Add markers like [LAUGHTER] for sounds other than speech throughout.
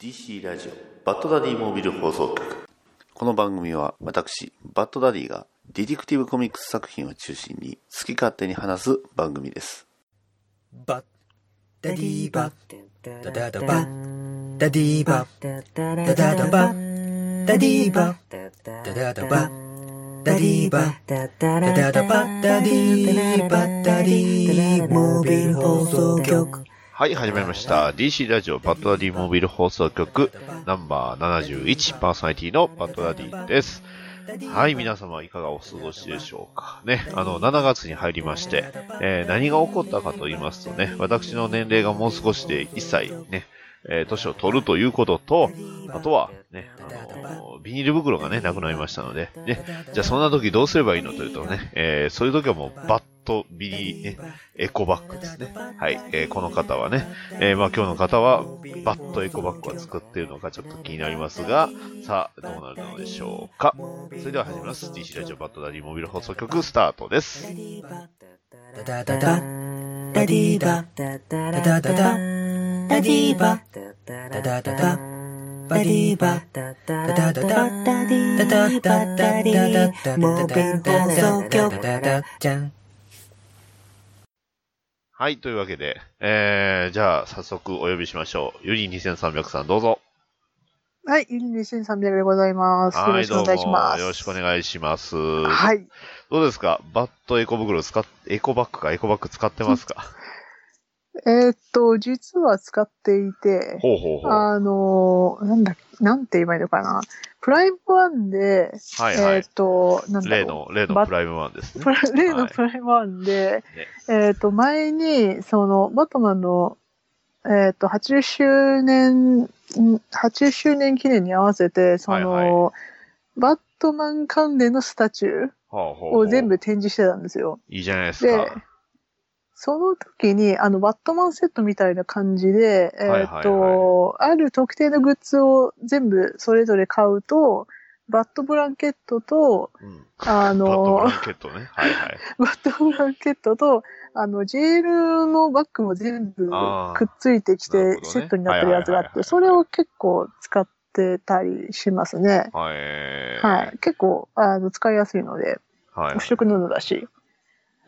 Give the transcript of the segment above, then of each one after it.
DC ラジオバッドダディモービル放送局この番組は私バッドダディがディティクティブコミックス作品を中心に好き勝手に話す番組ですバッダダデディィーババッダダダダダダババッッダデダディィーーババッッダダダバッダディーバッダダダバッダディーバッダダダバッダディーバッダディーモービル放送局はい始まりました DC ラジオバッドダディモービル放送局ナンバー71パーソナリティのバッドダディですはい皆様いかがお過ごしでしょうかねあの7月に入りまして、えー何が起こったかと言いますとね私の年齢がもう少しで1歳ねえー年を取るということと、あとはね、あの、ビニール袋がね、なくなりましたので、ね、じゃあそんな時どうすればいいのというとね、えーそういう時はもうバッとビニ、ね、エコバッグですね。はい、えーこの方はね、えーまあ今日の方はバッとエコバッグは作っているのかちょっと気になりますが、さあどうなるのでしょうか。それでは始めます。DC ラジオバットダディモビル放送局スタートです。ダダダダダディーバダダダダダディーバダダダダバディーバダダダダダディーバダディーモービル放送局はい、というわけで、えー、じゃあ早速お呼びしましょう。ユリ2300さんどうぞ。はい、ユニ2300でございます。よろしくお願いします。よろしくお願いします。はい。どうですかバットエコ袋使っ、エコバッグか、エコバッグ使ってますかえーっと、実は使っていて、ほうほうほう。はあのー、なんだ、なんて言えばいいのかな。プライムワンで、いはえいーっ。と、なんだ例ろの、例のバップライムワンですう。ねプ。ラ例のはいプライムワンで、えーっと、前に、その、バットマンの、えーっと、80周年、ん80周年記念に合わせて、その、はいバットマン関連のスタチューほうほうほうを全部展示してたんですよ。いいじゃないですか。その時に、あの、バットマンセットみたいな感じで、えはいはいーっと、ある特定のグッズを全部それぞれ買うと、バットブランケットと、うん。バあットブラ、のンケットね。はいはい。バットブランケットと、あの、ジェールのバッグも全部あーくっついてきなるほてど、ねセットになってるやつがあはいはいはいはっいて、それを結構使ってたりしますね。はい。はい。結構、あの、使いやすいので、はい。不織布だし。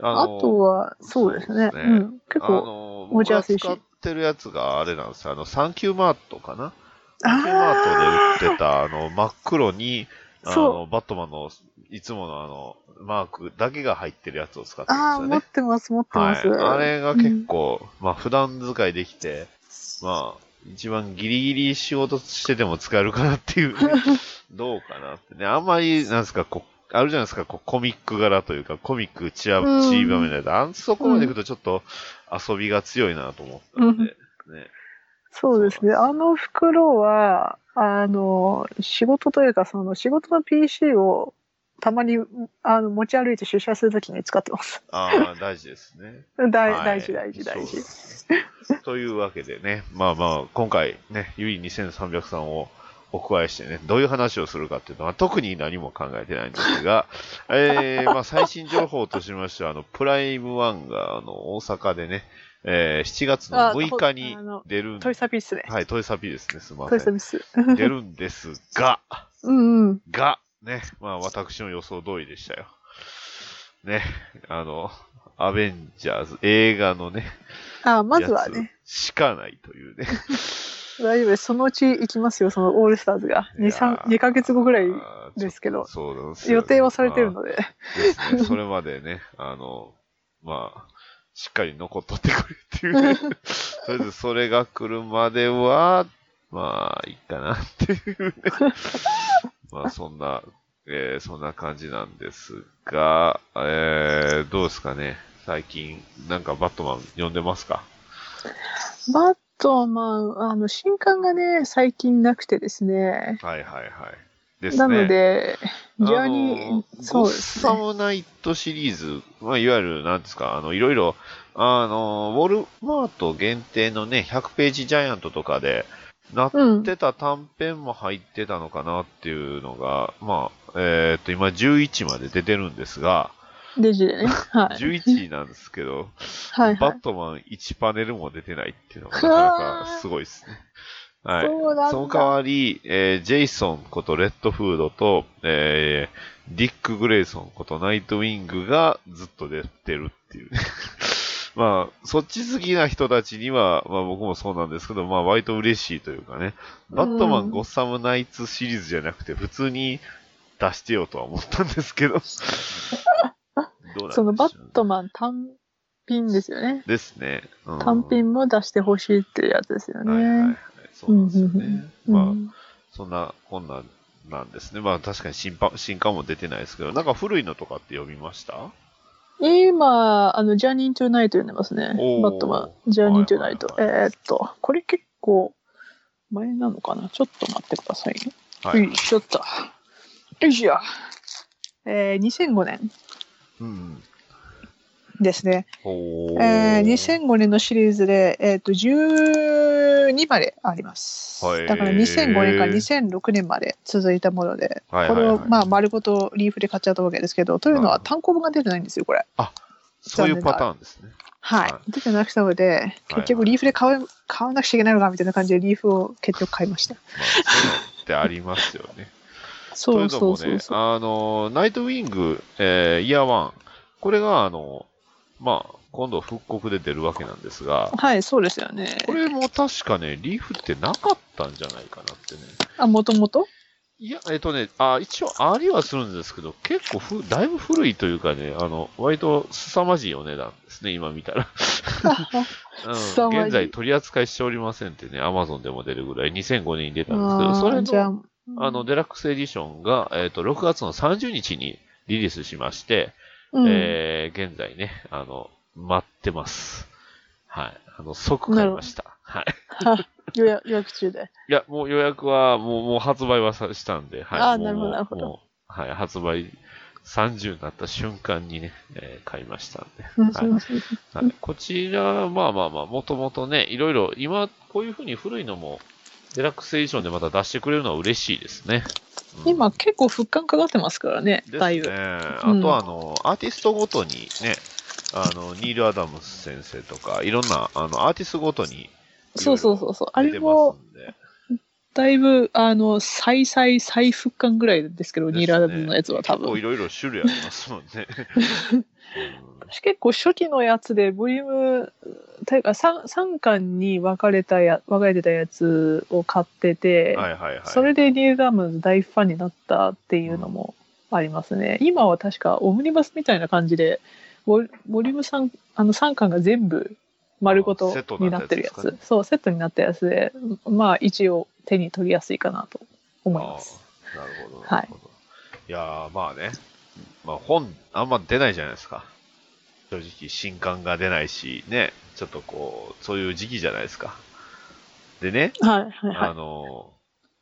ああのとは、そうですね。そうですうねん。結あ構、の、持僕ちやがす使いっしてるやつがあれなんですよあの、サンキューマートかなサンキューマあートで売ってた、あの、真っ黒に、あその、バットマンの、いつものあの、マークだけが入ってるやつを使ってるんであすよあ、持ねっ。てます、持ってまはす。い。あれが結構、まあ、普段使いできて、まあ、一番ギリギリ仕事してても使えるかなって [LAUGHS] いう、どうかなってね。あんまり、なんですか、こう、あるじゃないですか、こうコミック柄というか、コミックちらうんちりばめないと、あんそこまでいくとちょっと遊びが強いなと思ったんで、ね。そうですね。あの袋は、あの、仕事というか、その仕事の PC をたまにあの持ち歩いて出社するときに使ってます。 [LAUGHS] ああ、大事ですね。大,、はい大事、大事、大そうで事。すねという [LAUGHS] わけでね、まあまあ、今回ね、ゆい2300さんをお加えしてね、どういう話をするかっていうのは特に何も考えてないんですが、 [LAUGHS] えー、まあ最新情報としましては、あの、プライムワンが、あの、大阪でね、えー、7月のあ6日にあの出るんトイサピースね。はい、トイサビですね、すみませトイサん。ピース。出るんですが、うんうん。が、ね、まあ私の予想通りでしたよ。ね、あの、アベンジャーズ、映画のね、あまずはね、やつしかないというね。大丈夫です。そのうち行きますよ、そのオールスターズが。2、三二ヶ月後ぐらいですけどそうなんですよ予定はされてるので。ですね。それまでね、 [LAUGHS] あの、まあ、しっかり残っとってくれ [LAUGHS] っていう。とりあえず、それが来るまでは、まあ、いいかなっていう [LAUGHS] ね。まあ、そんな、えーそんな感じなんですが、えーどうですかね。最近、なんかバットマン呼んでますかバットマン、あの、新刊がね、最近なくてですね。はいはいはい。ですね。なので、ジャあのーニー、そうですゴッね。サムナイトシリーズ、まあ、いわゆる、なんですか、あの、いろいろ、あの、ウォルマート限定のね、100ページジャイアントとかで、なっうん。てた短編も入ってたのかなっていうのが、まあ、えーっと、今11まで出てるんですが、レジでね。はい。 11なんですけど、はい、はバいッ。トマン1パネルも出てないっていうのが、なかなかすごいですね。はい。そうなんだその代わり、えージェイソンことレッドフードと、えーディック・グレイソンことナイトウィングがずっと出てるっていうね。 [LAUGHS] まあ、そっち好きな人たちには、まあ僕もそうなんですけど、まあ割と嬉しいというかね、バットマうんン・ゴッサム・ナイツシリーズじゃなくて、普通に出してよとは思ったんです [LAUGHS] けど、どうなんでしょうねそのバットマン単品ですよね。ですね。うん単品も出してほしいっていうやつですよね。はいはいはい。そうなんですよね。うんまあ、そんな、こんなんなんですね。まあ確かに新版新刊も出てないですけど、なんか古いのとかって読みました今、あの、ジャーニー・トゥ・ナイト読んでますねおー。バットマン、ジャーニー・トゥ・ナイト。はいはいえーっと、これ結構前なのかなちょっと待ってくださいね。はい。よいしょっと。よいしょ。えー、2005年うん。ですね。おーえー、2005年のシリーズで、えーっと、12まであります。はいだから2005年から2006年まで続いたもので、はいこはいれはいを、まあ、丸ごとリーフで買っちゃったわけですけど、というのなるはほど単行本が出てないんですよ、これ。そういうパターンですね。はい、は出てなくたので、結はいは局いリーフで買う買わなくちゃいけないのかみたいな感じでリーフを結局買いました。まあ、そういうのってありますよね。とそいううの [LAUGHS] そもうそねう、そう。あの、ナイトウィング、えーイヤーワン、これが、あの、まあ、今度復刻で出るわけなんですが、はい、そうですよね。これも確かね、リーフってなかったんじゃないかなってね。あ、もともといや、えっとね、あ一応ありはするんですけど、結構ふ、だいぶ古いというかね、あの、割と凄まじいお値段ですね、今見たら。 [LAUGHS] うん、凄まじい現在取り扱いしておりませんってね、アマゾンでも出るぐらい、2005年に出たんですけあど、そーれじゃの、あ、あの、デラックスエディションが、えっ、と、6月の30日にリリースしまして、うん、えー現在ね、あの、待ってます。はい。あの、即買いました。はい。予約予約中で。いや、もう予約は、もう、もう発売はさしたんで、はい。あーもうなるほどなるほ。どもうはい、発売30になった瞬間にね、えー買いましたんで。うんはいはい、こちら、まあまあまあ、もともとね、いろいろ、今、こういうふうに古いのも、デラックスエディションでまた出してくれるのは嬉しいですね。うん今結構復刊かかってますからね、ですだいぶ。ね。あうんとはあの、アーティストごとにね、あの、ニール・アダムス先生とか、いろんな、あの、アーティストごとに、そうそうそうそう。あ出れてまもすんで、だいぶ、あの、再再再復刊ぐらいですけど、ですねニーラーダムのやつは多結構い分。ろいろ種類ありますもんね。私結構初期のやつで、ボリューム、というか 3, 三巻に分かれたや、分かれてたやつを買ってうて、んはいはいはい。それでニール・ダームズ大ファンになったっていうのもありますね。今は確かオムニバスみたいな感じで、ボリボリューム3、あの3巻が全部丸ごあとセットににななっったてやつるですやつ。かねそう、セットになったやつで、まあ一応手に取りやすいかなと思います。あーなるほど。はいなるほど。いやー、まあね、まあ本、あんま出ないじゃないですか。正直、新刊が出ないし、ね、ちょっとこう、そういう時期じゃないですか。でね、はいはいは [LAUGHS] あい。のー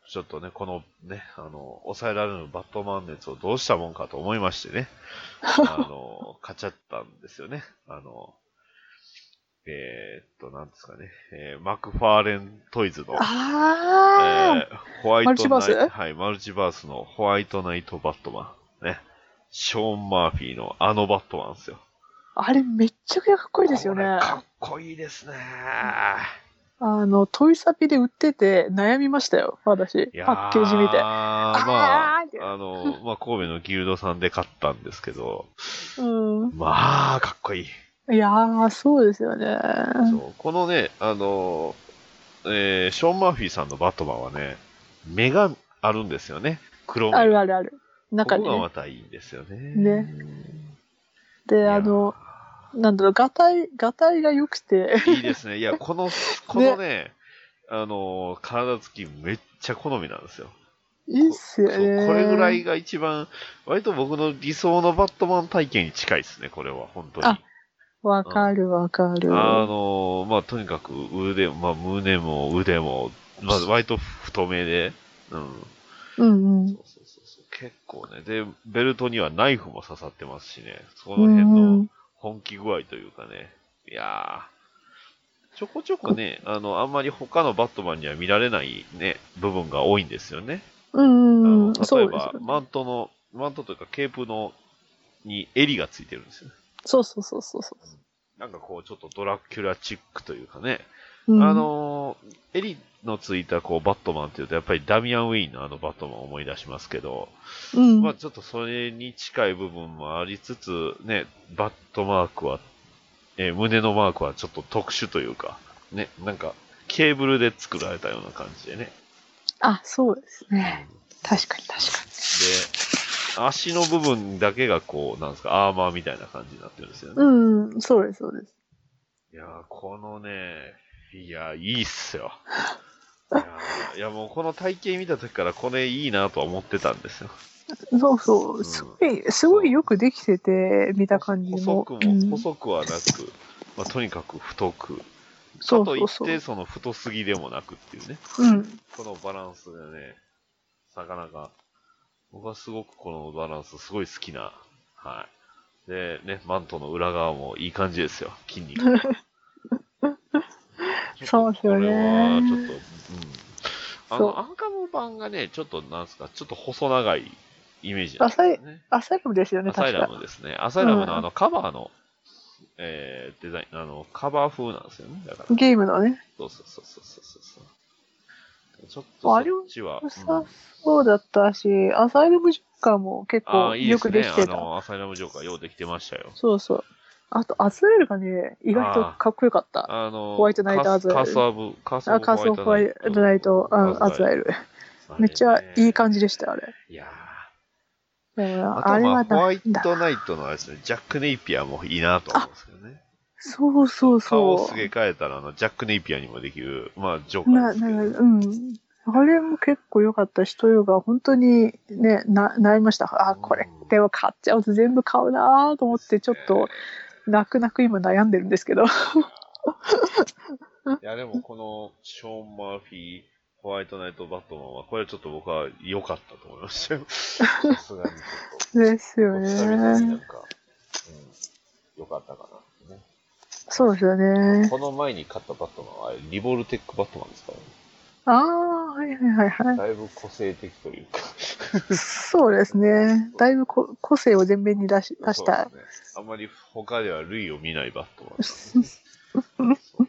ちょっとね、このね、あの、抑えられぬバットマン熱をどうしたもんかと思いまして [LAUGHS] ね、あのー買っちゃったんですよね。あのえーっと、なんですかね、えーマクファーレントイズの、あえーホワイトナイマルチバースはい、マルチバースのホワイトナイトバットマン。ね。ショーン・マーフィーのあのバットマンですよ。あ、あれめっちゃくちゃかっこいいですよね。これかっこいいですね。あの、トイサピで売ってて悩みましたよ、私い。やパッケージ見て。まあ、あーってあの、まあ、神戸のギルドさんで買ったんですけど、うまあ、かっこいい。ん。いやー、そうですよね。そうこのね、あの、えーショーン・マーフィーさんのバットマンはね、目があるんですよね。黒目が。あるあるある。中ここに、がねま。たいいんですよね。ねうんいで、やーあの、なんだろう、がたい、がたいが良く [LAUGHS] て、いいですね。いや、この、このね、あのー、体つきめっちゃ好みなんですよ。いいっすよそうね。これぐらい。が一番、割と僕の理想のバットマン体験に近いですね、これは、本当に。あわかるわかる。あのーまあ、とにかく腕、まあ、胸も腕も、まあ、割と太めで、うん。うんうんそう。そうそうそう。結構ね。で、ベルトにはナイフも刺さってますしね。そのう辺んうのん本気具合というかね。いやー。ちょこちょこね、あの、あんまり他のバットマンには見られないね、部分が多いんですよね。うんうん。あのそ例えうですばよ、ねマントの、マントというかケープの、に襟がついてるんですよね。そうそうそうそうそう。なんかこう、ちょっとドラキュラチックというかね、うんあのーエリのついたこうバットマンっていうと、やっぱりダミアン・ウィーンのあのバットマンを思い出しますけど、うんまあちょっとそれに近い部分もありつつ、ね、バットマークは、えー胸のマークはちょっと特殊というか、ね、なんかケーブルで作られたような感じでね。あそうですね確かに確かで、足の部分だけがこう、なんですか、アーマーみたいな感じになってるんですよね。にうんそうですそうですいやー、このね、いやー、いいっす [LAUGHS] よ。いやーいやもうこの体型見た時からこれいいなとは思ってたんですよ。そうそうう、んすごい、すごいよくできてて、見た感じ細も。くも、うん細くはなく、まあ、とにかく太く。そうかとそいうっそうて、その太すぎでもなくっていうね。うん。このバランスがね、なかなか、僕はすごくこのバランスすごい好きな。はい。で、ね、マントの裏側もいい感じですよ、筋肉。 [LAUGHS] そうですよこねれはちょっと、うん。あそうの、アンカム版がね、ちょっとなんすか、ちょっと細長いイメージなんですよね。アサイラムですよね、アサイ確ラか。ムですね。アサイラムうんのあのカバーの、えーデザイン、あの、カバー風なんですよね。だから、そうゲームのね、そうそうそうそうそう。ちょっとあれそっちは、良さそうだったし、アサイラムジョッカーも結あ構あ、いいよですくね。できてあた。の、アサイラムジョーカー、ようできてましたよ。そうそう。あと、アズレルがね、意外とかっこよかった。あの、ホワイトナイトアズカスカスアブ、カスあカーソンホワイトナイト、うんアズラエル。ル。めっちゃいい感じでした、あれ。じ。いやーでもあとあれまあ、はホワなイいんだ。トナイトのあれですね、ジャック・ネイピアもいいなと思うんですけどね。そうそう顔をそすげう。替えたら、あの、ジャック・ネイピアにもできる、まあ、ジョーカーな、ですけど。なんか、うん。あれも結構良かったし、というか、本当にね、な、なりました。あ、これ、でも買っちゃうと全部買うなぁと思って、ちょっと、泣く泣く今悩んでるんですけど。いや、でもこの、ショーン・マーフィー、ホワイトナイト・バットマンは、これはちょっと僕は良かったと思いましたよ。 [LAUGHS] さすがにちょっと。ですよ久々になねん。か、うん、よかったかな、ね。そうですよね。この前に勝ったバットマンは、リボルテックバットマンですからね。ああ、はいはいはいはだいぶ個性的というか。い。そうですね。だいぶこ個性を前面に出し出しそたう。ですね。あんまり他では類を見ないバットマンですね、 [LAUGHS] そう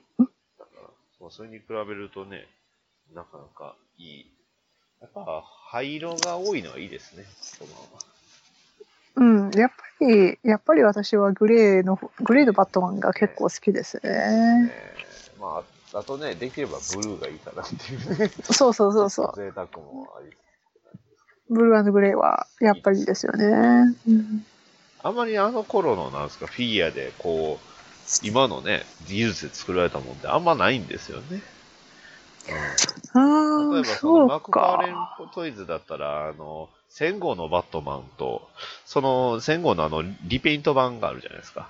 だからそうそれに比べるとね、なかなかいい。やっぱ、灰色が多いのはいいですね、バットマンは。うん。やっぱり、やっぱり私はグレーの、グレーのバットマンが結構好きですね。えーまあ、あとね、できればブルーがいいかなっていうね。そうそうそうそう。贅沢もありブルーグレーはやっぱりですよね。うんあんまりあの頃のなんですか、フィギュアでこう、今のね、技術で作られたもんってあんまないんですよね。うん例えばそああ、のそマうクファーレンか。トイズだったら、あの、戦後のバットマンと、その戦後のあの、リペイント版があるじゃないですか。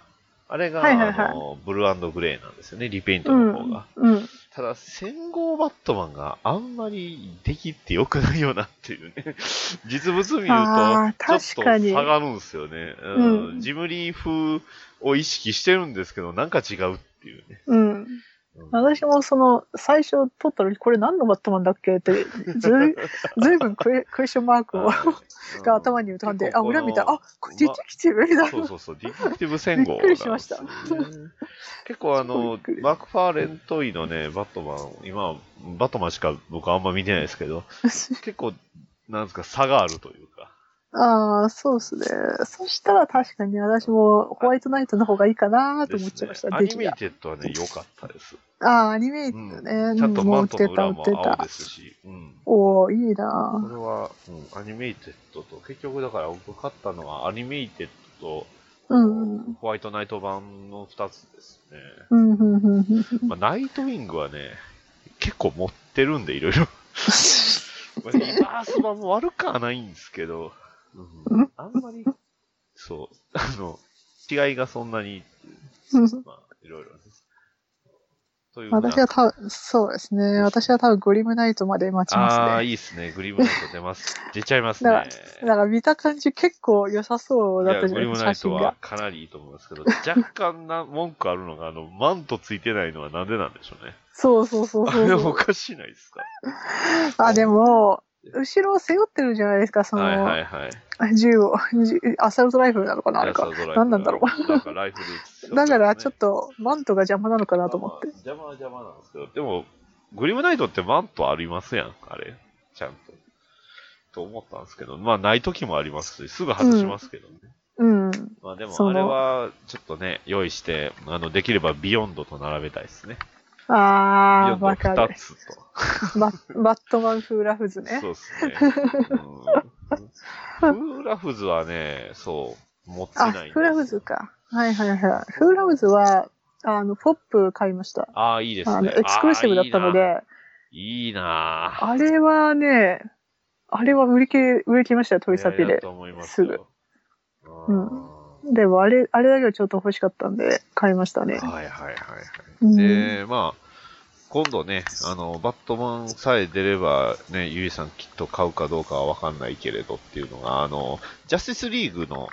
あれが、はいはいはいあの、ブルーグレーなんですよね、リペイントうの方が。ん。うん。ただ、戦後バットマンがあんまりできてよくないよなっていうね。 [LAUGHS] 実物見るあーと、ちょ確っとかに下がるんですよね。う、うんんジムリー風を意識してるんですけど、なんか違うっていうね。うん。うん私もその、最初撮った時、これ何のバットマンだっけって、ずい、ずいぶんクエクエスチョンマークを、はいが頭に浮かんで、結あ、構この裏見たら、あ、これディティキティブみたいそうな。そうそう、ディテクティブ戦後びっくりしましたなんですよね。結構あのびっくり、マクファーレントイのね、バットマン、今、バットマンしか僕あんま見てないですけど、結構、なんですか、差があるというか。 [LAUGHS] ああ、そうですね。そしたら確かに私もホワイトナイトの方がいいかなとです思っねちゃいました、ア出ニ来メイが。テッドはね、良かったです。ああー、アニメイトうんね。ちゃんとマントのう裏ん持もってた、持っ青てたで。すし、うん。おおいいこなれは、うん、アニメイテッドと、結局だから僕買ったのはアニメイテッドと、うんうんホワイトナイト版の2つですね。うん、うん、うん、うんうん。まあ、ナイトウィングはね、結構持ってるんで、いろいろ。まあリバース版も悪くはないんですけど、うん、あんまり、そう、あの、違いがそんなに、まあ、いろいろね。というふうな私は多分、そうですね。私は多分グリムナイトまで待ちますね。ああー、いいですね。グリムナイト出ます。 [LAUGHS] 出ちゃいますね。だなんか見た感じ結構良さそうだっいやたじゃグリないムですナか、イ写ト真はが。かなりいいと思いますけど、若干な文句あるのが、あの、マントついてないのはなんでなんでしょうね。そうそうそうあそうれそおう。かしいないですか。あ、でも、後ろを背負ってるじゃないですか、その、はいはいはい。銃を、銃アサルトライフルなのかな、あれか。ライフル何なんだろなんかライフルだからちょょっっとマントが邪魔なのかとなと思って。邪魔は邪魔なんですけど、でも、グリムナイトってマントありますやん、あれ。ちゃんと。と思ったんですけど、まあない時もありますし、すぐ外しますけどね。うん。まあでもそのあれはちょっとね、用意して、あの、できればビヨンドと並べたいですね。ビヨあンあ、ドわか2る。つと。ババットマン風ラフズねそ。うですね。うん [LAUGHS] フーラフズはね、そう、持ってないあ、んですよフーラフズか。はいはいはい。フーラフズは、あの、ポップ買いました。ああ、いいですあね。の、エクスクルーシブだったので、あいいなあれはね、あれは売り切れ、売り切れましたよ、飛びサピいやいやで。と思いますすぐよ。うんでも、あれ、あれだけはちょっと欲しかったんで、買いましたね。はいはいはいはうんい。で、まあ、今度ね、あの、バットマンさえ出れば、ね、ゆいさんきっと買うかどうかはわかんないけれどっていうのが、あの、ジャスティスリーグの、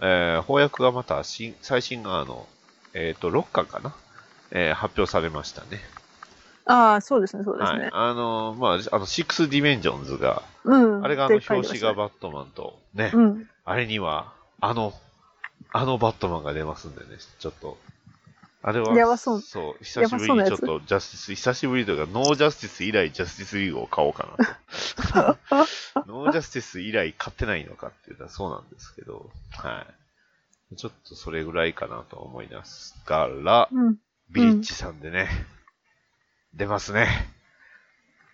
えー翻訳がまた新、最新が、あの、えっ、と、6巻かな、えー発表されましたね。ああ、そうですね、そうですはいね。。あの、まあ、あの、6ディメンジョンズが、うん。あれがあので、書い表紙てましたねがバットマンと、ね、うん。あれには、あの、あのバットマンが出ますんでね、ちょっと。あれは、やばそうそう、久しぶりにちょっと、ジャスティス、久しぶりというか、ノージャスティス以来、ジャスティスリーグを買おうかなと。 [LAUGHS] ノージャスティス以来買ってないのかっていうのはそうなんですけど、はい。ちょっとそれぐらいかなと思いますから、うん。ビリッジさんでね、出ますね。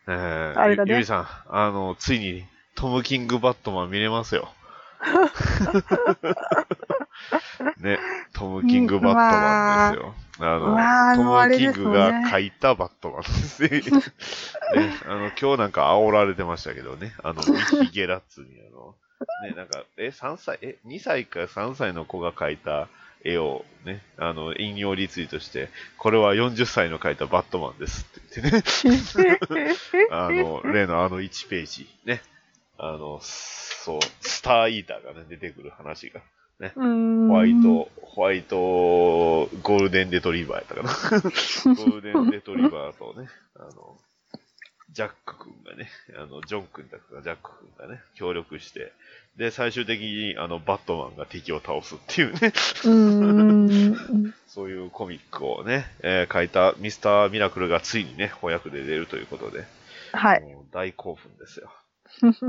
えー、あれだねゆゆりさん、あの、ついにトム・キング・バットマン見れます [LAUGHS] よ。ね、トム・キング・バットマンですよ。うわあーの、もうトあム・れキンですグもんねが書いたバットマンですね。ねあの、今日なんか煽られてましたけどね、あの、ミキ・ゲラッツにあの、ね、なんか、え、3歳、え、2歳か3歳の子が描いた絵をね、あの、引用リツイートして、これは40歳の描いたバットマンですって言ってね、あ [LAUGHS] の、例のあの1ページ、ね、あの、そう、スターイーターがね、出てくる話が、うん。ホワイト、ホワイト、ゴールデンレトリバーやったか [LAUGHS] な。ゴールデンレトリバーとね、あの、ジャック君がね、あの、ジョン君だったかな、ジャック君がね、協力して、で、最終的に、あの、バットマンが敵を倒すっていうね、うん。そういうコミックをね、えー書いたミスター・ミラクルがついにね、翻訳で出るということで、はい。もう大興奮です [LAUGHS] よ。ミス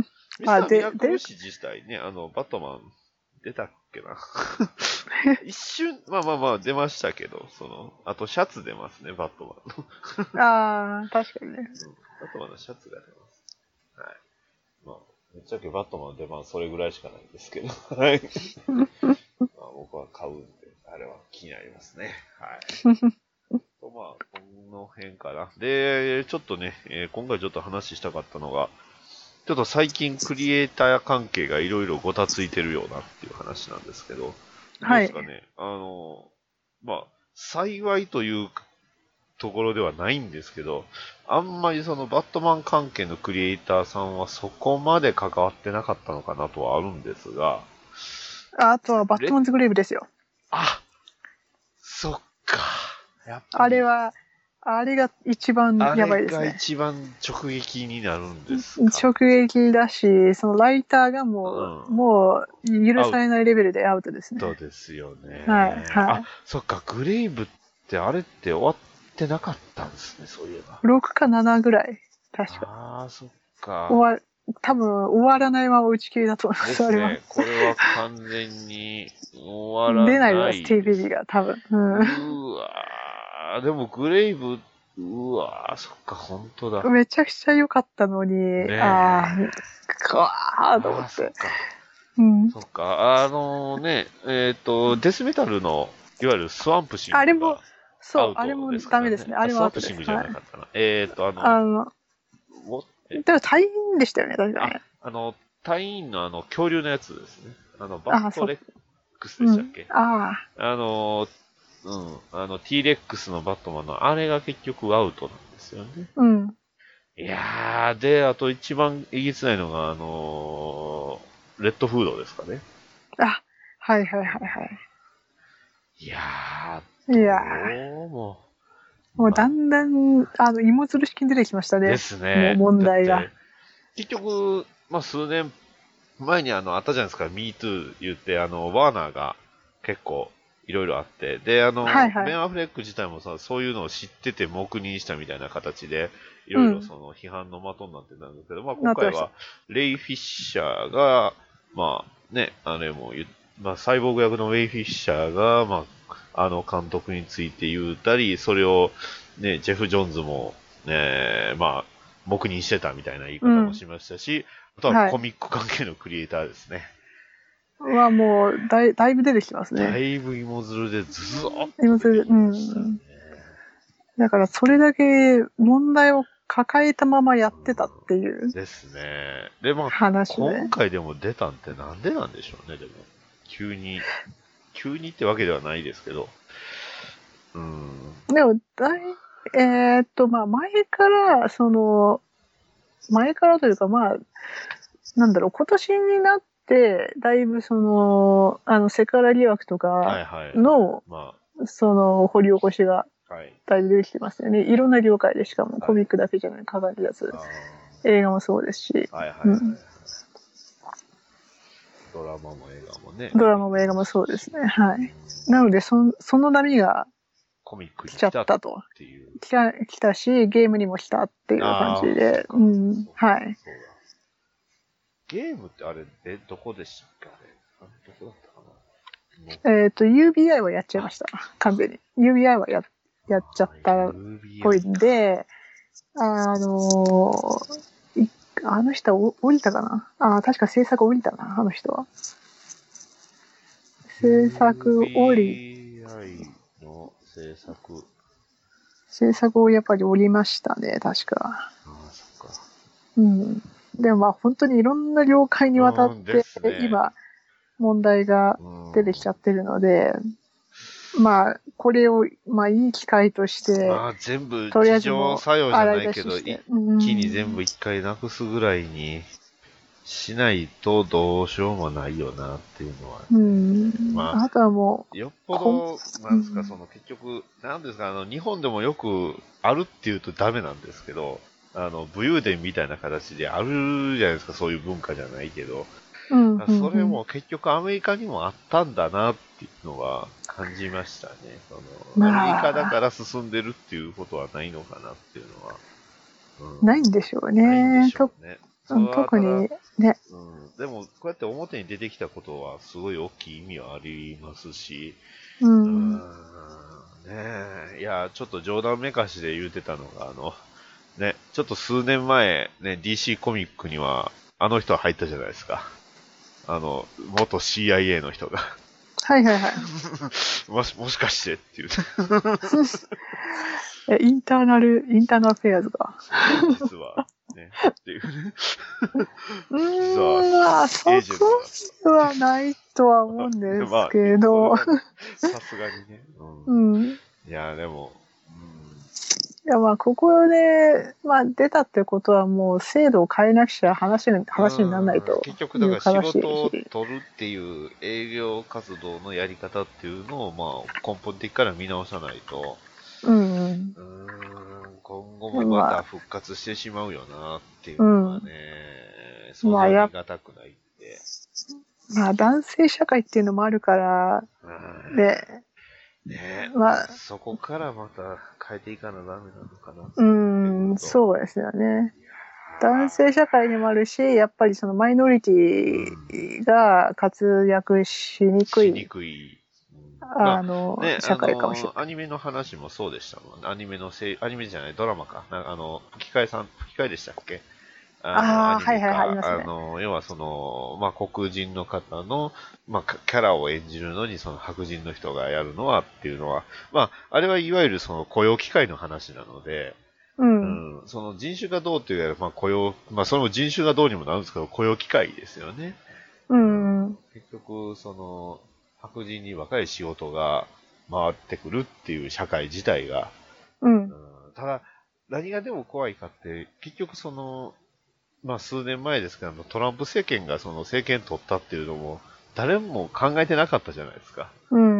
タあー・ミでラクル氏自体ね、あの、バットマン出たっけな。 [LAUGHS] 一瞬、まあまあまあ出ましたけど、その、あとシャツ出ますね、バットマンの。ああ、確かにね。バットマンのシャツが出ます。はい。まあ、ぶっちゃけバットマンの出番それぐらいしかないんですけど、 [LAUGHS] はい。まあ僕は買うんで、あれは気になりますね。 [LAUGHS] はい。とまあ、この辺かな。で、ちょっとね、えー今回ちょっと話したかったのが、ちょっと最近クリエイター関係がいろいろごたついてるようなっていう話なんですけど、はいどうですかね。あの、まあ、幸いというところではないんですけど、あんまりそのバットマン関係のクリエイターさんはそこまで関わってなかったのかなとはあるんですが、あとはバットマンズグレイブですよ。あそっか。やっぱりあれは、あれが一番あやばいれですがね。一番直撃になるんですか。直撃だし、そのライターがもう、うんもう許されないレベルでアウトですね。そうですよね。はいはいあ、そっか、グレイブってあれって終わってなかったんですね、そういえば。 6か7ぐらい、確か。ああ、そっか。終わ、多分終わらないまま打ち切りだと思いま、ですあすれはね。。これは完全に終わら出な。ないいです、TBB が、多分。ううわーでもグレイブ、うわーそっか、本当だ。ん。 [LAUGHS] めちゃくちゃ良かったのに、えああ、くわーと思あーっ。そってか。うん。そっか、あのね、えっ、と、デスメタルの、いわゆるスワンプシングがあれもアそう、ウトあれもですかダらメですね。あれスはワアウントプシでンす。グじゃはないかったな。えっ、と、あの、あの、おえでも大変でしたよね、確かにね。あの、隊員のあの、恐竜のやつですね。あの、バットレックスでうしたっんけ、。ああ。あの、うん、あの、T-Rex のバットマンの、あれが結局アウトなんですよね。うん。いやー、で、あと一番えげつないのが、あのーレッドフードですかね。あ、はいはいはいはいやい。ー、いやどうも。ー、もうだんだん、あの、芋づる式に出てきましたでね。すね。もう問題がだって。結局、まあ、数年前にあの、あったじゃないですか、MeToo 言って、あの、ワーナーが結構、いろいろあって。で、あの、はいはいベン・アフレック自体もさ、そういうのを知ってて黙認したみたいな形で、いろいうろんその批判の的になってたんですけど、まあな今ってま回したは、レイ・フィッシャーが、まあね、あれも言っまあ、サイボーグ役のレイ・フィッシャーが、まあ、あの監督について言うたり、それを、ね、ジェフ・ジョーンズも、ね、まあ、黙認してたみたいな言い方もしましたし、あとははいコミック関係のクリエイターですね。はもうだいだいぶ出てきてますだね。いぶ芋づるでズズーっと芋づる出てきましたねうんだからそれだけ問題を抱えたままやってたっていうですね。で、まあ、話で今。回でも出たんってなんでなんでしょうね、でも。急に、急にってわけではないですけど。うーん。でもだい、えーっと、まあ前から、その、前からというかまあ、なんだろう、今年になって、だいぶその、あの、セクハラ疑惑とはいかはい。の、まその、掘り起こしがあ、はい。だいぶ出てきてますよね。いろんな業界でしかも、いコミックだけじゃない、かかるやつあ。映画もそうですし、ーはいはい、うはいんドラマも映画もね。ドラマも映画もそうですね。はい。なので、そその波がコミックに来来ちゃたっったと。ていう。来た来たし、ゲームにも来たっていう感あーじそっで。かうん。はい。そうだ。ゲームってあれ、え、どこでしたっけあれ。あどこだったかなもうえっ、と、UBI はやっちゃいました。完全に。UBI はややっちゃったっぽいんで、あのーいあの人はお降りたかなあー確か制作降りたな、あの人は。制作降り、 UBI の制作。制作をやっぱり降りましたね、確か。ああ、そっか。うん。でもまあ本当にいろんな業界にわたっうんでてすね、今、問題がうん出てきちゃってるので、まあ、これを、まあ、いい機会として、まあ、全部、とりあえ事ずも情作用じゃないけど、一うん気に全部一回なくすぐらいにしないとどうしようもないよなっていうのは。うん、まあ、とはもよっぽど、んなんですうか、んその結局、なんですか、あの、日本でもよくあるっていうとダメなんですけど、あの、武勇伝みたいな形であるじゃないですか、そういう文化じゃないけど、う、うんうんそれも結局アメリカにもあったんだなっていうのは感じましたね。そのまあアメリカだから進んでるっていうことはないのかなっていうのは。うんないんでしょうね。ないんでしょうね。とうんそれは特ただにね、うん、でも、こうやって表に出てきたことは、すごい大きい意味はありますし、ううーんん、ねえ、いや、ちょっと冗談めかしで言うてたのが、あの、ね、ちょっと数年前、ね、DC コミックには、あの人入ったじゃないですか。あの、元 CIA の人が、 [LAUGHS] はいはいはい。もし、もしかしてっていう、えインターナル、インターナルアフェアーズか。実は、ね、っていうね。う実はーん、まあ、そこエージェントだはないとは思うんですけ [LAUGHS] まどあ、さすがにね。う、うんん。いいや、でも、うんや、まあ、ここで、まあ、出たってことは、もう、制度を変えなくちゃ話に、話にならないうんと。結局だから仕事をいう話取るっていう営業活動のやり方っていうのをまあ根本的から見直さないとうんうん。うーん今後もまた復活してしまうよなっていうのはね、そんまあなにやあっりがたくないって、まあ、男性社会っていうのもあるから、うんねね、まあそこからまた変えていかなダメなのかなうーん、そうですよね。男性社会にもあるし、やっぱりそのマイノリティが活躍しにくしいに、くい、うんまああの、ね、 [LAUGHS] 社会かもしれあのアニメの話もそうでしたもん。アニメのせい、アニメじゃない、ドラマか。なあの、吹き替えさん、吹き替えでしたっけあーのアニメかはいはいはいありますねあの、要はその、まあ、黒人の方の、まあ、かキャラを演じるのに、その白人の人がやるのはっていうのは、まあ、あれはいわゆるその雇用機会の話なので、なうい。うん、ん。その人種がどうっていうよりは、まあ、雇用、まあ、その人種がどうにもなるんですけど、雇用機会ですよね。うん。結局、その、白人に若い仕事が回ってくるっていう社会自体が、う。うんんただ、何がでも怖いかって、結局その、まあ数年前ですけど、あのトランプ政権がその政権取ったっていうのも、誰も考えてなかったじゃないですか。うだからん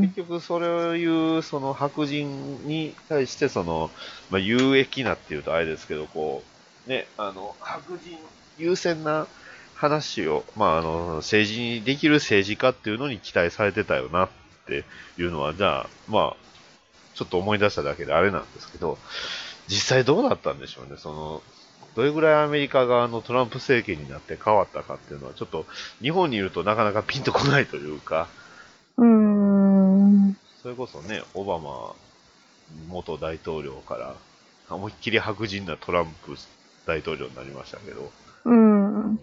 結。局、そういう、その白人に対して、その、まあ、有益なっていうとあれですけど、こう、ね、あの、白人優先な話を、まあ、あの、政治にできる政治家っていうのに期待されてたよなっっていうのは、じゃあ、まあ、ちょっと思い出しただけであれなんですけど、実際どうだったんでしょうね。その、どれぐらいアメリカ側のトランプ政権になって変わったかっていうのは、ちょっと日本にいるとなかなかピンとこないというか、うーん。それこそね、オバマ元大統領から、思いっきり白人なトランプ大統領になりましたけど、うん。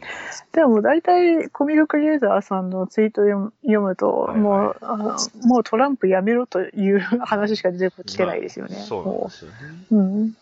でも大体コミッククリエイターさんのツイートを読む読むと、はいもうあの、もうトランプやめろという話しか出てきてないですよね。そうなんですよね。もううん。うん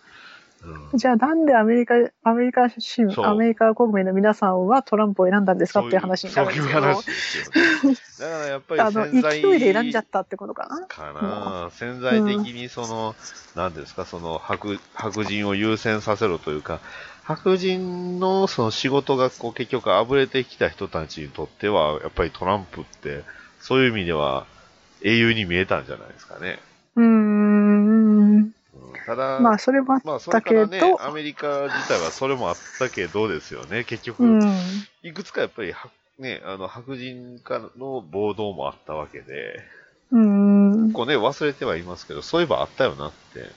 じゃあなんでアメリカ、アメリカ市民そうアメリカ国民の皆さんはトランプを選んだんですかっていう話になるんですけど、そういう話ですよね。だからやっぱりあの、潜在勢いで選んじゃったってことかな。かな、潜在的にその、なんですか、その白白人を優先させろというか、白人のその仕事がこう結局あぶれてきた人たちにとっては、やっぱりトランプって、そういう意味では英雄に見えたんじゃないですかね。うーん。うんただ、まあ、それもあっまあ、そたれかけど、らね、アメリカ自体はそれもあったけどですよね、結局、うん。いくつかやっぱりは、ね、あの白人からの暴動もあったわけで。うん結。構ね、忘れてはいますけど、そういえばあったよなって。うん。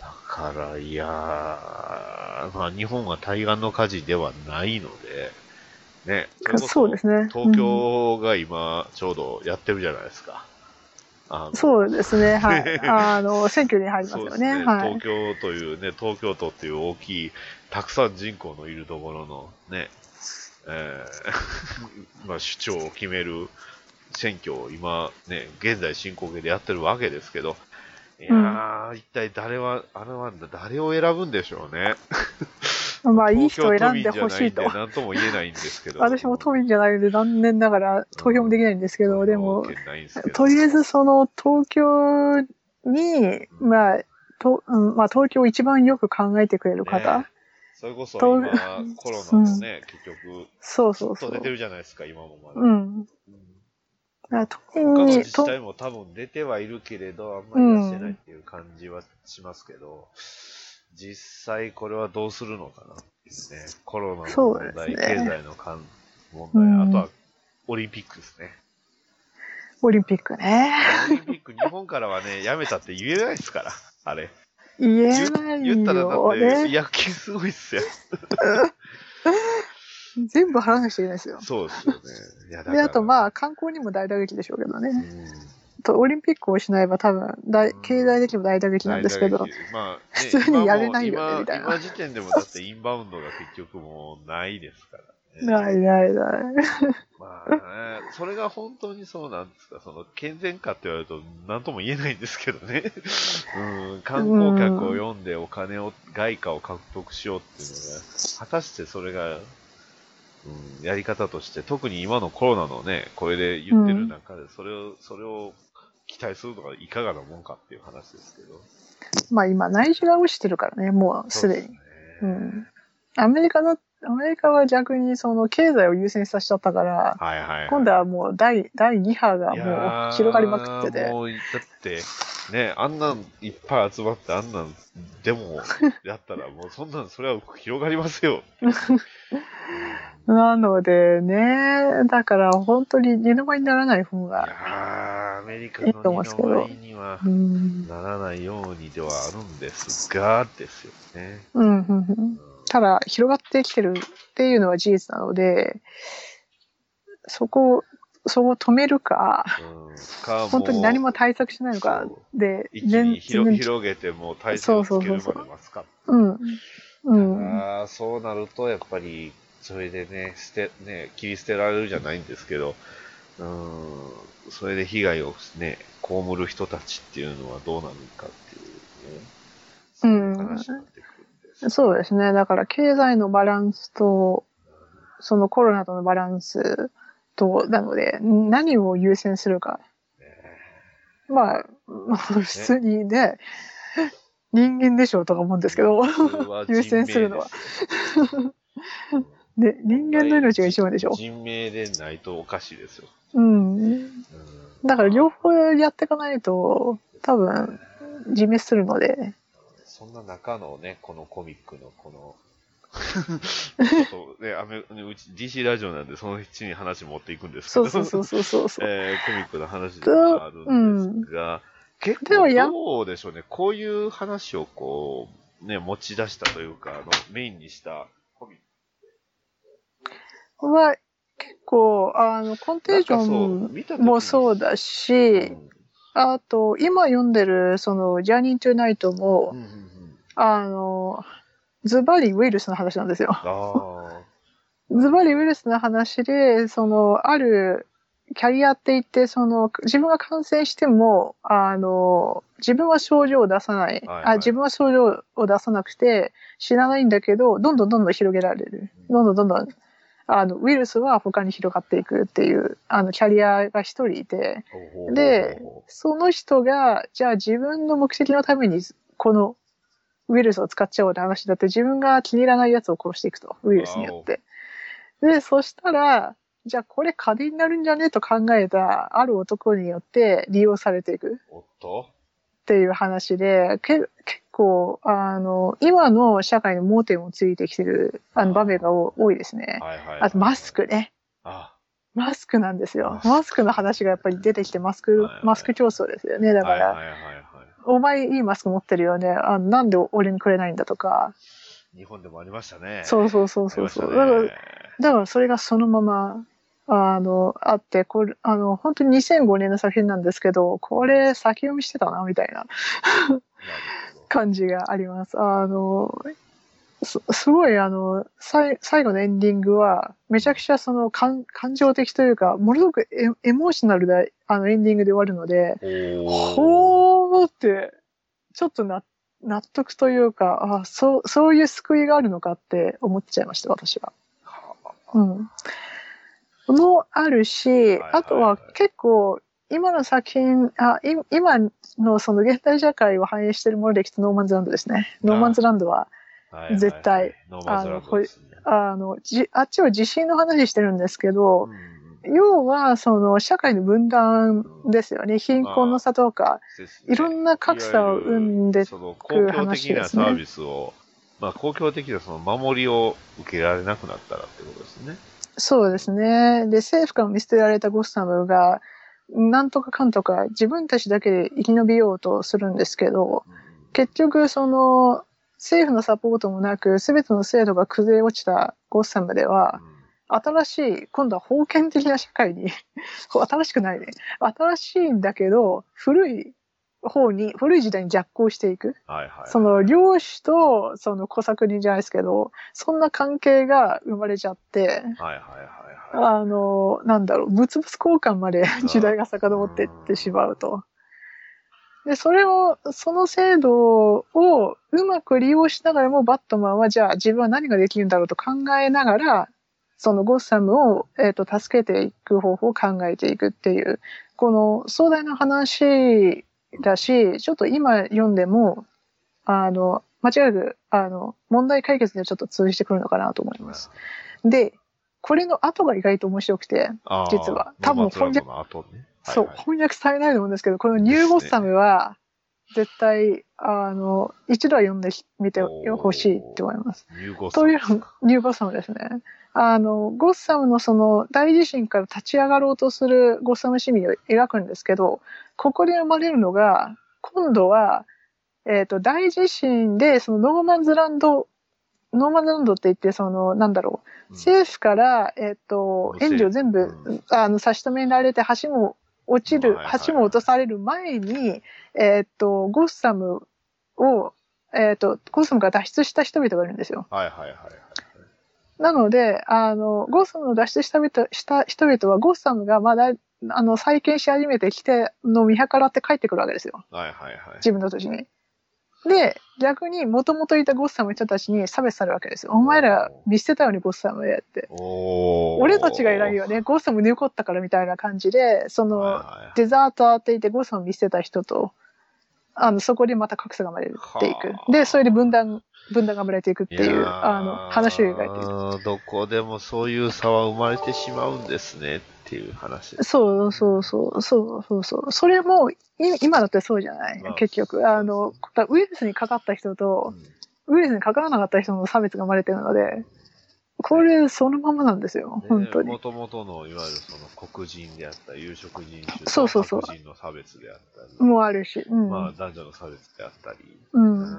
だから、いやー、まあ日本は対岸の火事ではないので、ね。れこそうですね。東うん京が今、ちょうどやってるじゃないですか。あのそうですね、 [LAUGHS] はい。あの、選挙に入りますそうでよすね。ね。はい東。京というね、東京都っていう大きい、たくさん人口のいるところのね、えー [LAUGHS] まあ、主張を決める選挙を今、ね、現在進行形でやってるわけですけど、いやー、一体誰は、あれは誰を選ぶんでしょうね。まあ、いい東人を京都選ん民でじゃほなしいいんでと。なんとも言えないんですけど。 [LAUGHS] 私も都民じゃないので、残念ながら投票もできないんですけど、でもわ、けないんですけどとりあえずその東京に、まあ、とうんまあ、東京を一番よく考えてくれる方、ねそれこそと今、コロナもね、結局、そうずそっうそと出うて。るじゃないですか、今もまだ。うん。だから特他のに自治と、体も多分出てはいるけれど、あんまり出してないっていう感じはしますけど、実際これはどうするのかなっていうね。コロナのそう問題、で経すね済のかん問うん題、あとはオリンピックですね。オリンピックね。オリンピック、日本からはね、 [LAUGHS] やめたって言えないですから、あれ。言え言ない言ったらだっよて、ね。野球すごいっすよ。全部払わなくちゃいけないですよ。そうですよね。いや、だで、あとまあ、あ、観光にも大打撃でしょうけどうね。んと、オリンピックをしないば多分、大うん経済的にも大打撃なんですけど大打。撃まあ、ね [LAUGHS] 普通にやれないよね今もみたいな今今時点でもだってインバウンドが結局もうないですからね。ないないない。まあね、それが本当にそうなんですか、その健全かって言われると何とも言えないんですけどね。 [LAUGHS] うん、観光客を読んでお金を、外貨を獲得しようっていうのが、果たしてそれが、うん、やり方として、特に今のコロナのね、これで言ってる中で、それを、それを期待するのがいかがなもんかっていう話ですけど。まあ今、内需が落ちてるからね、もうすでそうに。すうねん。アメリカの、アメリカは逆にその経済を優先させちゃったから、はいはいはい。今度はもう第、第2波がいやもーう広がりまくってて。もう、だって、ね、あんなんいっぱい集まって、あんなん、で [LAUGHS] も、やったら、もうそんなん、それは広がりますよ。なのでね、だから本当に二の舞にならない方いやが、ーアメリカいいと思のいますけど二の舞にはうん、ならないようにではあるんですが、ですよね。うん、うんうん。ただ、広がってきてるっていうのは事実なので、そこを、そこを止めるか、うんかう本当に何も対策しないのかそう、で、一気に全広然広げて、もう体制をつけるまで待つかうん。うん。あーそうなると、やっぱり、それでね、捨て、ね、切り捨てられるじゃないんですけど、うーん、それで被害をね、被る人たちっていうのはどうなるかっていうね、そういう話になってくるんです。そうですね。だから経済のバランスと、そのコロナとのバランスと、なので、何を優先するか。まあ、まあ普通にね、人間でしょうとか思うんですけど、優先す [LAUGHS] るのはで人間の命が一番でしょ人命でないとおかしいですよ。う。うん。うんだから両方やっていかないと、多分、自滅するので。そんな中のね、このコミックのこのちょっとね、アメうち DC ラジオなんで、その地に話持っていくんですけそど、うそうそうそうそうそ [LAUGHS] う。えーコミックの話ではあるんですが、結でも構やどうでしょうね、こういう話をこう、ね、持ち出したというか、あのメインにしたコミック。は、結構、あの、コンテージョ見たンもそうだ時し、にあと、今読んでる、その、ジャーニー・トゥ・ナイトうもん、うんうんうんあの、ズバリ・ウェルスの話なんですよ。あズバリ・ウェルスの話で、その、ある、キャリアって言って、その、自分が感染しても、あの、自分は症状を出さない。はいはいあ自分は症状を出さなくて、知らないんだけど、どんどんどんどん広げられる。どんどんどんどん、あの、ウイルスは他に広がっていくっていう、あの、キャリアが一人いて、ーほうでほうほうほその人が、じゃあ自分の目的のために、このウイルスを使っちゃおうって話だって、自分が気に入らないやつを殺していくと、ウイルスによって。で、そしたら、じゃあこれ金になるんじゃねと考えた、ある男によって利用されていくうおっとっていう話で、け結構、あの、今の社会の盲点をついてきてる、あの、場面が多多いですね。はいはいはいあと、マスクね。あマスクなんですマよス。クマスクの話がやっぱり出てきて、マスクはいはい、マスク競争ですよね。だかはいら、はいはいはいお前いいマスク持ってるよね。あなんで俺にくれないんだとか。日本でもありましたねそうそうあそうりそうましそたう。ねだから、だからそれがそのまま、あの、あって、これ、あの、本当に2005年の作品なんですけど、これ先読みしてたな、みたいななるほど感じがあります。あの、すすごい、あの、さい最後のエンディングは、めちゃくちゃその感感情的というか、ものすごくエエモーショナルなあのエンディングで終わるので、おーほーって、ちょっとな納得というか、あそう、そういう救いがあるのかって思っちゃいました、私は。うん。もあるし、はいあとは結構、今の作品、あい今のその現代社会を反映しているものできっとノーマンズランドですね。ノーマンズランドは、はいはいはい絶対ノーマンズランドですねあの、じあっちは地震の話してるんですけど、うんうん要は、その、社会の分断ですよね。貧困の差とか、ですねいろんな格差を生んでその公共的な話ですサねービスを、まあ公共的なその守りを受けられなくなったらってことですね。そうですね。で、政府から見捨てられたゴッサムが、なんとかかんとか自分たちだけで生き延びようとするんですけど、結局、その、政府のサポートもなく、すべての制度が崩れ落ちたゴッサムでは、新しい、今度は封建的な社会に、 [LAUGHS] 新しくないね。新しいんだけど、古い方に、古い時代に逆行していく。はいはい。その領主とその小作人じゃないですけど、そんな関係が生まれちゃっはて、いはいはいはい。あの、なんだろう、物々交換まで時代が遡っていってしまうと。で、それを、その制度をうまく利用しながらも、バットマンはじゃあ自分は何ができるんだろうと考えながら、そのゴッサムを、えっと助けていく方法を考えていくっていう、この壮大な話だし、ちょっと今読んでも、あの、間違いなく、あの、問題解決にはちょっと通じてくるのかなと思います。で、これの後が意外と面白くて、あー実はノ多ーマ分ンズランドの後ね。そう、翻訳されないと思うんですけど、このニューゴッサムは、絶対、あの、一度は読んでみてほしいって思います。入国というのニューゴッサムですね。あの、ゴッサムのその大地震から立ち上がろうとするゴッサム市民を描くんですけど、ここで生まれるのが、今度は、えっ、と、大地震で、そのノーマンズランド、ノーマンズランドって言って、その、なんだろう、政府から、えっ、とう、ん援助を全部、うんあの、差し止められて、橋も落ちはいる、はいはい橋も落とされる前に、えっ、と、ゴッサムを、えっ、と、ゴッサムから脱出した人々がいるんですよ。はいはいはいはい。なので、あの、ゴッサムを脱出した人した人々は、ゴッサムがまだ、あの、再建し始めてきて、の見計らって帰ってくるわけですよ。はいはいはい。自分の土地に。で、逆に、もともといたゴッサムの人たちに差別されるわけですよ。お前ら見捨てたようにゴッサムへって。おー俺たちが偉いよね、ゴッサム残ったからみたいな感じで、そはいの、はいはいデザーターって言ってゴッサム見捨てた人と、あの、そこでまた格差が生まれるっていはあく。で、それで分断、分断が生まれていくっていやう、ーあの、話を描いていどこでもそういう差は生まれてしまうんですねっていう話でく。す。そうそうそう、そうそうそう。それも、い今だってそうじゃない、まあ結局。あの、ウイルスにかかった人と、うんウイルスにかからなかった人の差別が生まれてるので、これそのままなんですよ、本当にも。ともとの、いわゆるその黒人であったり、有色人種とそうそうそう白人の差別であったり、もうあるし、うん。まあ男女の差別であったり、うん。うんだ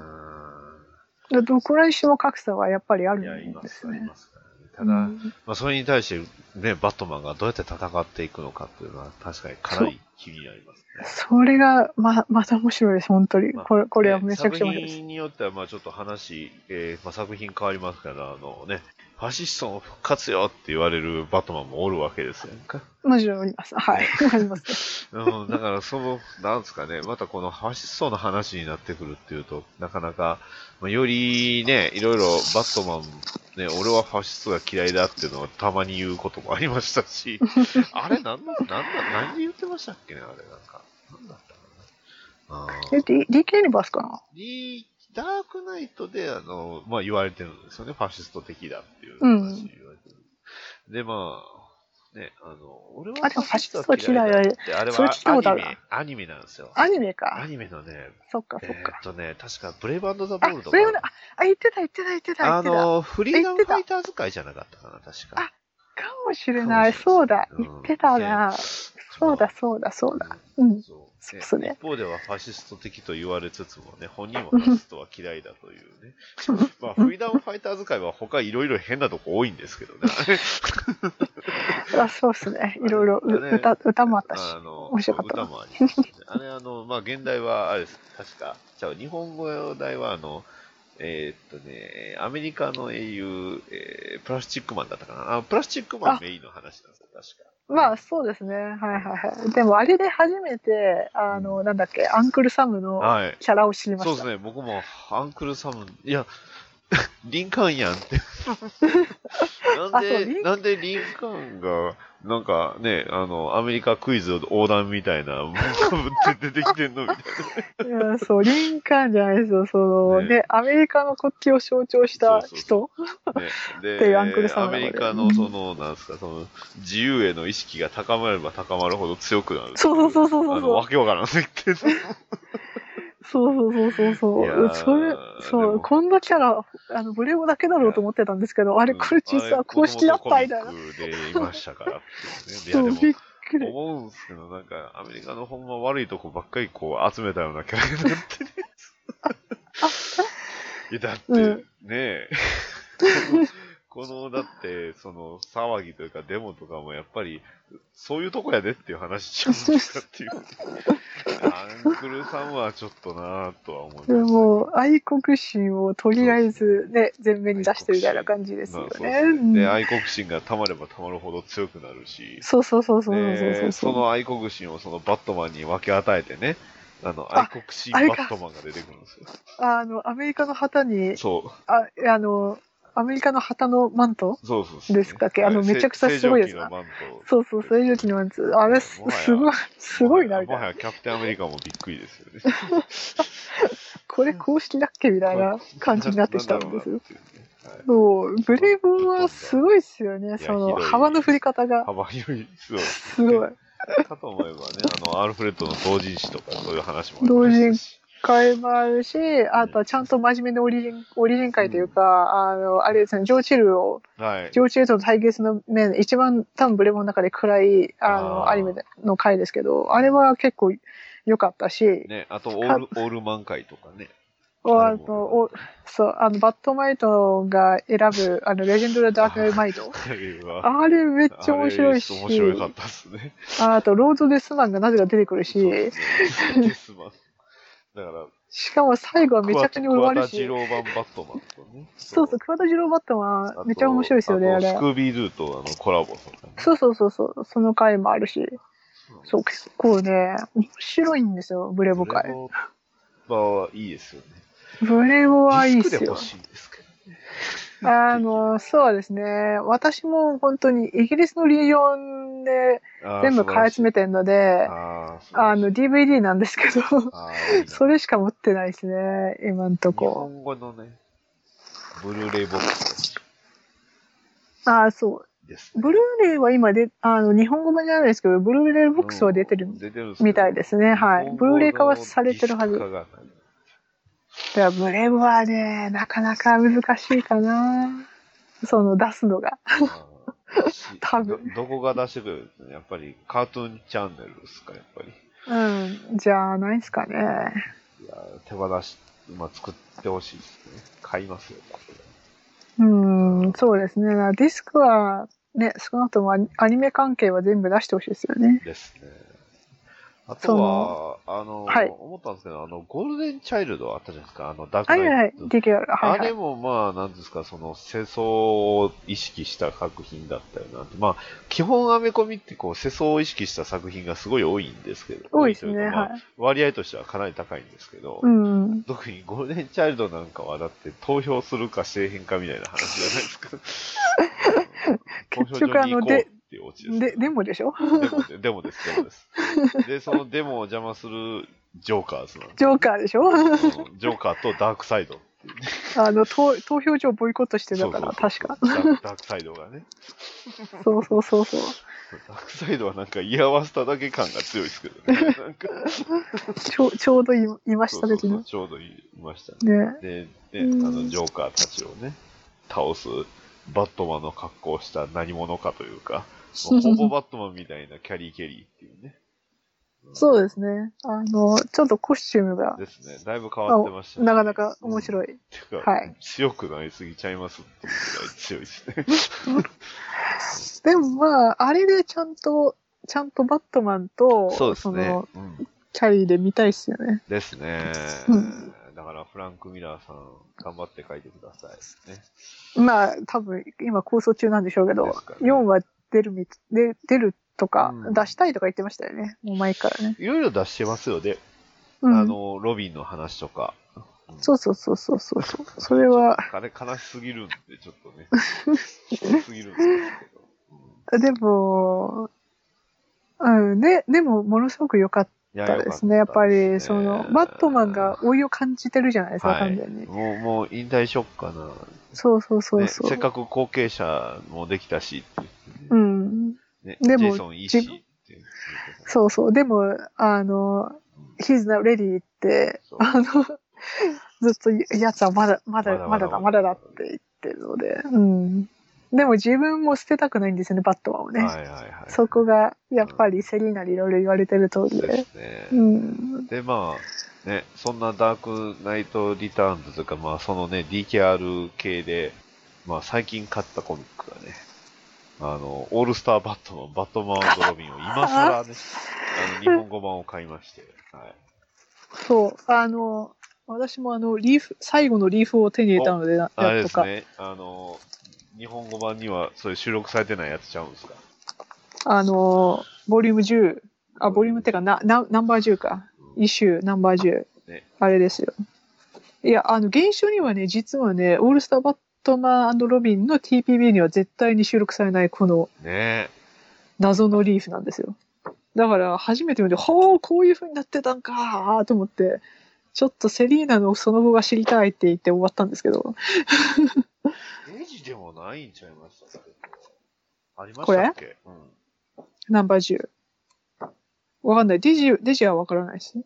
からどこらにしても格差はやっぱりあいや、いるんま、ですすいねま。すからね。ただ、うんまあ、それに対して、ね、バットマンがどうやって戦っていくのかっていうのは、確かにかなり気になりますね。それがままた面白いです、本当に。まあこれこれはねめちゃくちゃ面白いで作す。品によっては、まあちょっと話、えーまあ、作品変わりますから、あのね、ファシストの復活よって言われるバットマンもおるわけですやんか。もちろんあります。はい。あります。うん、だからその、なんですかね、またこのファシストの話になってくるっていうと、なかなか、まあよりね、いろいろバットマン、ね、俺はファシストが嫌いだっていうのをたまに言うこともありました [LAUGHS] し、あれ、なんだ、なんだ、何で言ってましたっけね、あれ、なんか。なんだったかな。あーえ、D- DK ユニバースかなリダークナイトで、あの、まあ、言われてるんですよね。ファシスト的だっていううん話言われてる。で、まあ、ね、あの、俺はあでもはファシストは嫌いってあれそれは聞いたアことあニるメ、アニメなんですよ。アニメアか。ニメのね、そっかえそっーかっ。とね、確かブレイブザ・ボあ、ールドそれはね、あ、言ってた言ってた言ってた言あってた。の、フリーダムファイターズ会じゃなかったかな、確か。かもしれない。そうだ。言ってたな。そうだ、そうだ、そうだ。うん。そうそうっすね一方ではファシスト的と言われつつもね、本人はファシストは嫌いだというね。 [LAUGHS] まあ、フリーダムファイターズ界は他いろいろ変なとこ多いんですけどね。あそうっすね。いろいろ、うね歌、歌もあったし。あの面白かったな歌もありましたねあれ、あの、まあ、現代は、あれです。確か、じゃあ、日本語題は、あの、えーっとね、アメリカの英雄、えープラスチックマンだったかな。あプラスチックマンメインの話なんですよ、確か。まあ、そうですね。はいはいはい。でも、あれで初めて、あの、なんだっけ、アンクルサムのはい。キャラを知りまそうしでた。すね、僕もアンクルサム、いや、 [LAUGHS] リンカーンやん [LAUGHS] って。なんあそうリで、ンなんでリンカーンが、なんかね、あの、アメリカクイズ横断みたいな、かぶって出てきてんのみたいうんそう、リンカーンじゃないですよ。その、ねね、アメリカの国旗を象徴したそうそう人。な。ね、っていで、うアンクルサムアなのでメリカの、その、なんですか、その、自由への意識が高まれば高まるほど強くなる。そうそうそうそうそうあの、わけわからん設定の。そうそうそうそういやそう。ーそれ、でそもう、こんなキャラ、あの、ブレオだけだろうと思ってたんですけど、あれ、これ実は公式だったみたいなあ。れ子供のコミックでいましたからっていうね。いやでそう、もびっくり。思うんですけど、なんか、アメリカのほんま悪いとこばっかりこう集めたようなキャラになってね。い [LAUGHS] や、だって、うんねえ。 [LAUGHS] この、だって、その、騒ぎというか、デモとかもやっぱり、そういうとこやでっていう話じゃないですかっていう。 [LAUGHS] アンクルさんはちょっとなぁとは思いますでも、愛国心をとりあえずね、前面に出してるみたいな感じですよね。うんで、愛国心がたまればたまるほど強くなるし。そうそうそうそうそうそでうそそう。の愛国心をそのバットマンに分け与えてね、あのあ愛国心バットマンが出てくるんですよ。あの、アメリカの旗に、そああの、アメリカの旗のマントう、そうそうそうですかっけあのめちゃくちゃすごいです正常期のマントそうそう、そういう時のマント。あれ、すもはやすごい、すごいな、みもたはいな。やキャプテンアメリカもびっくりですよね。これ公式だっけみたいな感じになってきたんですよ。そう、ブレイブはすごいっすよね。そひの、どい幅の振り方が。幅広いですよ。すごい。かと思えばね、あの、アルフレッドの同人誌とかそういう話もあ同りま人したし。会もあるし、あとはちゃんと真面目なオリジン、オリジン会というか、あの、あれですね、ジョーチルを、はいジ。ョーチルとの対決の面、一番多分ブレモの中で暗い、ああの、ーアニメの回ですけど、あれは結構良かったし、ね、あと、オール、オールマン会とかね。あの、おそう、あの、バットマイトが選ぶ、あの、レジェンド・ラ・ダーク・マイト。あれはあれめっちゃ面白いしあ、れ面白かったですね。ああと、ロード・デスマンがなぜか出てくるそうで [LAUGHS] し、すねデスマンだから、しかも最後はめちゃくちゃに終わるクワタジしロ、ー版バットマンとね。そうそう、桑田二郎バットマあとン、めっちゃ面白いですよね、あとれス。クービードゥーとあのコラボとかね。そうそうそうそう、その回もあるし、そうう、結構ね、面白いんですよ、ブレボブ回レ。ボ版はいいですよね。ブレボはいいっディすスクでよ欲。しいんですけど。あの、そうですね、私も本当にイギリスのリージョンであー全部買い集めてるので、あー素晴らあしいの、DVD なんですけど、あーいいなそれしか持ってないですね、今んと日こ。本語のね、ブルーレイボックスああ、そう。ですね。ブルーレイは今で、あの、日本語版じゃないですけど、ブルーレイボックスは出てるうん出てるんですけどみたいですね。は日い。本語ブルのーレイ化はされてるはデずィスク。化がないでは、ブレブはね、なかなか難しいかな。その出すのが。うんし多分どどこが出してくるやっぱりカートゥーンチャンネルですか、やっぱり。うん。じゃあ、ないですかね。いやー手放し、まあ、作ってほしいですね。買いますよ、こうん、そうですね。ディスクは、ね、少なくともアニアニメ関係は全部出してほしいですよね。れですね。あとは、あの、はい思ったんですけど、あの、ゴールデンチャイルドあったじゃないですか、あの、ダークはいナはイいト。。 DKR。はいあはれい。もまあ、なんですか、その、世相を意識した作品だったよなって。まあ、基本アメコミってこう、世相を意識した作品がすごい多いんですけど。多いですとね。うかまあはい。割合としてはかなり高いんですけど、うん。特にゴールデンチャイルドなんかはだって投票するかせえへんかみたいな話じゃないですか。 [LAUGHS] 投票所に行こうっ結局あのていうオチですで、でもでしょでもででもです、でもです。で、そのデモを邪魔するジョーカーズなんですジョーカーでしょ [LAUGHS] うんジョーカーとダークサイド。あの、投投票所をボイコットしてたから、そうそう確そうか。ダダークサイドがね。そうそうそうそう。ダークサイドはなんか居合わせただけ感が強いですけどね。なん [LAUGHS] かちょうちょうどいいましそうたそう時そうの。ちょうどいましたね。ね。で、ね、あうんの、ジョーカーたちをね、倒す、バットマンの格好をした何者かというか、もうほぼバットマンみたいなキャリー・ケリーっていう [LAUGHS] ね。そうですね。あの、ちょっとコスチュームが、ですね。だいぶ変わってましたね。なかなか面白い。い。てか、はい強くなりすぎちゃいますっていうぐらい強いです [LAUGHS] ね。でもまあ、あれでちゃんと、ちゃんとバットマンと、そうですねの、。うん、キャリーで見たいっすよね。ですねうん。だから、フランク・ミラーさん、頑張って書いてください。ね。まあ、多分、今構想中なんでしょうけど、ですかね4は出るみ、で、出るとか、うん出したいとか言ってましたよね。もう前からね。いろいろ出してますよね。うん。あの、ロビンの話とか。うんそうそうそうそうそう。それは、あれ悲しすぎるんで、ちょっ [LAUGHS] とね。悲しすぎるんですけど。でも、うん、ね、でも、ものすごく良かっいやたですね。やっぱり、その、バットマンが、よか老いを感じてるじゃないですか、はい完全ったでにす。ねもう、もう引退しよっかな。そうそうそうねそう。せっかく後継者もできたしって言ってうね、ん。ねでもジェイソンいいしって自言ってたそうそう。でも、あの、He's not ready って、そうあの、 [LAUGHS] ずっと、やつはまだ、まだ、ままだまだだだ、まだだって言ってるので、うん。でも自分も捨てたくないんですよね、バットマンをね。はいはいはい。そこが、やっぱりセリーナにいろいろ言われてる通りでで。すね。うん。で、まあ、ね、そんなダークナイトリターンズというか、まあ、そのね、DKR 系で、まあ、最近買ったコミックがね、あの、オールスターバットマン、バットマンロビンを今更 [LAUGHS] ね、あの、日本語版を買いまして、はい。そう。あの、私もあの、リーフ、最後のリーフを手に入れたので、なあれやっでとすか。ね、あの、日本語版には、そういう収録されてないやつちゃうんですか。あの、ボリューム10、あ、ボリュームってかな、なナンバー10か。うんイシューナンバー10、ねあれですよいやあの現象にはね実はねオールスターバットマンロビンの TPB には絶対に収録されないこのね謎のリーフなんですよだから初めて見てほうこういう風になってたんかーと思ってちょっとセリーナのその後が知りたいって言って終わったんですけどえ。ネジでもないんちゃいましたありまこしたれっけうん。ナンバー10わかんないデジデジはわからないですね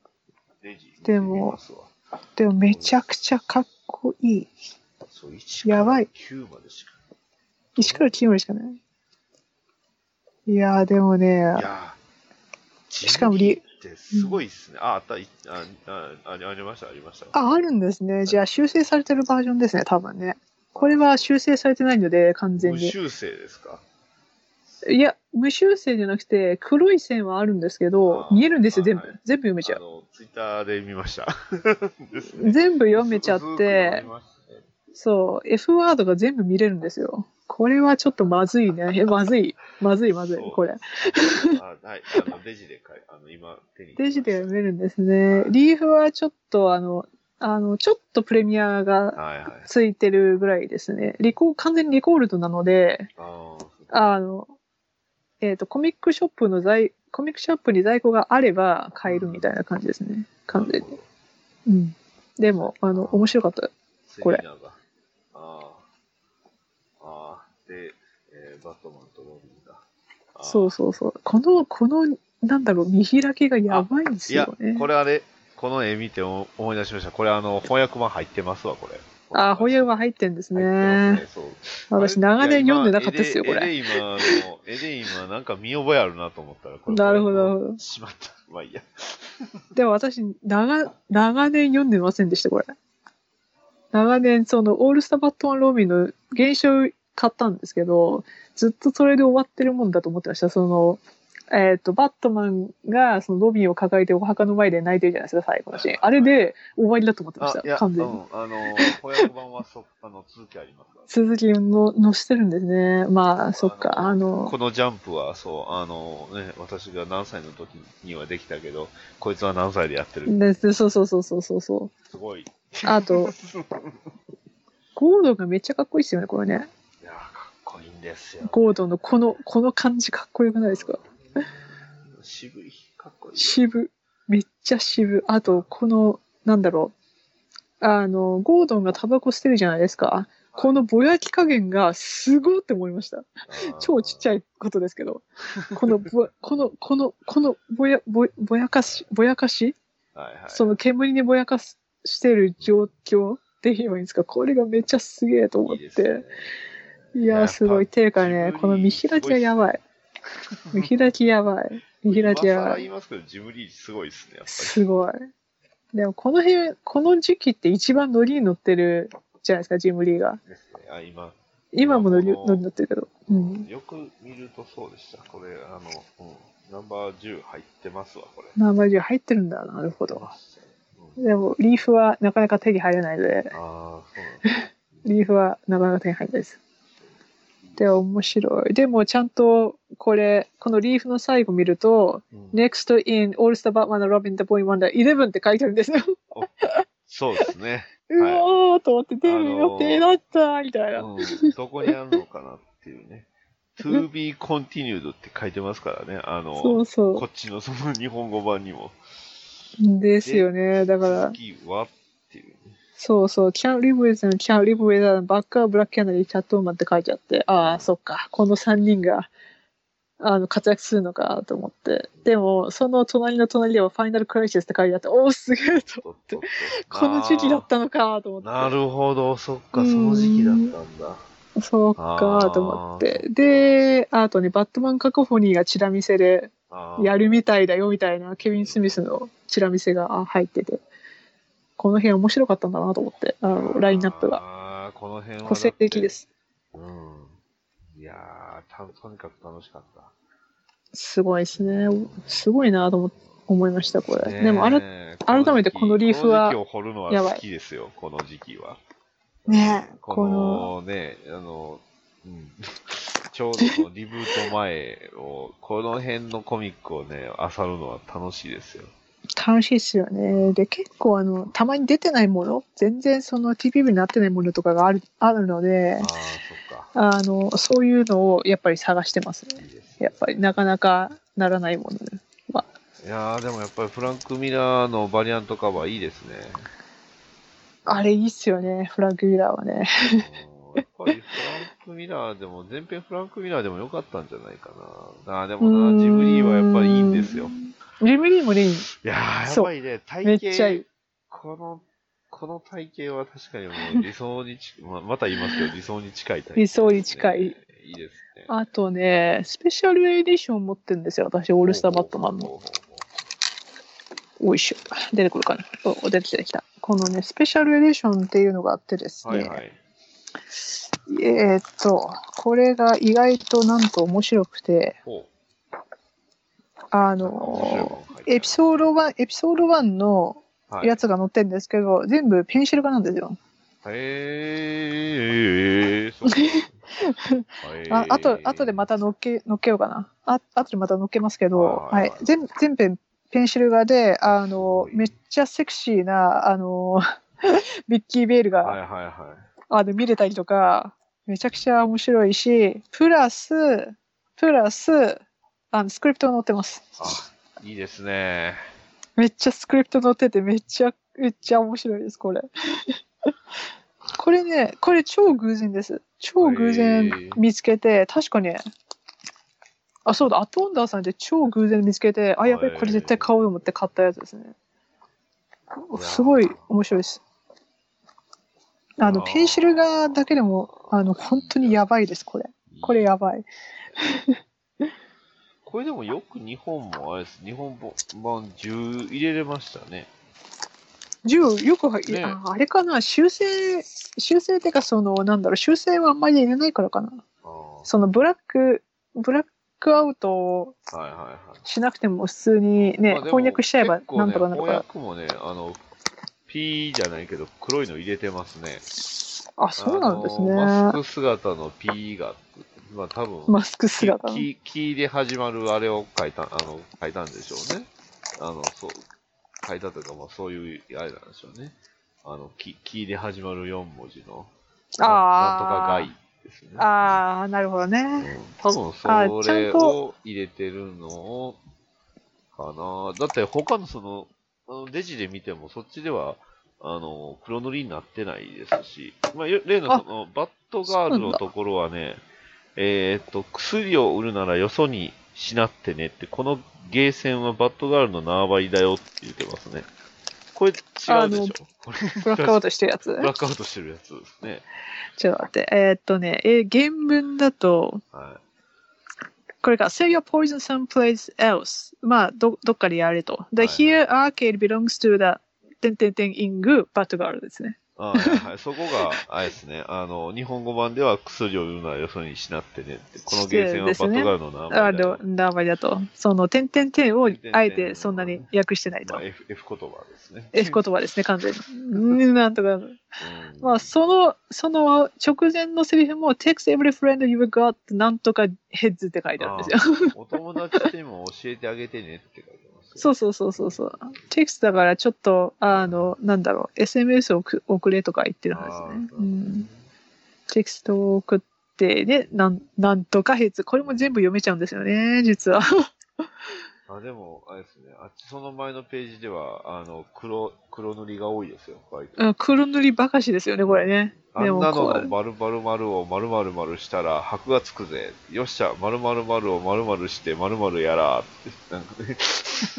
ネジ。でも見てみますわでもめちゃくちゃかっこいいそう、1からやばい9までしか。石から金までしかないいやーでもねいやーしかもりジムニーってすごいっすね。あ、あった、いあ、あ、あありありました、ありました。あ、あるんですね。じゃあ修正されてるバージョンですね、多分ね。これは修正されてないので、完全無に。修正ですかいや、無修正じゃなくて、黒い線はあるんですけどあ、ー見えるんですよ、全部はい。全部読めちゃあの、ツイッターで見ました。ですう。全部読めちゃっすごく読め、てましたねそう、F ワードが全部見れるんですよ。これはちょっとまずいね。え、まずい。まずい、まずいそう、これ。あはい、あの、デジで買い、あの、今、手に。デジで読めるんですね。リーフはちょっと、あの、あの、ちょっとプレミアがはいはい。ついてるぐらいですね。リコー、完全にリコールドなので、あーあの、えっ、と、コミックショップの在、コミックショップに在庫があれば買えるみたいな感じですね。完全に。うん。でも、あの、面白かった。これセリーナがあーあーで、えーバットマンとロビンが。あーそうそうそう。この、この、なんだろう、見開きがやばいんですいやよね。、これあれ、この絵見て思い出しました。これ、あの、翻訳版入ってますわ、これ。あ、翻訳版入ってんです入ってね。ますそう私、長年読んでなかったですよ、いやこ今れ。絵で絵で今、あの、絵で今、なんか見覚えあるなと思ったら、これ。なるほどなるほどしまった。まあいいや。でも私、長、長年読んでませんでした、これ。長年、その、オールスターバットマン・ロビンの原書を買ったんですけど、ずっとそれで終わってるもんだと思ってました。その、えっ、と、バットマンが、その、ロビンを抱えてお墓の前で泣いてるじゃないですか、最後のシーン。あれで終わりだと思ってましあ、いや、た、う完ん。全あに。の、翻訳版はそ、あの、続きありますから続きの載してるんですね。まあ、そっか、あの、このジャンプは、そう、あの、ね、私が何歳の時にはできたけど、こいつは何歳でやってる。でそうそうそうそうそうそう。すご [LAUGHS] い。いあと、ゴードンがめっちゃかっこいいですよね、これね。やー、かっこいいんですよ。ゴードンのこの、この感じかっこよくないですか渋い。かっこいい。渋。めっちゃ渋。あと、この、なんだろう。あの、ゴードンがタバコ捨てるじゃないですか。このぼやき加減がすごいって思いました。超ちっちゃい。ゃいことですけど。このぼ、 [LAUGHS] この、この、このぼや、ぼぼやかし、ぼやかしはいはい。その煙にぼやかすしてる状況で言えばいいんですかこれがめっちゃすげえと思いっいですてね。いやーすごい。ていうかね、この見開きはやばい。見開きやばい。見開きや今更ば言いい。ますけど、ジムリーチすごいですね、やっぱすごい。でもこの辺、この時期って一番ノリに乗ってるじゃないですか、ジムリーが。りですね。あ、今、今もノリあのーノリに乗ってるけど。うん。よく見るとそうでした。これ、あの、うん、ナンバー10入ってますわ、これ。生中入ってるんだ。なるほど。うんでも、リーフはなかなか手に入らないので、ああ、そうなんですねリーフはなかなか手に入らないです。で、面白い。でも、ちゃんと、これ、このリーフの最後見ると、うん Next in All Star Batman and Robin the Boy Wonder 11って書いてあるんですよ。そうですね。うおーと思って、テレビに乗ってなったみたいな。うん、どこにあるのかなっていうね。to be continued って書いてますからね。あの、そうそこっちのその日本語版にも。う。ですよね。だから、次はっていうね。そうそう。Can't live with them, can't live with them, バッカー、ブラックキャナリー、キャットウーマンって書いてあって、ああ、そっか。この3人が、あの、活躍するのかと思って。でも、その隣の隣ではファイナルクライシスって書いてあって、おお、すげえと。とっとっとこの時期だったのかと思って。なるほど、そっか、その時期だったんだ。そうかと思って。で、あとね、バットマンカコフォニーがチラ見せであーやるみたいだよみたいな、ケビン・スミスのチラ見せがあ入ってて、この辺面白かったんだなと思って、あのラインナップが。あーこの辺はだって個性的で。す。うん。いやーた、とにかく楽しかった。すごいですね。すごいなと思思いました、これ。でも、あれ、れ改めてこのリーフはこの時期を掘るのやはばい好きですよ、この時期は。ねこのね、あの、うん、 [LAUGHS] ちょうどこのリブート前を、この辺のコミックをね、漁るのは楽しいです [LAUGHS] よ。楽しいですよね。で、結構、あの、たまに出てないもの、全然その TPB になってないものとかがあるあるのでああ、、そっか。あの、そういうのをやっぱり探してますね。いいですねやっぱりなかなかならないものね。いやーでもやっぱりフランク・ミラーのバリアントカバーいいですね。あれいいっすよね、フランク・ミラーはね。うんやっぱりフランク・ミラーでも、前編フランク・ミラーでも良かったんじゃないかな。あーでもうーんな、ジムリーはやっぱりいいんですよ。ジムリーもね、いやーやそっうぱりね、体型めっちゃいい。この、この体型は確かにもう理想にち、 [LAUGHS] ままた言いますけど、理想に近い体型、理想に近い。いいですね。あとね、スペシャルエディション持ってるんですよ、私、オールスターバットマンの。ほうほうほうほおいしょ。出てくるかな。お、出てきた出てきた。このね、スペシャルエディションっていうのがあってですうね、はいはい。えーっと、これが意外となんと面白くて、ほあう。の、エエピソード1、エピソード1のーやつが載ってるんですけど、全部ペンシル画なんですよ。はい、へえー、そう [LAUGHS] ああと、あとでまた。た乗っけ、乗っけようかな。ああとでまた乗っけますけど、はいはい。全、全編ペンシル画で、あのすご、いめっちゃセクシーな、あの、 [LAUGHS] ビッキー・ベールはいが、はいはい。あの、見れたりとか、めちゃくちゃ面白いし、プラス、プラス、あの、スクリプトが載ってます。あ、いいですね。めっちゃスクリプト載ってて、めっちゃ、めっちゃ面白いです、これ。 [LAUGHS] これね、これ超偶然です。超偶へ然ー見つけて、確かね、あ、そうだ、アットオンダーさんで超偶然見つけて、あ、やべえ、へーこれ絶対買おうと思って買ったやつですね。ーすごい面白いです。あの、あーペンシル画だけでも、あの、本当にやばいです、これ。これやばい。これでもよく日本もあれです。日本版10入れれましたね。 10、よくは、ねああれかな、修正、修正っていうか、その、なんだろう、修正はあんまり入れないからかな。あーその、ブラック、ブラックアウトをはいはいはい。しなくても、普通にまね、あでも翻訳しちゃえば結、構なんねとかなるから。翻訳もね、あの、P じゃないけど、黒いの入れてますね。あ、そうなんですねあ。のマスク姿の P が、まあ多分、マスク姿の。木木で始まるあれを書いた、あの、書いたんでしょうね。あの、そう、書いたというか、まあそういう、あれなんでしょうね。あの、木木で始まる4文字の、なあーんとか外ですね。ああ、なるほどうね。ん多分あそちゃれんとを入れてるのを、かな。だって他のその、あのデジで見てもそっちでは、あの、黒塗りになってないですし、まあ、よ例のあその、バットガールのところはね、えーっと、薬を売るならよそにしなってねって、このゲーセンはバットガールの縄張りだよって言ってますね。これ違うでしょこれブラックアウトしてるやつブ。ラックアウトしてるやつですね。ちょっと待って。えーっとね、えー原文だと、はこれが Sell your poison someplace else. まあ、どどっかでやれと。The はい here arcade belongs to the てんてんてん in good but girl ですね。い。はいはい、そこが、あれですね、あの、日本語版では薬を売るならよそにしなってねって、このゲーセンはバットガールの縄あ張りだのよ、。名前だと。その、てんてんてんをあえてそんなに訳してないまとあ、。F, F 言葉ですね。え、言葉ですね、完全に。うんなんとうか。んまあ、その、その直前のセリフも、text every friend you've got なんとか heads って書いてあるんですよ。お友達にも教えてあげてねって書いてます。。[LAUGHS] そううそうそうそうそう。テキストだからちょっと、あの、なんだろう、SMS を送送れとか言ってるんですね。うん。テキストを送って、ね、なん、なんとかヘッズ。これも全部読めちゃうんですよね、実は。 [LAUGHS] あ、でも、あれですね、あっちその前のページでは、あの、黒、黒塗りが多いですよ、割と。うん黒塗りばかしですよね、これね。あんでなものこのう、丸々丸を丸々丸したら箔がつくぜ。よっしゃ、丸々丸を丸々して丸々やらって。なんかね。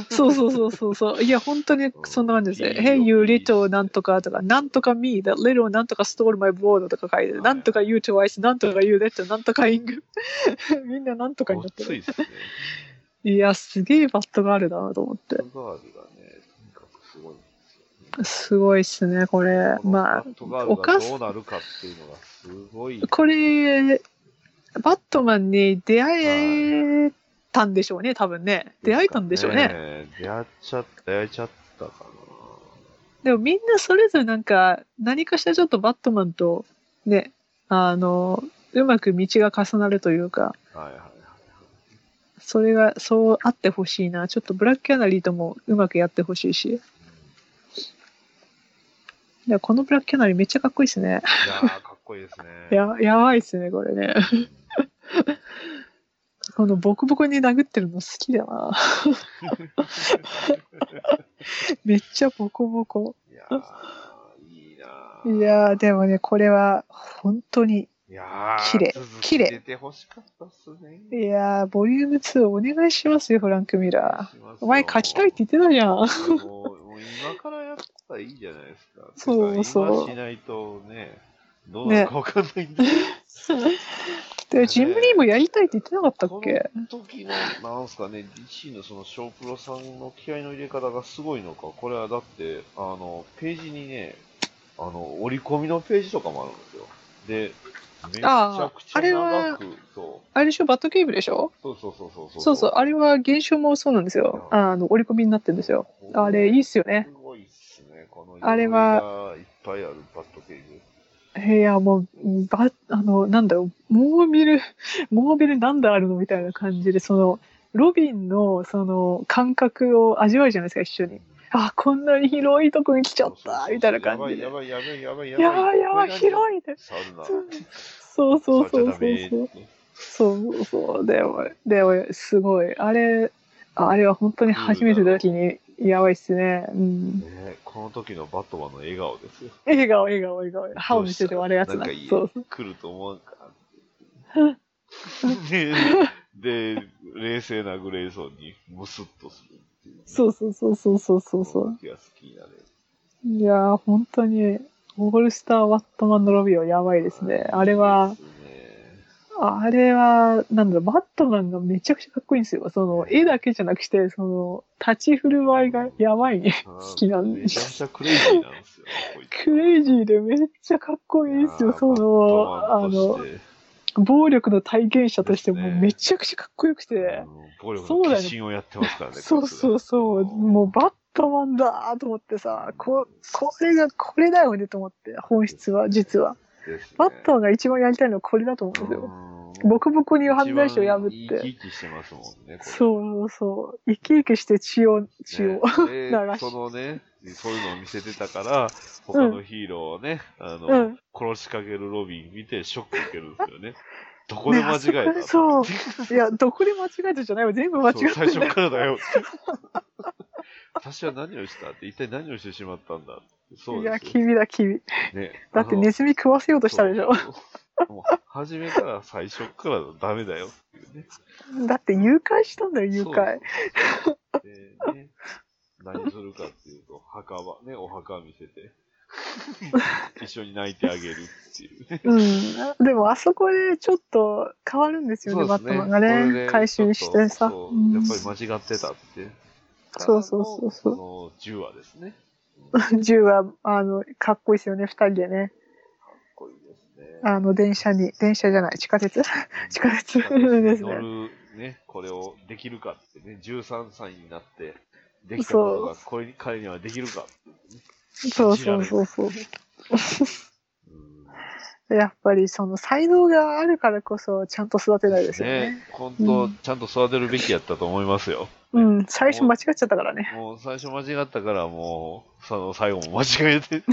そうそうそうそうそう。いや、本当にそんな感じですね。うん Hey, you little なんとかとか、なんとか me, that little なんとか stole my board とか書いてはる。いなんとか you twice, なんとか you that, なんとか ing。みんななんとかにごなっってつる。いですね。いや、すげえバットがあるなと思ってバ。ットガールがね、とにかくすごいんですよね。すごいっすね、これ。このまあバットガ、ーおルかがどすう、なるかっていうのがすごい。これ、バットマンに出会えたんでしょうね、多分ね。出会えたんでしょうね。ね。出会っちゃった、出会えちゃったかでもみんなそれぞれなんか、何かしらちょっとバットマンと、ね、あの、うまく道が重なるというか、な。はいはいはい。それが、そうあってほしいな。ちょっとブラックキャナリーともうまくやってほしいし。いや、このブラックキャナリーめっちゃかっこいいっすね。いやー、かっこいいですね。や、や [LAUGHS] ばいっすね、これね。このボコボコに殴ってるの好きだな。めっちゃボコボコ。いやー、いいないーやー、でもね、これは本当に。いやー、綺麗続き綺麗出てほしかったっすね。いやー、ボリューム2お願いしますよ、フランク・ミラー。しますよお前書きたいって言ってたじゃん。もうもう今からやったらいいじゃないですか。そうてかそう今しないとね、どうなるかわかんないんで。 [LAUGHS] で、ジムリーもやりたいって言ってなかったっけこの時の、なんすかね、DC のその小プロさんの気合の入れ方がすごいのか、これはだって、あの、ページにね、あの、折り込みのページとかもあるんですよ。で、めちゃくちあゃあれは長く、そうあれでしょ、バットケーブルでしょそうそうそうそうそうそう、あれは現象もそうなんですよ。あの、折り込みになってるんですよ。あれ、いいっすよね。すごいっすね。このあれいっぱいあるバットケージ。いや、もう、ば、あの、なんだろう、モービル、 [LAUGHS] モービルなんだあるのみたいな感じで、その、ロビンの、その、感覚を味わうじゃないですか、一緒に。あ、こんなに広いとこに来ちゃっそうそうた、そうみたいな感じで。ややばいやばいやばいやばいばいやばい、い。広いで。触るな。そうそ触うそうそっうちゃダメそう。そうそう、でも、でも、すごい。あれ、あれは本当に初めての時に、やばいっすね。うん。ねこの時のバットマンの笑顔ですよ。笑顔、笑顔、笑顔。歯を見せて笑うやつなだんかい。いそう。来ると思わんか。 [LAUGHS] で、で冷静なグレイソンにムスッとするっていう。そうそうそうそうそうそうそう。気が好きになれる。いやー、本当に、オールスターワットマンのロビーはやばいですね。あれは、いいですねあれは、なんだろう、バットマンがめちゃくちゃかっこいいんですよ。その、絵だけじゃなくて、その、立ち振る舞いがやばいね。好きなんめでちゃす。くちゃクレイジーなんですよ。クレイジーでめっちゃかっこいいんですよ。その、あの、暴力の体験者としてもうめちゃくちゃかっこよくて、暴力の化身をやってますからね。そうそうそう、もうバットマンだーと思ってさ、こ、これが、これだよねと思って、本質は、実は。バットマンが一番やりたいのはこれだと思うんですよ。ボコボコに犯罪者を破一っ番て。生き生きしてますもんね。そうそうそう。生き生きして血を、血を。う。流 [LAUGHS] でしそのね、そういうのを見せてたから、他のヒーローをね、あの、うん殺しかけるロビン見てショック受けるんですよ [LAUGHS] ね。どこで間違えた、ねあそこいや、どこで間違えたじゃないわ。全部間違ってそう最ん初だよ。からだよ。 [LAUGHS] 私は何をしたって、一体何をしてしまったんだってそういでや、すよ、君だ、君。ね。だってネスズミ食わせようとしたでしょ。もう、初めから最初からダメだよっていうね。だって誘拐したんだよ、誘そうなん拐で。すよ。でね、何するかっていうと、墓場、ね、お墓見せ [LAUGHS] て、一緒に泣いてあげるっていう [LAUGHS] ね。うん。でも、あそこでちょっと変わるんですよね、そうバでッすねトマンがこれね。で回収してさ。そううやんっぱり間違ってたって。そうそうそうそかうらのその10話ですね。銃は、あの、かっこいいですよね、二人でね。かっこいいですね。あの、電車に、電車じゃない、地下鉄 [LAUGHS] 地下鉄ですね。乗る、ね、これをできるかってね、13歳になって、できたことが、これに、彼にはできるかっていうね。そうそうそうそう。やっぱり、その、才能があるからこそ、ちゃんと育てないですよね。ね、本当、ちゃんと育てるべきやったと思いますよ。うん、最初間違っちゃったからね。もう最初間違ったから、もう、その最後も間違えて、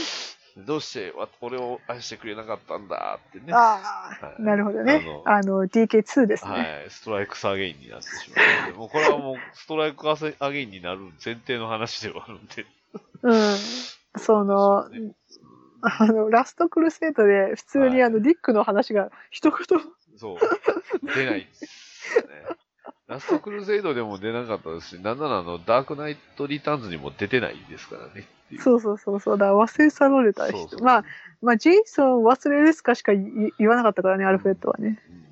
[LAUGHS] どうしてわ俺を愛してくれなかったんだってね。はあはいあ、なるほどね。あの、DK2 ですね。い、ストライクスアゲインになってしまうので。もうこれはもう、ストライクアゲインになる前提の話ではあるんで。うん。その、あの、ラストクルセイドで、普通にあの、ディックの話が一言も、そう。出ないですね。ラストクルゼイドでも出なかったですし、なんならあの、ダークナイトリターンズにも出てないですからね。っていうそうそうそうそうだ、忘れ去られたそうそ人。うまあ、まあ、ジェイソン忘れですかしか言言わなかったからね、アルフレッドはね。うん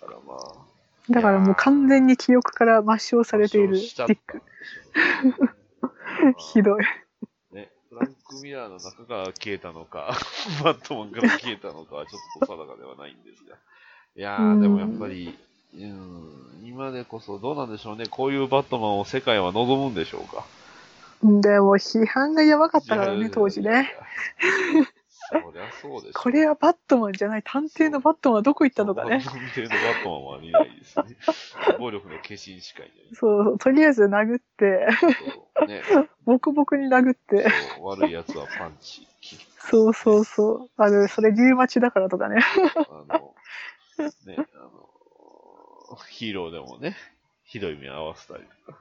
だからまあ。だからもう完全に記憶から抹消されている故デ障しちゃィっッたクん。でしょうねひどい。ね、フランク・ミラーの中から消えたのか、 [LAUGHS] バットマンから消えたのかはちょっと定かではないんですが。いやうー、んでもやっぱり、うん、今でこそどうなんでしょうね。こういうバットマンを世界は望むんでしょうか。でも批判がやばかったからいやいね、や当時いやいね。やそりゃそうですよ。これはバットマンじゃない、探偵のバットマンはどこ行ったのかね。探偵のバットマンは見ないですね。暴力の化身しかいそうそう、とりあえず殴って、ない。そう [LAUGHS] ね、ボコボコに殴って。そう悪い奴はパンチ、キックそうそうそう。あの、それリウマチだからとかね。あの、ね、あの、ヒーローでもね、ひどい目合わせたりとか。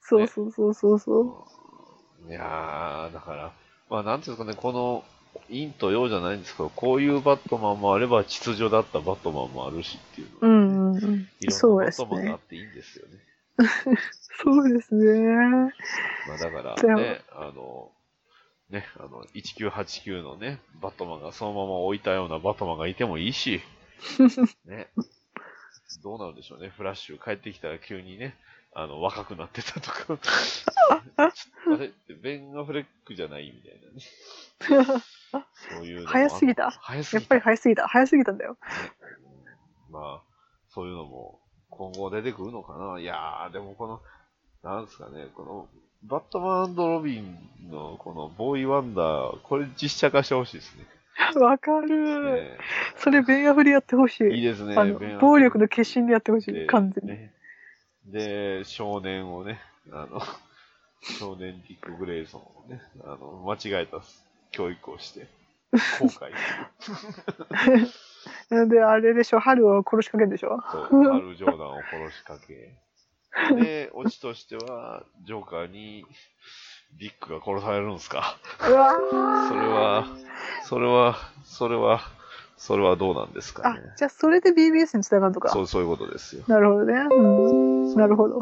そうそうそうそうそいやー、だから、まあなんていうんですかね、この、陰と陽じゃないんですけど、こういうバットマンもあれば、秩序だったバットマンもあるしっていうう。うのはね、んうんうん。いろんそうなバでッすトマンがあねっ。ていいんですよね。そうですね。まあだかでらもね、あの、ね、あの、1989のね、バットマンがそのまま置いたようなバットマンがいてもいいし、ね、どうなるでしょうね、フラッシュ帰ってきたら急にね、あの、若くなってたとか、あれベン・アフレックじゃないみたいなね。そういうのもあ早すぎた早すやっぎた。ぱり早すぎた。早すぎた [LAUGHS] んだよ。まあ、そういうのも今後出てくるのかな。いやー、でもこの、なんですかね、この、バットマンロビンのこのボーイワンダー、これ実写化してほしいですね。わかる。ねそれベンアフリやってほしいいい。ですね。あベンアフレッの、ク暴力の化身でやってほしでい。 [LAUGHS] 完全に。ね。で、少年をね、あの、少年ディック・グレイソンをね、あの、間違えた教育をして、後悔する。で、あれでしょ、春を殺しかけるんでしょ。そう、あるジョーダンを殺しかけ。で、オチとしては、ジョーカーに、ビックが殺されるんですか。うわそれは、それは、それは、それはどうなんですかあね。、じゃあそれで BBS に繋がるのかそ。う、そういうことですよ。なるほどね。 [LAUGHS] うん。なるほど。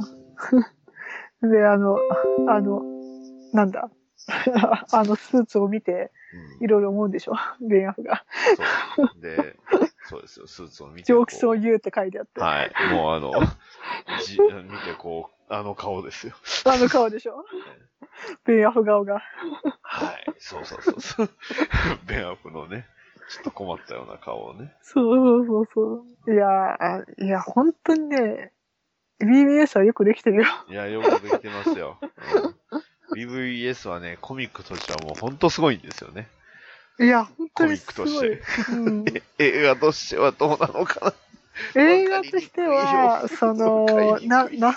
で、あの、あの、なんだ。 [LAUGHS] あのスーツを見て、うんいろいろ思うんでしょ、ベンアフが。そう。で、そうですよ、スーツを見て。ジョークスをこ言うって書いて [LAUGHS] あって、うはい。もうあの、じ見てこう、あの顔ですよ。あの顔でしょ [LAUGHS] ベンアフ顔が。はい。そうそうそうそう。 [LAUGHS] ベンアップのね、ちょっと困ったような顔をね。そうそうそうそう。いやー、いや、本当にね、BBS はよくできてるよ。いや、よくできてますよ。うん、BVS はね、コミックとしてはもうほんとすごいんですよね。 [LAUGHS] いや、本当コミにッすクごとい。して。 [LAUGHS] うん映画としてはどうなのか [LAUGHS] な映画としては、その、な、な、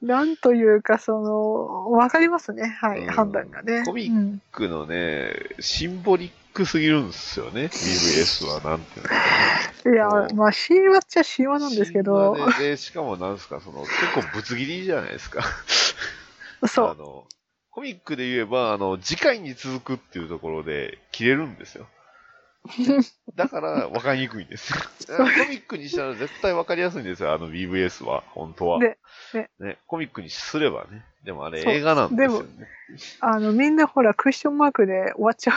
なんというか、その、わかりますね。はい、うん判断がね。コミッうんックのね、シンボリックすぎるんですよね、BVS は、なんていうのかいやそ、うまあ、神話っちゃ神話な。なんですけどシ、ンボリで、しかもなんですか、その、結構ぶつ切りじゃないですか。そあう。の、コミックで言えば、あの、次回に続くっていうところで切れるん [LAUGHS] ですよ。だから、分かりにくいんですよ。コミックにしたら絶対分かりやすいんですよ、あの BVS は、本当は。でねね、コミックにすればね。でもあれそう映画なんですよね。あの、みんなほら、クッションマークで終わっちゃう。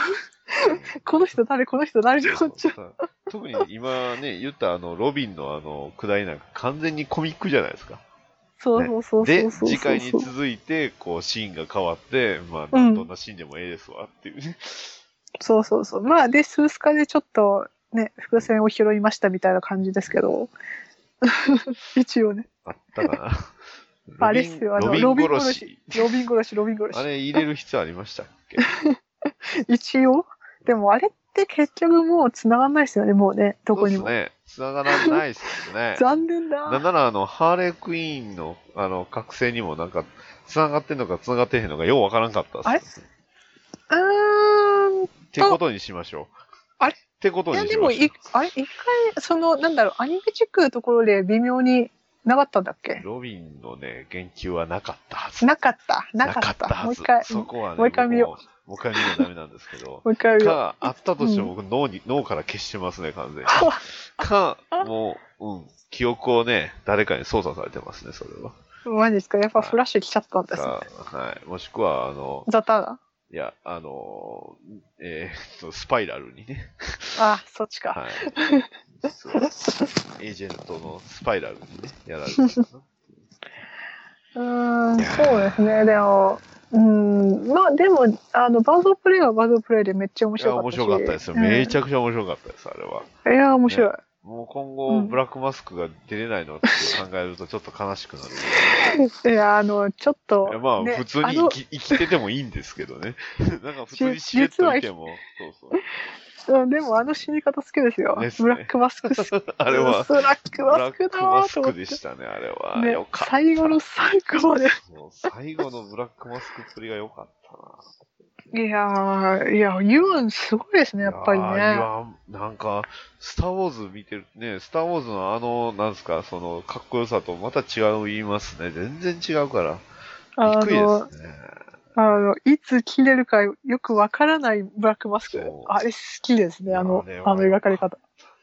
[LAUGHS] この人誰この人誰で終わっちゃう。特に今ね、言ったあの、ロビンのあの、くだりなんか完全にコミックじゃないですか。そうそうそうそで、うそう。次回に続いて、こう、シーンが変わって、まあ、どうんんなシーンでもええですわ、っていうね。そうそうそう。まあ、で、スースカでちょっと、ね、伏線を拾いましたみたいな感じですけど。 [LAUGHS] 一応ね。あったかな。 [LAUGHS] あれっすよ、あの、ロロビビンン殺殺しし。。ロビン殺し、ロビン殺あし。れ入れる必要ありましたっけ一応でもあれって結局もう繋がんないですよね、もうね、どこにも。。そうっすね。繋がらないっすね [LAUGHS] 残念なんだ。なら、あの、ハーレークイーンの、あの、覚醒にもなんか、繋がってんのか繋がってへんのかようわからんかったっす。あれうーん。いってことにしましょう。あれってことにしや、ましょでう。も、いあれ、一回、その、なんだろう、アニメチックのところで微妙になかったんだっけロビンのね、言及はなかったはず。なかった。なかった。もはうず一回。そこはね、もう一回見よ僕も。もう一回見るのダメなんですけど。もう一 [LAUGHS] 回見よか、あったとしても僕脳に、脳から消してますね、完全に。 [LAUGHS] か、もう、うん、記憶をね、誰かに操作されてますね、それは。う。マジですかやっぱフラッシュ来ちゃったんですね。か、はい。もしくは、あの、ザターがいや、あの、えーっと、スパイラルにね。あ、そっちか。はい。そうエージェントのスパイラルにね、やられたのかな。うーん、そうですね。でも、うーん、まあでも、あの、バードプレイはバードプレイでめっ [LAUGHS] ちゃ面いや、白かった面し。白かったですよ。うんめちゃくちゃ面白かったです、あれは。いや、面白い。もう今後、ブラックマスクが出れないのって考えるとちょっと悲しくなる。いや、あの、ちょっといや、まあ、ね普通にあ生のき生きててもいいんですけどね。 [LAUGHS] なんか普通にしれっと見ても、そうそう。うんでも、あの死に方好きですよ。ですねブラックマスク好き。 [LAUGHS] あれは、ブラックブラマッスククだマわスと思っクてで。したね、あれは。ねよかった。最後の最後まで。もう最後のブラックマスクっぷりが良かったいやー、いや、ユーンすごいですね、な。やっぱりね。いやー、なんか、スター・ウォーズ見てる、ね、スター・ウォーズのあの、なんですか、その、かっこよさとまた違う言いますね。全然違うから。びっあくりの、ですね。あの、いつ切れるかよくわからないブラックマスクそう。あれ好きですね、あのいや、あの描かれ方。で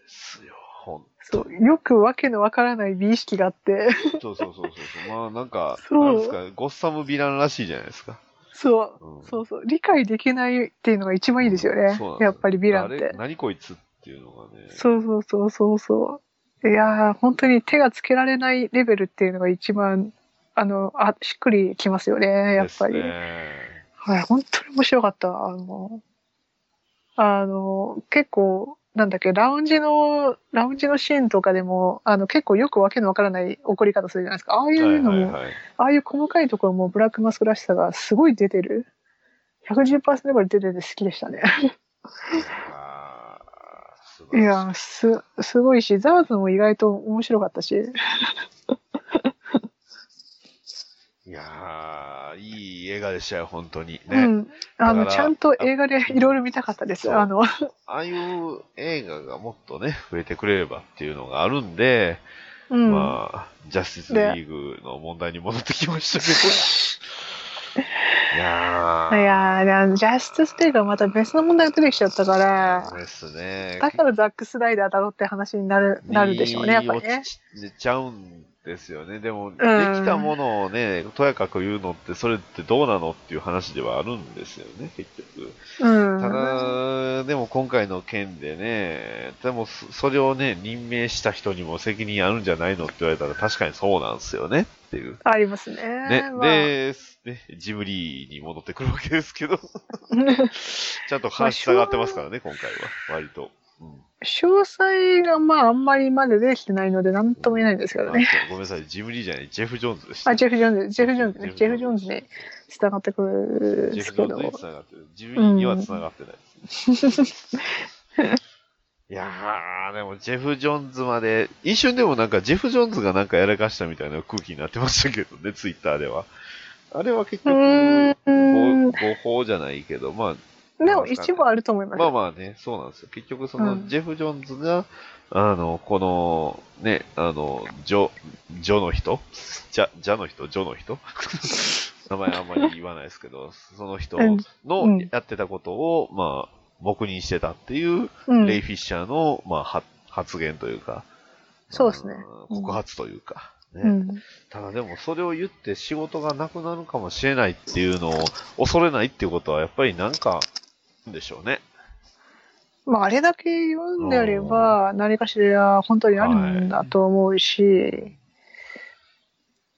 すよ、ほんそう、よくわけのわからない美意識があって、 [LAUGHS] そうそうそうそうそう。まあなんか、そうなんですか、ゴッサムヴィランらしいじゃないですか。そうう、んそうそう、理解できないっていうのが一番いいですよねそうなん。ですよやっぱりヴィランっあれて。何こいつっていうのがね。そうそうそうそうそう。いやー、本当に手がつけられないレベルっていうのが一番、あの、あしっくりきますよね、やっぱり。ですねはい、本当に面白かった。あの、あの、結構、なんだっけ、ラウンジの、ラウンジのシーンとかでも、あの、結構よくわけのわからない怒り方するじゃないですか。ああいうのも、はいはいはいああいう細かいところもブラックマスクらしさがすごい出てる。110%ぐらい出てて好きでしたね。あー素い晴らしやー、す、すごいし、ザワズも意外と面白かったし。いいやーいい映画でしたよ、本当に。ね。うん。あだの、からちゃんと映画でいろいろ見たかったでそす。うあの、ああいう映画がもっとね、増えてくれればっていうのがあるんで、うん。 [LAUGHS] まあ、ジャスティスリーグの問題に戻ってきましたけど。いやいー。やーであのジャスティス・レイがまた別の問題が出てきちゃったからそうですね。だからザックスライダーだろって話になるなるでしょうねやっぱりにね落。ちちゃうんですよね。でも、できたものをね、とやかく言うのって、それってどうなのっていう話ではあるんですよね、結局。うん、ただ、でも今回の件でね、でもそそれをね、任命した人にも責任あるんじゃないのって言われたら確かにそうなんですよねっていう。ありますね。ね、まあで、ね、ジムリーに戻ってくるわけですけど、ちゃんと話下がってますからね、今回は、割と。うん [LAUGHS] 詳細がまああんまりまで出てきてないので何とも言えないんですけどね。あごめんなさい、ジムリーじゃない、ジェフ・ジョーンズでした。あジェフ・ジョーンズジェフ・ジョーンズねジジェェフフ・ジジョョーーンンズズに従ってくるんジでェすフ・ジョけーンズどに。繋がってる。ジムリーには繋がってないです、いやー、でもジェフ・ジョーンズまで、一瞬でもなんかジェフ・ジョーンズがなんかやらかしたみたいな空気になってましたけどね、ツイッターでは。あれは結う局、ー誤誤ん報じゃないけど、まあ、でも一部あると思います。まあまあね、そうなんですよ。結局、そうの、んジェフ・ジョーンズが、あの、この、ね、あの、ジョ、ジョの人ジャ、ジャの人ジョの人 [LAUGHS] 名前あんまり言わないですけど、その人うんうのんやってたことを、まあ、黙認してたっていう、うんレイ・フィッシャーの、まあ、は発言というか、そうですねん告発というか、ねうんただでもそれを言って仕事がなくなるかもしれないっていうのを恐れないっていうことはやっぱりなんか、でしょうね。まあ、あれだけ言うんであれば、何かしら本当にあるんだと思うし、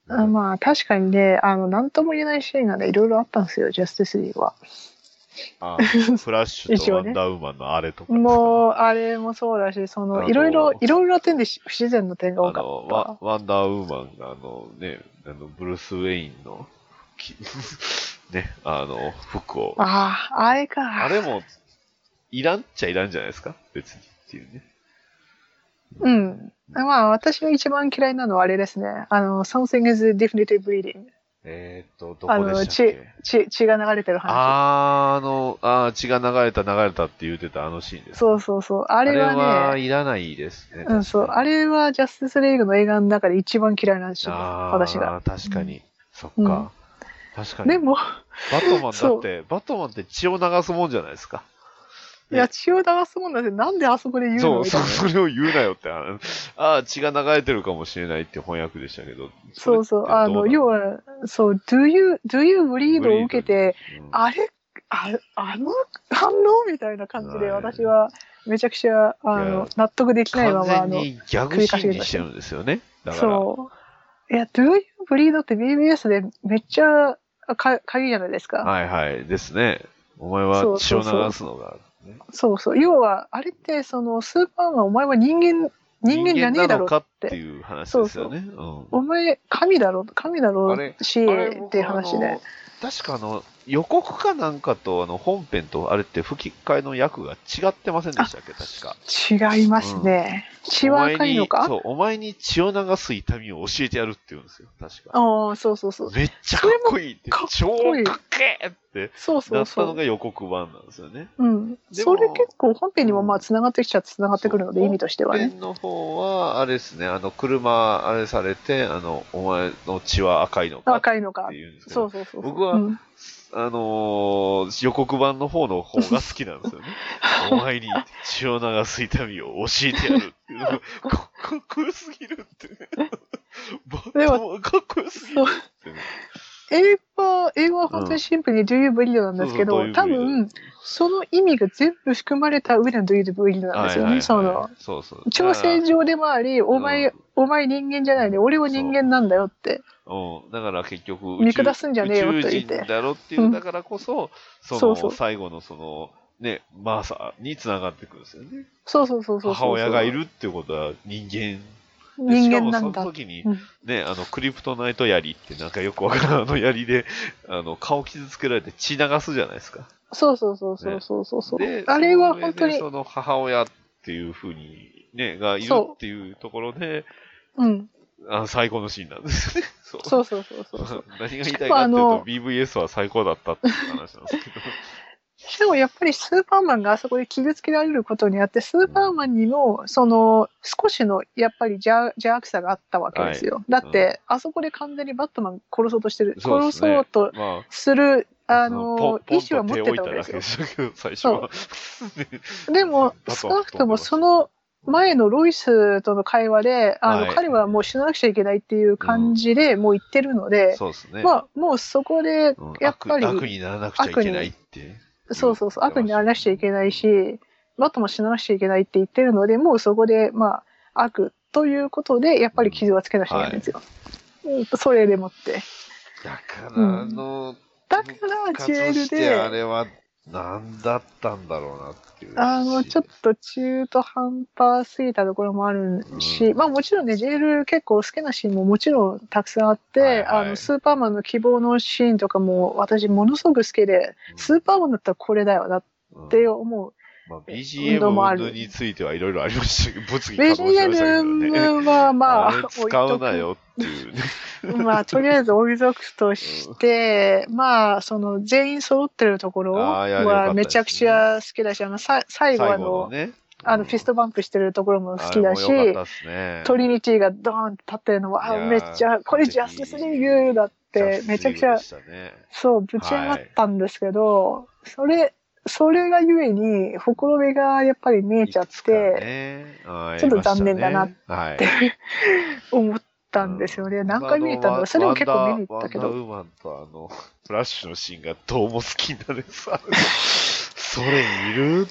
あまあ、確かにね、あの、なんとも言えないシーンがね、いろいろあったんですよ、ジャスティスリーは。あ [LAUGHS] フラッシュ一とワ応ねンダーウーマンのあれとかですかね、もう、あれもそうだし、そあのの、いろいろ、いろいろな点でし不自然な点が多あかっのワた。ワンダーウーマンがあのね、あのブルース・ウェインのき [LAUGHS] ね、あの服を、あああ、あれか。れもいらんっちゃいらんじゃないですか、別にっていうね。うん。まあ、私が一番嫌いなのはあれですね。あの、something is definitive bleeding。えー、っと、どあこでの、したっ血け、血、血が流れてる話。あーあの、あー血が流れた流れたって言ってたあのシーンです。そうそうそう。ああれれははね、いらないですね。うん、そう。あれはジャスティスリーグの映画の中で一番嫌いなシーンあです。私が。ー確かに。そっか。うん確かに。でも、バットマンだそっうて、バットマンって血を流すもんじゃないですか。いや、血を流すもんなんて、なんであそこで言うそのう、みたそいうなそれを言うなよって、ああー、血が流れてるかもしれないって翻訳でしたけど。そうそう。あの、要は、は、そう、do you, do you bleed を受けて、うんあれああの反応みたいな感じで、はい私はめちゃくちゃあいやの納得できないま完ま、あ全の、にギャグシーンにしてるんですよね。だから、そう。いや、Do You Bleed って BBS でめっちゃか鍵じゃないですか。はいはい、ですね。お前そはう血そをうそう流すのが、ねそうそう。要は、あれって、その、スーパーマン、お前は人間、人間じゃねえなだろのっかってて。いう話ですよね。うんお前、神だろ、神だろあれし、あれっていう話あでの。確かあの予告かなんかとあの本編とあれって吹き替えの役が違ってませんでしたっけ確か違いますね。血は赤いのおか前にそうお前に血を流す痛みを教えてやるって言うんですよ確かああ、そうそうそう。めっちゃかっこいいってそれもかっ超こいいかっけーってそうそなうったそのう。が予告版なんですよねうん。でもそれ結構本編にもまあ、つながってきちゃつながってくるので、そう意味としては本ね。編の方はあれですねあの車あれされてあのお前の血は赤いのかって赤いのか。言うんですけそどうそうそう。僕はうんあのー予告版の方の方が好きなんですよ [LAUGHS] ね。お前に血を流す痛みを教えてやるって [LAUGHS] いうのが、かかっこよすぎるって、ね。バッでもトマンかっこよすぎるって、ね。英語は、英語は本当にシンプルに Do you believe なんですそけうど、そう多 Do you believe 分、その意味が全部含まれた上での Do you believe なんですよね。その、そうそう。挑戦状でもあり、おう前ん、お前人間じゃないね、俺は人間なんだよって。うん、だから結局宇宙見下すんじゃねえよ宇と宙言って人だろっていう、うんだからこそ、そのそうそう最後のその、ね、マーサーに繋がってくるんですよね。そうそうそうそうそう。母親がい。るってことは人間。で人間なしかもんそのだ。時にうんね、あの、クリプトナイト槍ってなんかよくわからんあの槍で、あの、顔傷つけられて血流すじゃないですか。そうそうそうそうそうそうそう、で、あれは本当にその上でその母親っていうふうに、ね、がいるそうっていうところで、うん。あの最高のシーンなんですよね。 [LAUGHS] そう。そうそうそうそうそう。 [LAUGHS] 何が言いたいかっていうしかもあとの、 BVS は最高だったっていう話なんですけど。しかもやっぱりスーパーマンがあそこで傷つけられることにあって、スーパーマンにも、その、少しの、やっぱり邪邪悪さがあったわけですよ。だって、あそこで完全にバットマン殺そうとしてる、そうで殺すねそうとまあ、する、 [LAUGHS] あの、意思ポはン持と手をってた置いたわけでだすけで。よしたけど、最初は。 [LAUGHS] でも、だと少はなくとも思いますその前のロイスとの会話で、あの、はい彼はもう死ななくちゃいけないっていう感じでもう言ってるので、そうですね。まあ、もうそこでうん、やっぱり、悪悪にならなくちゃいけないって。そうそうそう、悪にならなくちゃいけないし、バットも死ななくちゃいけないって言ってるので、もうそこで、まあ、悪ということで、やっぱり傷はつけなくちゃいけないんですよ。うんそれでもって。だから、うんあの、だから、復チ活エルしてあで、れは何だったんだろうなっていう。あの、ちょっと中途半端すぎたところもあるし、まあもちろんね、ジェル結構好きなシーンももちろんたくさんあって、はいはいあの、スーパーマンの希望のシーンとかも私ものすごく好きで、スーパーマンだったらこれだよなっうん、て思うまあ、運動もあ BGM るについてはいろいろありましたけど、物議かもしれましたけどね。 BGM はまあ、れ使うなよっていうね。置いとく。まあ、とりあえず置いとくとして、まあ、その、全員揃ってるところあーいやよかったですねはめちゃくちゃ好きだし、あの、さ [LAUGHS] 最後あの、ね。あの、フィストバンプしてるところも好きだし、あれも良かったっすね。トリニティがドーンって立ってるのも、あいやー、ーめっちゃ、これジャスティスリーグだって、めちゃくちゃジャ、スティスリーグでしたねそう、ぶち上がったんですけど、それ、それがゆえに、ほころびがやっぱり見えちゃっいつかて、ねはいちょっと残念だなっいましたねはい思ったんですよね。う何回見に行ったんだろう。それも結構見に行ったけワンど。ダーワンダーウーマンとあの、フラッシュのシーンがどうも好きになるさ。それいる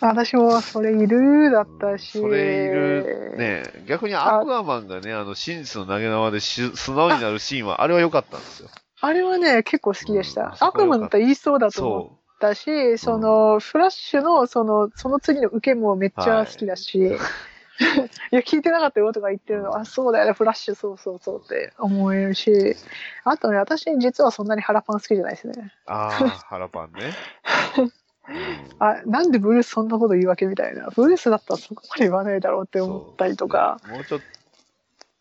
私もそれいるだったし。それいる。ね逆にアクアマンがね、あの、真実の投げ縄でし素直になるシーンは、あれは良かったんですよ。あれはね、結構好きでしうんた。そこ悪夢だったら言いそうだと思っそたし、その、フラッシュの、その、その次の受けもめっちゃ好きだし。 [LAUGHS] いや、聞いてなかったよとか言ってるの、あ、そうだよね、フラッシュ、そうそうそうって思えるし。あとね、私実はそんなに腹パン好きじゃないですねう。。ああ、腹パン [LAUGHS] ね。うんあ、なんでブルースそんなこと言うわけみたいな。ブルースだったらそこまで言わないだろうって思ったりとか。そうもうちょっ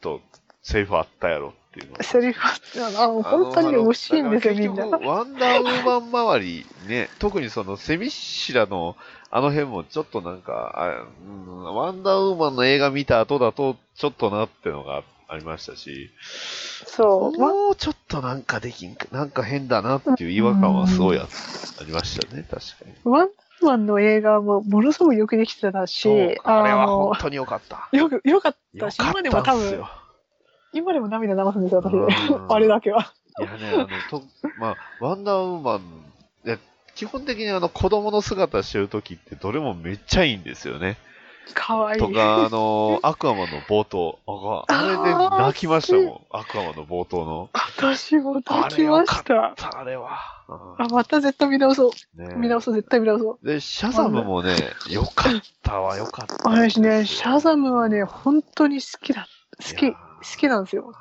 と、セリフあったやろっていうのはセリフはあのああのの本当にね惜しいんですよ、あみのんだな。 [LAUGHS] から結局ワンダーウーマン周り、ね、特にそのセミシラのあの辺もちょっとなんか、あうん、ワンダーウーマンの映画見た後だと、ちょっとなってのがありましたし、そう。まもうちょっとなんかできんか、なんか変だなっていう違和感はすごいあありましたね、確かに。ワンマンの映画もものすごくよくできてたしそう、あれは本の、当に良かった。よく、よかっ良たかっし、た今でも多んす分、よ。今でも涙流すんですよ、私う。ん [LAUGHS] あれだけは。いやね、あの、と、まあ、ワンダーウーマン、いや基本的にあの子供の姿してる時ってどれもめっちゃいいんですよね。可愛いとか、あの、アクアマンの冒頭。ああれで泣きましたもん。アクアマンの冒頭の。私も泣きました。あれは。うあ、また絶対見直そう。んね見直そう、絶対見直そう。で、シャザムもね、よかったわ、よかった。私ね、シャザムはね、本当に好きだ。好いき、や好きなんですよ。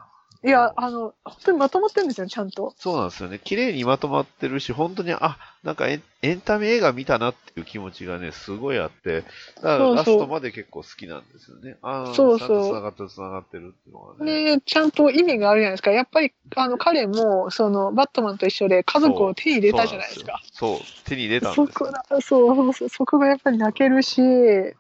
いや、あの、本当にまとまってるんですよ、ちゃんと。そうなんですよね。綺麗にまとまってるし、本当に、あ、なんかエンエンタメ映画見たなっていう気持ちがね、すごいあって、だからそうそうラストまで結構好きなんですよね。ああ、そうちゃそうんと繋がってる繋がってるっていうのがね。で、ちゃんと意味があるじゃないですか。やっぱり、あの、彼も、その、バットマンと一緒で家族を手に入れたじゃないですか。そう。手に入れたんですそよ。こだ、そうそうそう、そこがやっぱり泣けるし、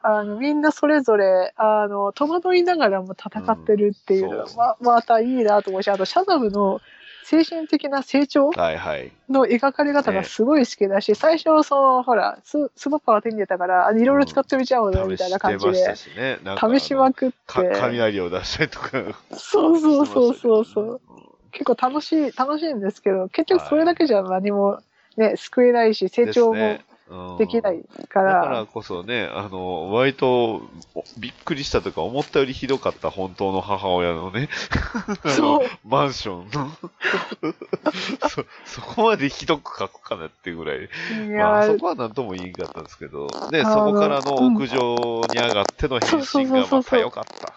あの、みんなそれぞれ、あの、戸惑いながらも戦ってるっていうのうんは、そうままたいいなと思うし、あと、シャザムの精神的な成長はいはい。の描かれ方がすごい好きだし、最初、その、ほら、ススマッパーが手に入れたから、あのいろいろ使ってみちゃおうね、み試たしいてな感まじしたで、しね。なんか試しまくって。か雷を出したりとか。そうそうそうそうそう。うん。結構楽しい、楽しいんですけど、結局それだけじゃ何もね、救えないし、成長ももできないかだら、からこそね、あの、割とおびっくりしたとか、思ったよりひどかった本当の母親のね、そうあのマンション [LAUGHS] のそ、そこまでひどく書くかなっていうぐらい、いや、まあ、そこはなんとも言いんかったんですけど、ね、あそのこからの屋上に上がっての変身がそうそうそうまそたう良かった。うん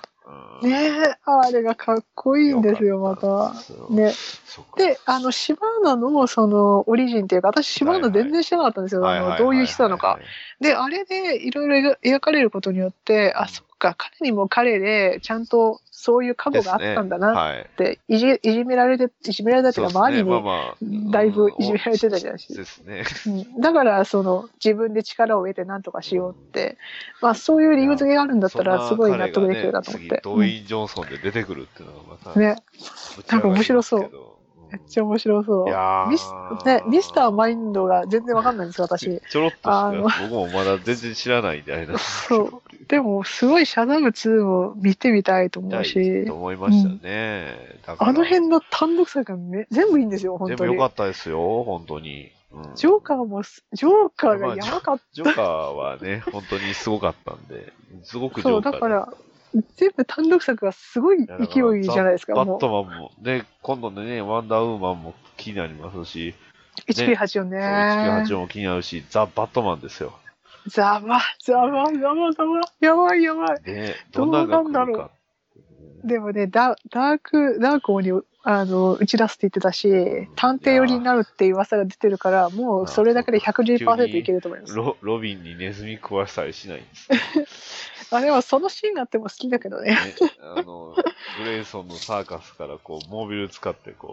ねえ、あれがかっこいいんですよ、良まかったん。ですよね、そっかで、あの、シバーナの、その、オリジンっていうか、私、シバーナ全然知らなかったんですよ。はあいはいはのいどういう人なのか。。で、あれで、いろいろ描かれることによって、うんあ、そっか、彼にも彼で、ちゃんと、そういう過去があったんだなっはい。て、いじ、いじめられて、いじめられたっていうか、周りに、まだいぶいじめられてたじゃないですかですね。うんだからその自分で力を得て何とかしようって、まあ、そういう理由付けがあるんだったらすごい納得できるなと思って、そんな彼がね次ドウェイン・ジョンソンで出てくるっていうのがまた、うんねなんか面白そぶうち上がりですけど。めっちゃ面白そうい。やミスね、ミスターマインドが全然わかんないんですよ、私。 [LAUGHS] ちょろっとしあかの僕もまだ全然知らないんであれなんですけど [LAUGHS] そうでも、すごいシャダム2も見てみたいと見思たういしと、思いましたね。だからあの辺の単独作がめ全部いいんですよ、本全当部良にか。ったですよ、本当に。うんジョーカーもす、ジョーカーがやばかっジョーカーはね、本当にすごかったんで、すごた。くジそョう、ーカーだでから、全部単独作がすごいやだ勢からいじゃないですか、ザもバットマンも、で、今度のね、ワンダーウーマンも気になりますし、う。1P84 そう198ね。も気になるし、ザ・バットマンですよ。ざま、ざま、ざま、ざま。やばい、やばい。ね、どどうんななんんだろがう来るか。でもね、ダダーク、ダーク王にあの打ち出すって言ってたし、探偵寄りになるっていう噂が出てるから、もうそれだけで110%いけると思います。ロロビンにネズミ食わされしないんです、あでもそのシーンがあっても好きだけどね。 [LAUGHS] ね。あの、グレイソンのサーカスからこう、モービル使ってこ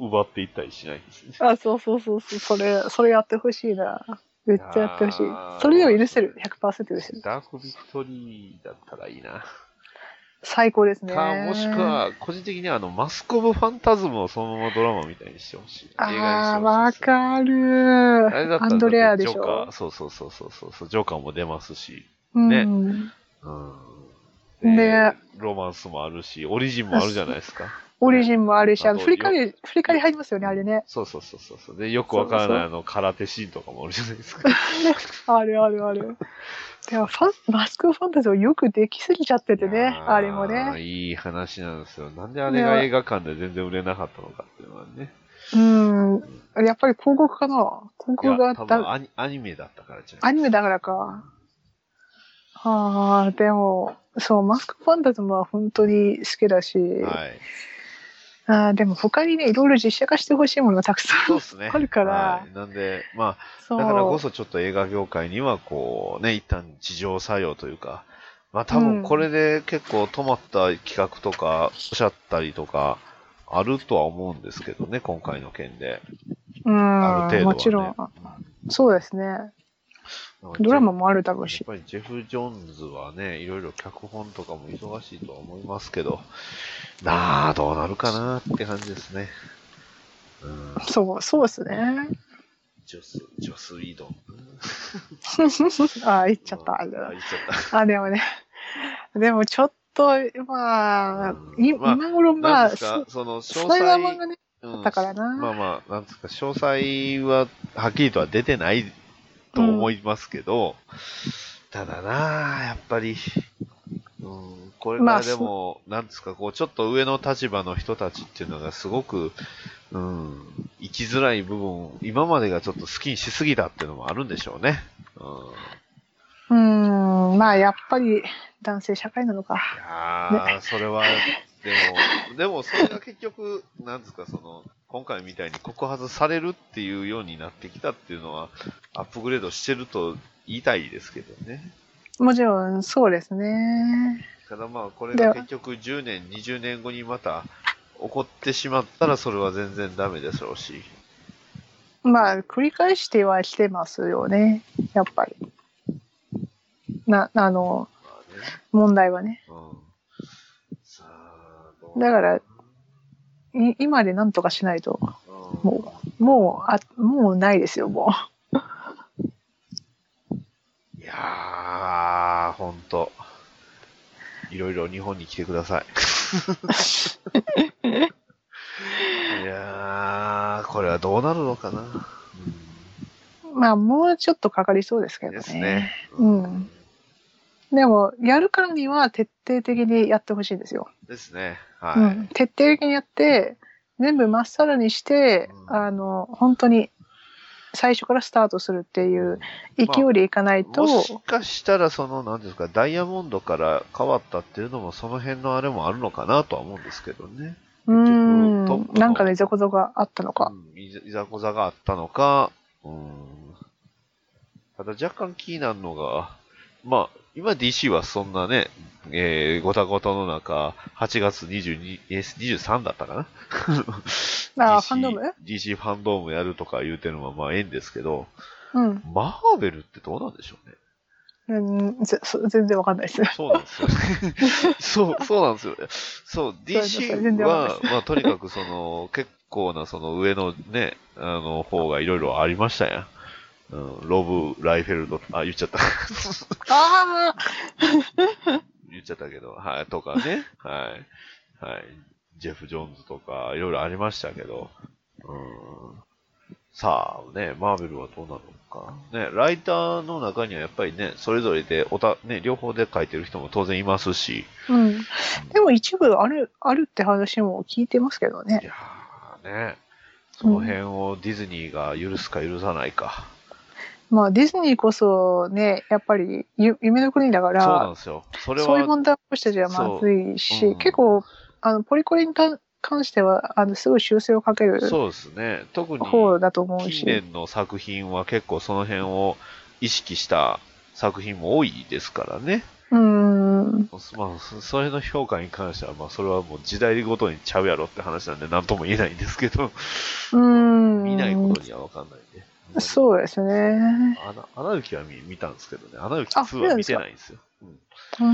う、お奪っていったりしないんですね。あ、そうそうそうそう、それ、それやってほしいな。めっちゃやってほしいいやー。それでも許せる。100%許せる。ダークビクトリーだったらいいな。最高ですね。か、もしくは、個人的にはあの、マスコブファンタズムをそのままドラマみたいにしてほしい。映画にしてほしいですあー、わかる。あれだったアらンドレアでしジョーカょー。そうそうそうそうそう、ジョーカーも出ますし、うねん。うん。ねロマンスもあるし、オリジンもあるじゃないです [LAUGHS] か。オリジンもあるし、あのあと振り返り、振り返り入りますよね、あれね。そうそうそうそうそう。で、よくわからないそうあの、空手シーンとかもあるじゃないですか。あるあるある。でもファン、マスクファンタジーをよくできすぎちゃってていね、やーあれもね。。いい話なんですよ。なんであれが映画館で全然売れなかったのかっていうのはね。うん。やっぱり広告かな広いや告が多分だ、アニアニメだったからじゃないアニメだからか。ああ、でも、そう、マスクファンタジーは本当に好きだし、はい。あーでも他にね、いろいろ実写化してほしいものがたくさそうんで。すね。あるからはいなんで、まあ、そう。だからこそちょっと映画業界にはこうね、一旦地上作用というか、まあ多うん分これで結構止まった企画とか、おっしゃったりとか、あるとは思うんですけどね、今回の件で。うん、ある程度は、ね。もちろん。そうですね。ドラマもあるだろうやしっ。ぱりジェフ・ジョーンズはね、いろいろ脚本とかも忙しいとは思いますけど、なあ、どうなるかなって感じですね。うん、そう、そうですね。ジョス、ジョス・ウィドン。ああ、言っちゃった。あ、言っちゃった。あ、でもね、でもちょっと、まあ、うんいまあ今頃、まなんあ、ですスか、その、詳ス細。パイダーマンがね、うんあったからなまあまあ、なんですか、詳細は、はっきりとは出てないと思いますけど、ただなあ、やっぱり、うん、これかまあらでも、なんですか、こう、ちょっと上の立場の人たちっていうのがすごく、うん、生きづらい部分、今までがちょっと好きにしすぎたっていうのもあるんでしょうね。うん。うーん、まあ、やっぱり男性社会なのいか。やー、それは、でも、でもそれが結局、なんですか、その、今回みたいに告発されるっていうようになってきたっていうのは、アップグレードしてると言いたいですけどね。もちろん、そうですね。ただまあ、これが結局10年、20年後にまた起こってしまったら、それは全然ダメでしょうし。まあ、繰り返しては来てますよね、やっぱり。な、あの、まあね、問題はね。うん。さあ、どうだから、い今で何とかしないと、うんもう、もう、あもうないですよ、もいやー、ほんと。いろいろ日本に来てくださ [LAUGHS] い。いやー、これはどうなるのかな。う。まあ、もうちょっとかかりそうですけうんどですね。うん。でも、やるからには徹底的にやってほしいんですよ。ですね。はい。うん、徹底的にやって、全部まっさらにして、うんあの、本当に最初からスタートするっていう勢いでいかないと、もしかしたら、その、なんていうんですか、ダイヤモンドから変わったっていうのも、その辺のあれもあるのかなとは思うんですけどね。う結局トッん、プのなんかね、いざこざがあったのか。うん、いざいざこざがあったのか、うん、ただ若干気になるのが、まあ、今 DC はそんなね、えー、ごたごたの中、8月22えー23だったかな [LAUGHS] あー DC ファンドーム ?DC ファンドームやるとか言うてるのはまあええんですけど、うん、マーベルってどうなんでしょうね。うんぜそ全然わかんないです。そうなんですよね。そう、そうなんですよ。そう、ごめんなさい全 DC 然わかんは、まあ、とにかくその、結構なその上のね、あの方がいろいろありましたやん。うん、ロブ・ライフェルド、あ、言っちゃった。 [LAUGHS] ああ言っちゃったけど、はい、とかね、はい、はい、ジェフ・ジョーンズとか、いろいろありましたけど、うん。さあ、ね、マーベルはどうなのか。ね、ライターの中にはやっぱりね、それぞれで、おた、ね、両方で書いてる人も当然いますし、うん。でも一部ある、あるって話も聞いてますけどいね。やーね、その辺をディズニーが許すか許さないか。まあディズニーこそね、やっぱりゆ夢の国だかそうなんら、ですよ。そそうれは、いう問題を起こしてちゃまずいし、そううん結構、あの、ポリコレに関関しては、あの、すごい修正をかけるそうですね。特に、方だと思うし。近年の作品は結構その辺を意識した作品も多いですからね。うーん。まあ、そそれの評価に関しては、まあ、それはもう時代ごとにちゃうやろって話なんで、なんとも言えないんですけど、うーん。見ないことにはわかんないんで。そうですね。アナアナ雪は見見たんですけどね、アナ雪あ2は見てないんですよ。うんうー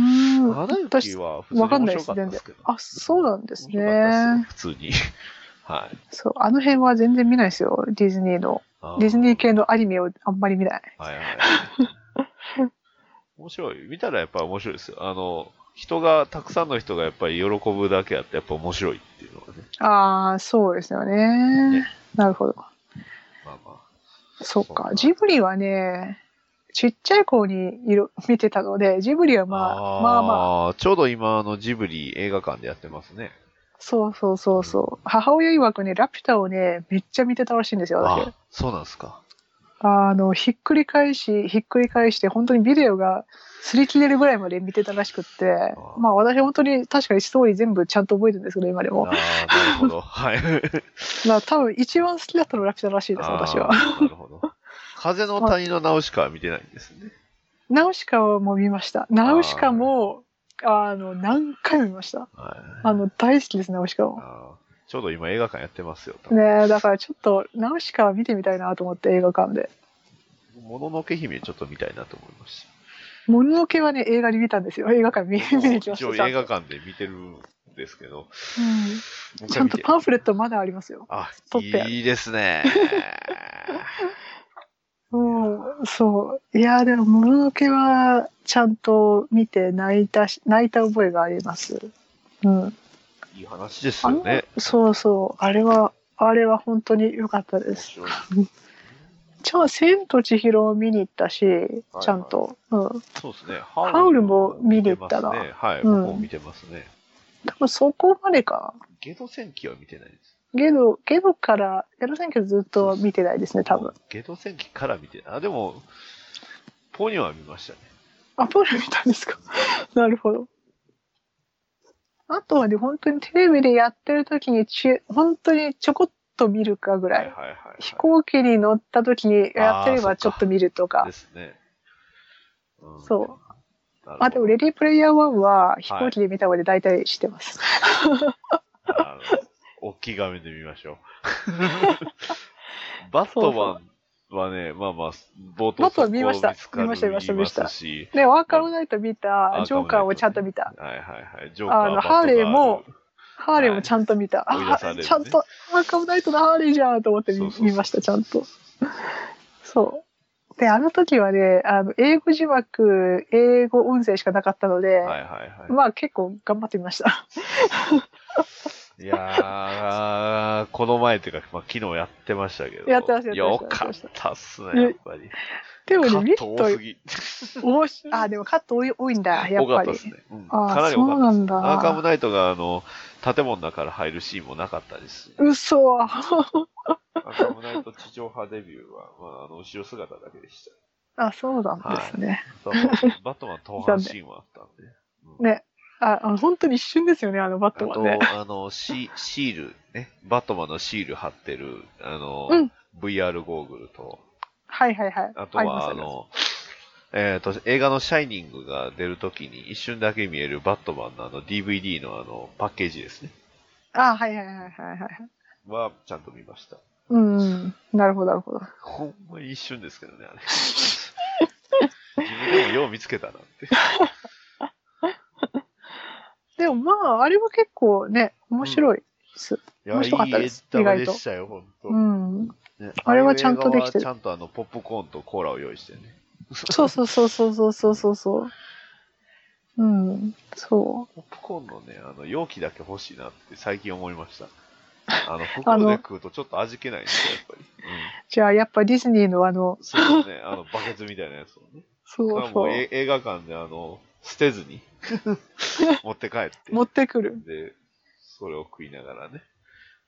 ん。アナ雪私、は普通にわかんない面白かです、ったで全然すけど。。あ、そうなんです面白かね。ったですよ普通に。 [LAUGHS] はいそう、あの辺は全然見ないですよ、ディズニーの。あ。ディズニー系のアニメをあんまり見ない。はいはい。面白い。見たらやっぱ面白いですよ。あの、人が、たくさんの人がやっぱり喜ぶだけあって、やっぱ面白いっていうのがね。ああ、そうですよねね。なるほど。まあまそっそうかか。ジブリはね、ちっちゃい頃にいろ見てたので、ジブリはあ。まあ、まあまあ、あ。ちょうど今、あの、ジブリ映画館でやってますね。そうそうそうそう。母親曰くね、ラピュタをね、めっちゃ見てたらしいんですよ、私あ。そうなんですか。あの、ひっくり返し、ひっくり返して、本当にビデオが擦り切れるぐらいまで見てたらしくってあ、まあ私本当に確かにストーリー全部ちゃんと覚えてるんですけど、今であも。あ、なるほど。 [LAUGHS] はい。まあ多分一番好きだったのはラピュタらしいです、私は。あーなるほど。風の谷のナウシカは見てないんですね。ナウシカも見ました。ナウシカも、あの、何回も見ました。はい。あの、大好きです、ナウシカも。あーちょうど今映画館やってますよ。多分ねえ、だからちょっと、ナウシカは見てみたいなと思って映画館で。もののけ姫ちょっと見たいなと思いました。もののけはね、映画で見たんですよ。映画館見見 [LAUGHS] に行きまし一応た。映画館で見てるんですけど、うんもう一ち回ゃん見とてパンフレットまだありますよ。あ取ってあ、るいいですね。 [LAUGHS] うん、そう。いや、でも、もののけは、ちゃんと見て泣いたし、泣いた覚えがあります。うん。いい話ですあよの、ね。そうそう。あれは、あれは本当に良かった面です。白いじゃあ、千と千尋を見に行ったし、はいちゃんと。うん。そうですね。ハウルも見に行ったな見てますねはい、うん僕も見てますね。多分、そこまでか。ゲド戦記は見てないです。ゲド、ゲドから、ゲド戦記はずっと見てないですね、多分。。ゲド戦記から見て、あ、でも、ポニョは見ましたね。アポロ見たんですか [LAUGHS] なるほど。あとはね、本当にテレビでやってる時にち、本当にちょこっと見るかぐら。はいいはいはい、はい。飛行機に乗った時にやってればちょっと見るとか。ですね。うんそう。なるほどあ、でも、レディープレイヤー1は飛行機で見たので大体知ってます。あの、大きい画面で見ましょう。 [LAUGHS] バットマンはね、まあまあ、冒頭バットマン見ましたそこを見つかる見ました見ました言いますしで、ワーカーナイト見あた、ジョーカーをちゃんと見た。はいはいはい。ジョーカーあのバットガハーレーもルハーレーもちゃんと見た。追い出されあるねちゃんと、ワーカーナイトのハーレーじゃんと思って見そうそうそう見ました、ちゃんと。そう。で、あの時はね、あの英語字幕、英語音声しかなかったので、はいはいはまあ結構頑張ってみました。 [LAUGHS] い。いやー、この前っていうか、まあ、昨日やってましたけど。やってましたやよってましたかっやってまたっすね、やっぱり。でもカね、見ッるトと、多すぎ。面白いあ、でもカット多い多いんだ、やっ多かぱったりで。すね。うん、あーかなり多かそうったなです。んだ。アーカムナイトが、あの、建物の中から入るシーンもなかったですし。嘘。アカムナイト地上波デビューは、まあ、あの後ろ姿だけでした。あ、そうなんですね。あと [LAUGHS] はバットマン登板シーンもあったんで。うんね。あ、あ本当に一瞬ですよね、あのバッあトと、はね。あのシ、シール、ね、バットマンのシール貼ってる、あの、うん VR ゴーグルと、はいはいはい。あとは、ありますりますの、えっ、と、映画のシャイニングが出るときに一瞬だけ見えるバットマンのあの DVD のあの、パッケージですね。あ、はいはいはいはいはい。は、ちゃんと見ました。うん、なるほどなるほど。ほんまに一瞬ですけどね、 [LAUGHS] あれ。自分でもよう見つけたなって。でもまあ、あれは結構ね、面白いす。いや、面いい白かったですエンタメ意外でとしたよ、ほんとう。ん。ねあれはちゃんとできてるああいう映画はちゃんとあの、ポップコーンとコーラを用意してね。そうそうそうそうそうそうそうそう。うん。そポップコーンのね、あの、容器だけ欲しいなって最近思いました。あの、あ袋ので食うとちょっと味気ないんですよ、やっぱり。う。じゃあやっぱディズニーのあのうん。、そうだね、あの、バケツみたいなやつをね。これそうはもそうう。え映画館であの、捨てずに、 [LAUGHS] 持って帰って。持ってくる。で、それを食いながらね、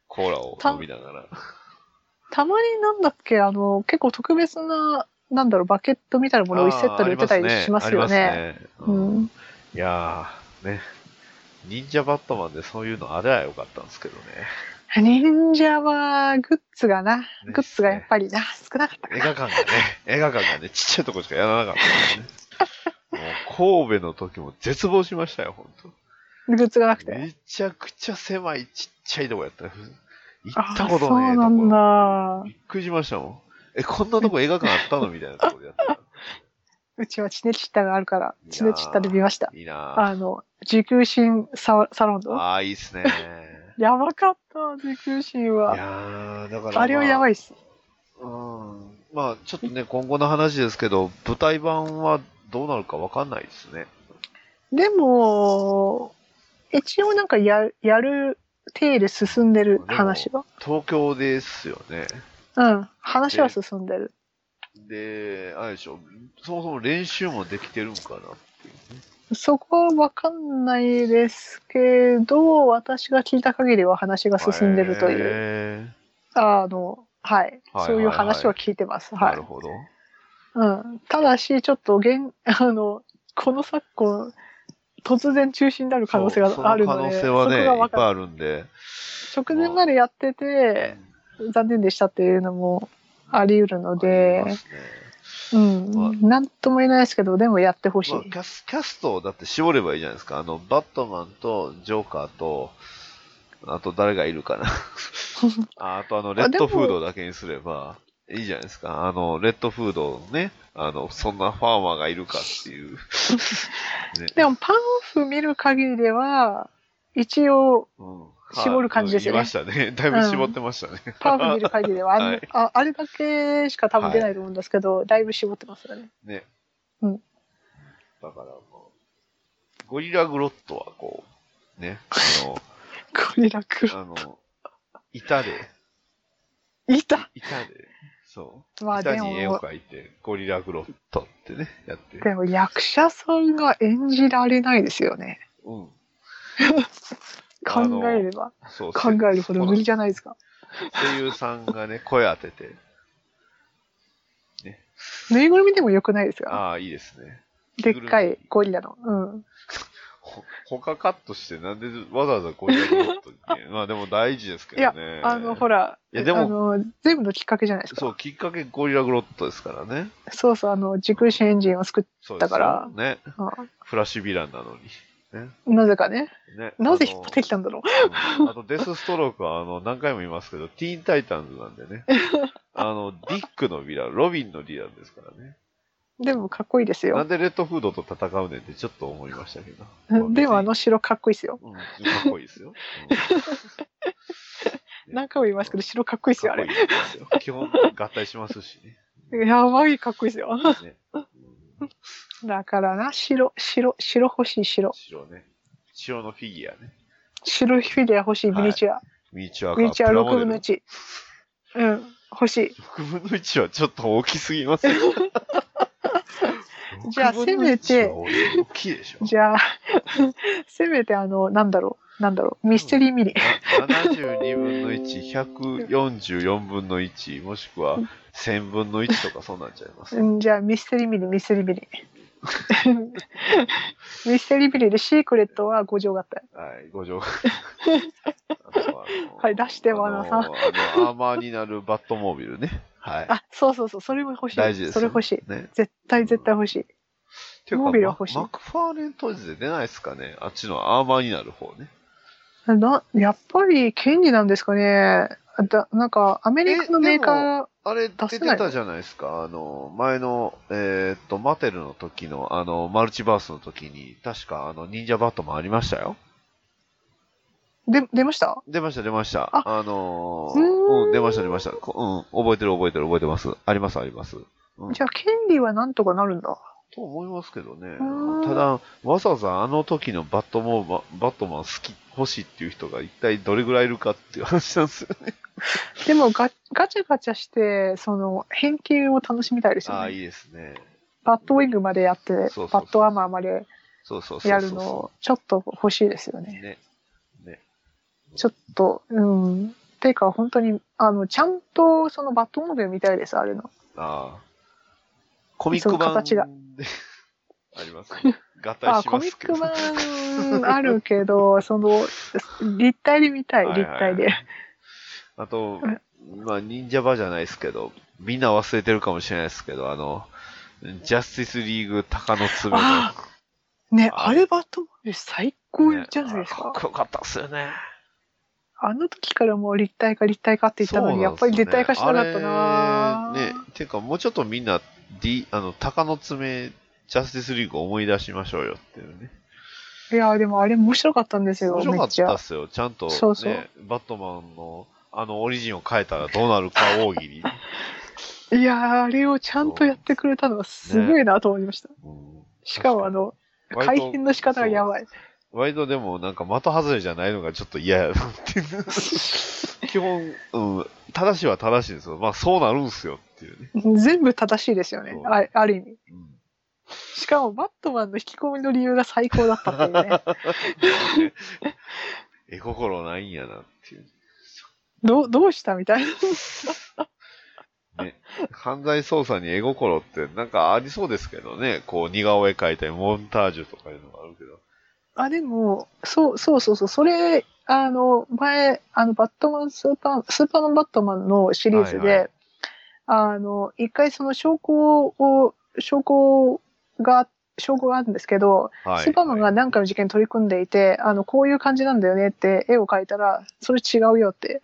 コーラを飲みながら。たまになんだっけ、あの、結構特別な、なんだろう、バケットみたいなものを1セットで売ってたりしまあすよね。りますね。ありますうねうんん。いやー、ね。忍者バットマンでそういうのあれはよかったんですけどね。忍者はグッズがな、グッズがやっぱりな、少なかったか映ら。画館 [LAUGHS] がね、映画館がね、ちっちゃいとこしかやらなかったんですね。もう神戸の時も絶望しましたよ、ほんと。グッズがなくて。めちゃくちゃ狭いちっちゃいとこやった。行っあたあ、ことそうねえとこなんだび。っくりしましたもん。え、こんなとこ映画館あったのみたいなとこでやってた。うちはチネチッタがあるから、いやーチネチッタで見ました。いいなあの、時給新ササロンあド。ああー、いいっすね。やばかった、時給新いやは。ーだから、あれはやばい。いっす。うん。まあ、ちょっとね、今後の話ですけど、舞台版はどうなるかわかんないですね。でも、一応なんかややる体で進んでる話は。東京ですよね。うん、話は進んでる。で、あれでしょ、そもそも練習もできてるんかな。そこはわかんないですけど、私が聞いた限りは話が進んでるという、へあの、はい、はいそういう話は聞いてます。ーはないる。ほど。うん、ただし、ちょっと現、 [LAUGHS] あの、この昨今、突然中止になる可能性そうがあるその可能で、性はね、そいこがわっぱいかあるんで。直前までやってて、残念でしたっていうのもあり得るのであり、ますねうん、まあなんとも言えないですけど、でもやってほしい。 [LAUGHS] まあキャスキャストをだって絞ればいいじゃないですか。あの、バットマンとジョーカーと、あと誰がいるか [LAUGHS] な。ああとあの、レッドフードだけにすればいいじゃないですか。あの、レッドフードのね、あの、そんなファーマーがいるかって [LAUGHS] いう。でも、パンフ見る限りでは、一応、うん絞る感じですよねはい言いましたね。 [LAUGHS] だいぶ絞ってましたね。パン [LAUGHS] フ見る限りではあん、はいあ、あれだけしか多分出ないと思うんですけど、だいぶ絞ってますよね。ね。うん。だからもう、ゴリラグロットはこう、ね、あの、ゴリラクロ。あの、板で、いた板で、そう。まあ板でに絵をも、描いて、ゴリラグロットってね、やって。でも役者さんが演じられないですよね。うん。考あのえれば。そう考えるほど無理じゃないですか。声優さんがね、声当てて、ぬいぐるみでもよくないですかああ、いいですね。でっかいゴリラの。うん。ほ、他カットして、なんでわざわざゴリラグロットに、ね、まあでも大事ですけどね。あの、ほら、いやでもあの、全部のきっかけじゃないですか。そう、きっかけゴリラグロットですからね。そうそう、あの、軸心エンジンを作っそうですだよからね。た。フラッシュヴィランなのに。ね。なぜかね。ねなぜ引っ張ってきたんだろう。あのうんあと、デスストロークは、あの、何回も言いますけど、ティーンタイタンズなんでね。 [LAUGHS] あの、ディックのヴィラン、ロビンのヴィランですからね。でもかっこいいですなんよ。でレッドフードと戦うねんってちょっと思いましたけど。 [LAUGHS] でもまあの城かっこいいですよ。別に、うん、かっこいいですよ。うん何回も言いますけど、城かっこいいですよ、 [LAUGHS] あかっこれ。いいですよ。基本、合体しますし [LAUGHS] ね。やばい、かっこいいですよ。ねうんだからな、白、白、白欲しい白。白ね。白のフィギュアね。白フィギュア欲しいミニチュア。ミニチュアミニチュアプラモデ6ル分の1。うん、欲しい。 6分の1はちょっと大きすぎますよ。 [LAUGHS] じゃあせめて6分の1は大きいでしょ。じゃあ、せめてあの、なんだろう、なんだろう、ミステリーミニ。な72分の1、144分の1、もしくは1000分の1とかそうなっちゃいます。うん、じゃあ、ミステリーミニ、ミステリーミニ。ミステリーミニでシークレットは五条合体。はい、ご [LAUGHS] 条はい出してマナさんん。あのあのアーマーになるバットモービルね。はい。あ、そうそうそう、それも欲しい。大事です、ね。それ欲しい。ね。絶対絶対欲しい。ていうかモービルは欲しいママクファーレン当時で出ないですかね。あっちのアーマーになる方ね。な、やっぱり権利なんですかね。だなんか、アメリカのメーカー、あれ出出てせないたじゃないですか。あの、前の、えーっと、マテルの時の、あの、マルチバースの時に、確か、あの、忍者バットもありましたよ。で、出ました出ました、出ました。ああのーうーんうん、出ました、出ました。こうん、覚えてる、覚えてる、覚えてます。あります、あります。じゃあ、権利はなんとかなるんだ。と思いますけどねう。んただ、わざわざあの時のバットモーバ、バットマン好き、欲しいっていう人が一体どれぐらいいるかっていう話なんですよね。でもガ、ガチャガチャして、その、変形を楽しみたいで [LAUGHS] すあよあ、ね。いいですね。バットウィングまでやって、バそうそうットアーマーまでそうそうそうそう。やるの、ちょっと欲しいですよね。ね。ね。ちょっと、うん。ていうか、本当に、あの、ちゃんと、そのバットモデル見たいです、あれの。ああ。コミックそ版 [LAUGHS] の形があります、ね。合体あ、しまコミッすけど。ク版 [LAUGHS] あるけど、その、立体で見たい、はいはい立体で。あとうん、まあ、忍者バーじゃないですけど、みんな忘れてるかもしれないですけど、あの、ジャスティスリーグ鷹の爪の。あね、ああれバットモデル最高ねじゃないですあか。かっこよかったっすよね。あの時からもう立体化立体化って言ったのに、やっぱり立体化しなかったなあれね、ていうかもうちょっとみんな、D、あの、鷹の爪、ジャスティスリーグ思い出しましょうよっていうね。いや、でもあれ面白かったんですよ、面白めかっっちたゃっ。すよ。ちゃんと、ね、そうそうバットマンの、あの、オリジンを変えたらどうなるか大 [LAUGHS] 喜利。いや、あれをちゃんとやってくれたのはすごいなと思いました。うんしかもあの、回転の仕方がやばい。ワイドでもなんか的外れじゃないのがちょっと嫌やなっていう [LAUGHS] 基本、うん、正しは正しいんですよ。まあそうなるんすよっていうね。全部正しいですよねそう、あある意味。うんしかも、バットマンの引き込みの理由が最高だったって [LAUGHS] いうね。 [LAUGHS] 絵心ないんやなっていう。どうどうしたみたいな。ね、犯罪捜査に絵心ってなんかありそうですけどね。こう似顔絵描いたり、モンタージュとかいうのがあるけど。あ、でも、そうそうそうそう、それ、あの、前、あの、バットマン、スーパー、スーパーマンバットマンのシリーズで、はいはいあの、一回その証拠を、証拠が、証拠があるんですけど、はい。スーパーマンが何かの事件に取り組んでいて、あの、こういう感じなんだよねって絵を描いたら、それ違うよって。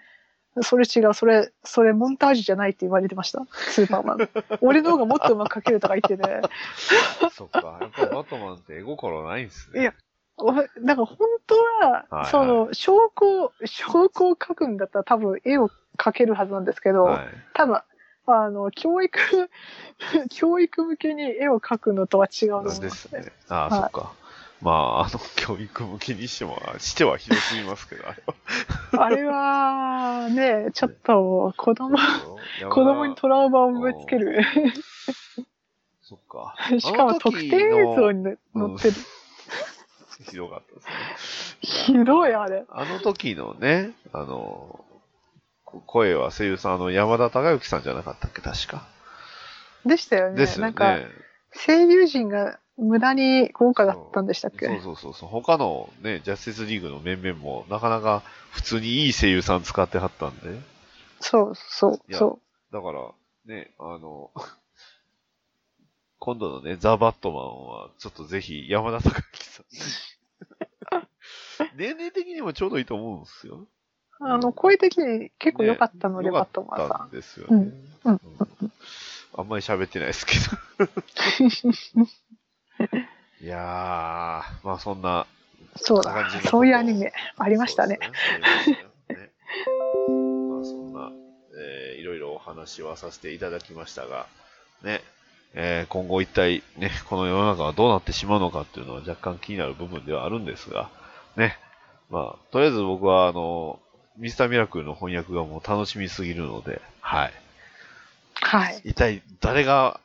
それ違う、それ、それモンタージュじゃないって言われてました。スーパーマン。 [LAUGHS] 俺の方がもっとうまく描けるとか言ってて。そっか。やっぱバットマンって絵心ないんすね。いやおなんか本当はは、いはいその、証拠を、証拠を書くんだったら多分絵を描けるはずなんですけど、はい、多分、あの、教育、 [LAUGHS] 教育向けに絵を描くのとは違うと思いますですね。ああ、はいそっか。まあ、あの、教育向けにしても、しては広すぎますけど、あれは。あれは、ね、ちょっと、子供、 [LAUGHS] 子供にトラウマを植え付ける。そっか。 [LAUGHS] しかも特定映像にねあ載の時のってる。ひどかったですね。ひどい、あれ。あの時のね、あの、こ声は声優さん、あの、山田孝之さんじゃなかったっけ、確か。でしたよね。ですよなんね。か、声優陣が無駄に豪華だったんでしたっけそうそうそうそう。他のね、ジャスティスリーグの面々も、なかなか普通にいい声優さん使ってはったんで。そうそいうやそう。だから、ね、あの、 [LAUGHS] 今度のね、ザ・バットマンは、ちょっとぜひ山田孝之さん [LAUGHS] に。年齢的にもちょうどいいと思うんですよ。あの、声的に結構良かったので、よバかットマンっさたんん。ですようね。ううんんあんまり喋ってないですけど。 [LAUGHS] いやー、まあそんな。そこうんな感じのだこ。とそういうアニメあありましたね。。そうですねありましたねまあそんな、えーいろいろお話はさせていただきましたが、ね、えー今後一体ね、この世の中はどうなってしまうのかっていうのは若干気になる部分ではあるんですが、ね、まあ、とりあえず僕はあの、ミスターミラクルの翻訳がもう楽しみすぎるので、はい。はい。一体誰が、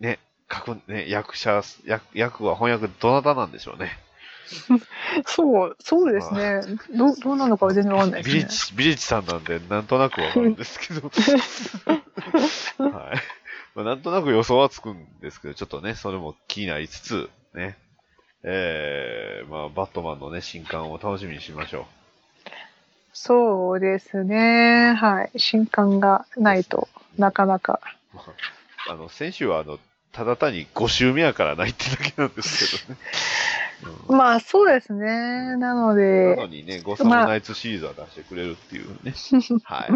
ね、書く、ね、役者、役、役は翻訳どなたなんでしょうね。そう、そうですね。どう、どうなのかは全然わかんないビリでッすジ、ビリッジさんなんで、なんとなくわかるんですけど。 [LAUGHS] はい。まあ、なんとなく予想はつくんですけど、ちょっとね、それも気になりつつ、ね。えー、まあ、バットマンのね、新刊を楽しみにしましょね。そうですね。はい。新刊がないと、なかなか。う。まあ、あの、先週は、あの、ただ単に5週目やからないってだけなんですけどね。うんまあ、そうですね。ななのので、にね、ゴサムナイツシリーズは出してくれるっていう [LAUGHS] ね。はい。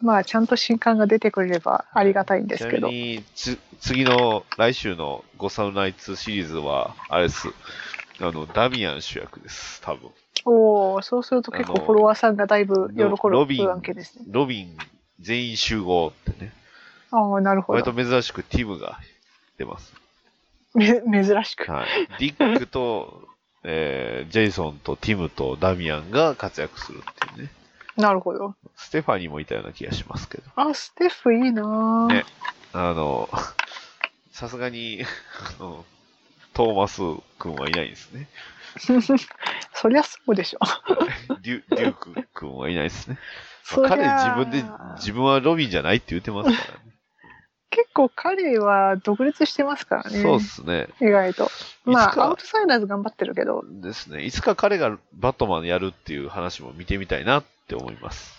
まあ、ちゃんと新刊が出てくれればありがたいんですけちなどみ。に、つ、次の、来週のゴサムナイツシリーズは、あれです。あの、ダミアン主役です、多分。おお、そうすると結構フォロワーさんがだいぶ喜ロビンぶ案件ですね。ロビン全員集合ってね。ああ、なるほ割とど。珍しくティムが出ます。め珍しく。はい。ディックと、えージェイソンとティムとダミアンが活躍するっていうね。なるほど。ステファニーもいたような気がしますけど。あ、ステッフいいなぁねあの、さすがに、あの、トーマス君はいないですね。そりゃそうで [LAUGHS] しょ。デュデューク君はいないですね。そまあり彼自ゃ分で、自分はロビンじゃないって言ってますから [LAUGHS] ね。結構彼は独立してますからね。そうっすね。意外と。まいつあ、かアウトサイダーズ頑張ってるけど、ですね。いつか彼がバットマンやるっていう話も見てみたいなって思います。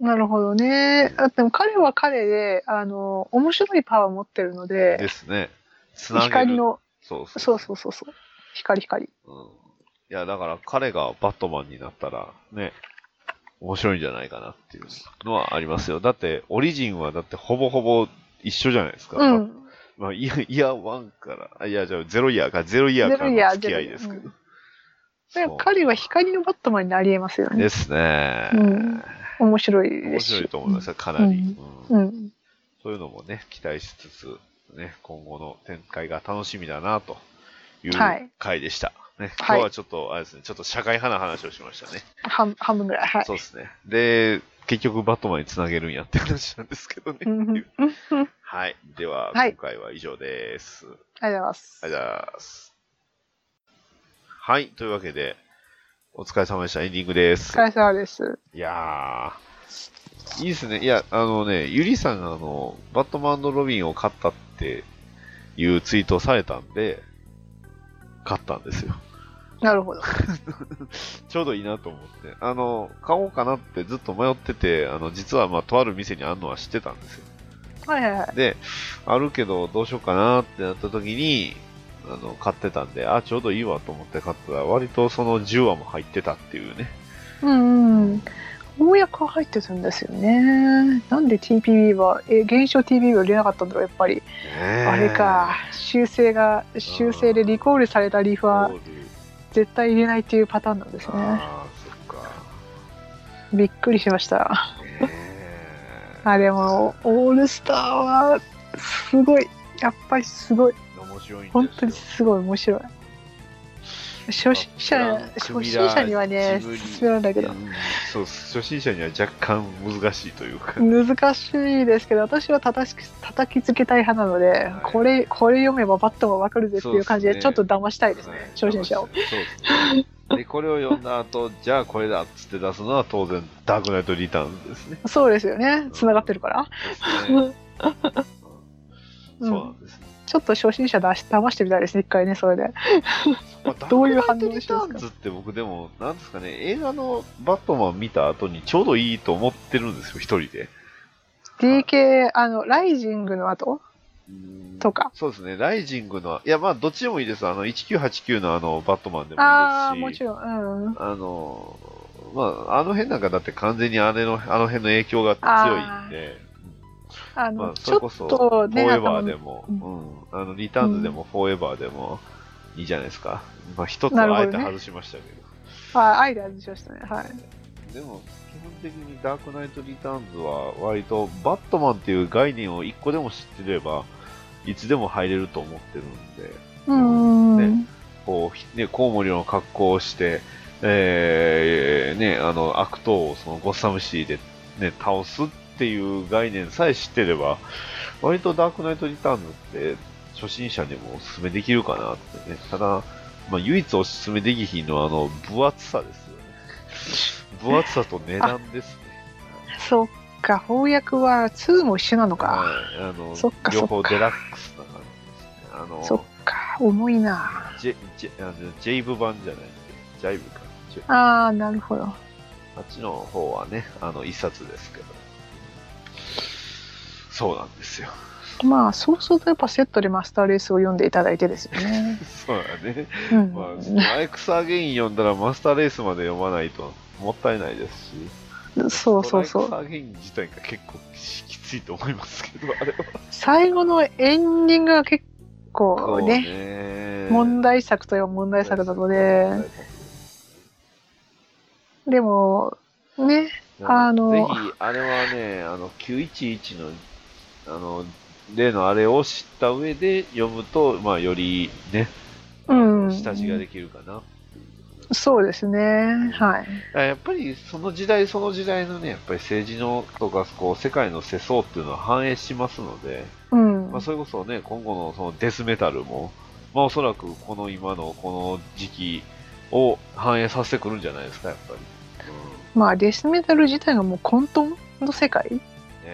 なるほどね。あでも彼は彼で、あの、面白いパワー持ってるので、ですね。つなげ光る。の、そうそう。そうそうそうそう。光光。うんいや、だから彼がバットマンになったら、ね、面白いんじゃないかなっていうのはありますよ。だって、オリジンはだってほぼほぼ一緒じゃないですか。うまあん。まあ、イヤ、イヤー1から、あいや、じゃあゼロイヤーか、ゼロイヤーからゼロイヤのー付き合いですけゼロイど。でそう彼は光のバットマンになり得ますよねで。すね。うん面白い面ですし。白いと思いますよ、かなり、うんうんうん。そういうのもね、期待しつつ、ね、今後の展開が楽しみだな、というはい回でした。ね、今はい日はちょっと、あれですね、ちょっと社会派な話をしましたね。半半分ぐらい。はい。そうですね。で、結局バットマンにつなげるんやって話なんですけどね。うんうんうん [LAUGHS] うんありがとうはい。では、はい今回は以上です。ございますあり。がとうございます。はい。というわけで、お疲れ様でした。エンディングですお。疲れ様です。いやー、いいですね。いや、あのね、ゆりさんがあの、バットマンロビンを買ったっていうツイートをされたんで、買ったん [LAUGHS] ですよ。なるほど。ちょうどいいなと思って。あの、買おうかなってずっと迷ってて、あの、実はまあ、とある店にあるのは知ってたんですよ。はいはいはい。で、あるけどどうしようかなってなった時に、あの、買ってたんで、あ、ちょうどいいわと思って買ったら、割とその10話も入ってたっていうね。うんうん。公約が入ってるんですよね。なんで TPB は、え、現象 TPB は出なかったんだろう、やっぱり。ああれか。修正が、修正でリコールされたリーフはそうです絶対入れないっていうパターンなんですね。ああ、そっか。びっくりしました。ねえあ、でも、オールスターは、すごい。やっぱりすごい。面白いんですよ本当にすごい面白い。初心者まあプラン、初クビラ心者にはね、ジブリ勧められないけどう。んそう初心者には若干難しいというか、難しいですけど、私は叩し叩きつけたい派なのはで、いこれ、これ読めばバットもわかるぜっていう感じそうで、ですねちょっと騙したいですね、初心者を。そうですねでこれを読んだ後じゃあこれだっつって出すのは当然ダークナイトリターンズ [LAUGHS] ですねそうですよね、繋がってるから。ですねうんそうなんですね、ちょっと初心者だし騙してみたいですね、一回ね、それで。まあどういう反応ダークナイトリターンズって僕でもなんですかね映画のバットマン見た後にちょうどいいと思ってるんですよ一人で DK、あの、ライジングの後とか。そうですね、ライジングの、いや、まあ、どっちでもいいです。あの、1989のあの、バットマンでもいいですし、あああ、もちろん、うん。の、まあ、あの辺なんかだって完全にあれの、あの辺の影響が強いんで、あまあの、、そちれょこっそ、とフォね、ーエ頭バーでのも、ううん、あの、リターンズでも、フォーエバーでも、いいじゃないですか。まあ、一つなるはほあどえねて外しましたけど。あアイデアにしましたね、はい。でも、基本的にダークナイトリターンズは、割と、バットマンっていう概念を一個でも知ってれば、いつでも入れると思ってるんで、うん。ねこうひ、ね、コウモリの格好をして、えーね、あの、悪党をそのゴッサムシーで、ね、倒すっていう概念さえ知ってれば、割とダークナイトリターンズって、初心者にもおすすめできるかなってね。ただ、まあ、唯一おすすめできひんのは、あの、分厚さですよね。 [LAUGHS] 分厚さと値段ですね。そっか、翻訳は2も一緒なのか。はい。あのそっか、両方そっかデラックスな感じですね。あの、そっか、重いな。ジェジェあのジェイブ版じゃないんで、ジャイブか。ジェああ、なるほど。あっちの方はね、あの、一冊ですけど。そうなんですよ。 [LAUGHS] まあ、そうするとやっぱセットでマスターレースを読んでいただいてですよね。そうだね。うん。まあ、アイクスアゲイン読んだらマスターレースまで読まないともったいないですし。そうそうそストう。ライクスアゲイン自体が結構きついと思いますけど、あれは。最後のエンディングが結構そね、うね問題作といえば問題作なので、でも、ね、あのぜひ、あれはね、あの、911の、あの、例のあれを知った上で読むと、まあ、よりね、あのうん下地ができるかな。そうですね、はい。だからやっぱり、その時代その時代のね、やっぱり政治のとか、こう、世界の世相っていうのは反映しますので、うんまあ、。それこそね、今後のそのデスメタルも、まあ、おそらくこの今のこの時期を反映させてくるんじゃないですか、やっぱり。まあ、デスメタル自体がもう混沌の世界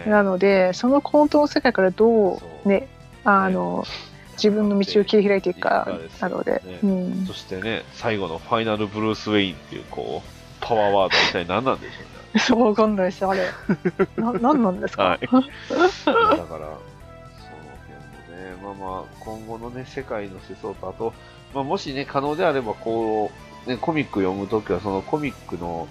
うんなので、その混沌の世界からどそうう、ね、あの、自分の道を切り開いていくかなので、ねうんそ。してね、最後のファイナルブルース・ウェインっていう、こう、パワーワード一体何なんでしょそう、 [LAUGHS] わかんないです、あれ。 [LAUGHS] な、なんなんですはかいうね。だから、その辺もね、まあまあ、今後のね、世界の世相と、あと、まあ、もしね、可能であれば、こう、ね、コミック読むときは、そのコミックの、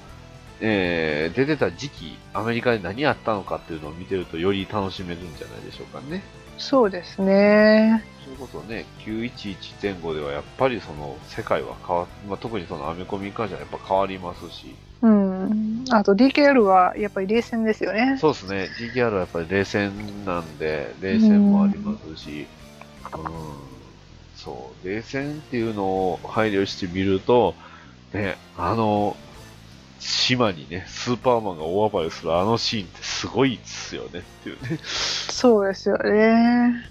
えー、出てた時期、アメリカで何やったのかっていうのを見てると、より楽しめるんじゃないでしょうかね。そうですね。それこそね、911.5ではやっぱりその世界は変わっ、まあ、特にそのアメコミに関してはやっぱ変わりますし、うん。あと DKR はやっぱり冷戦ですよね。そうですね、GTR はやっぱり冷戦なんで、冷戦もありますし、うん、そう、冷戦っていうのを配慮してみると、ね、あの、島にね、スーパーマンが大暴れするあのシーンってすごいっすよねっていうね。そうですよね。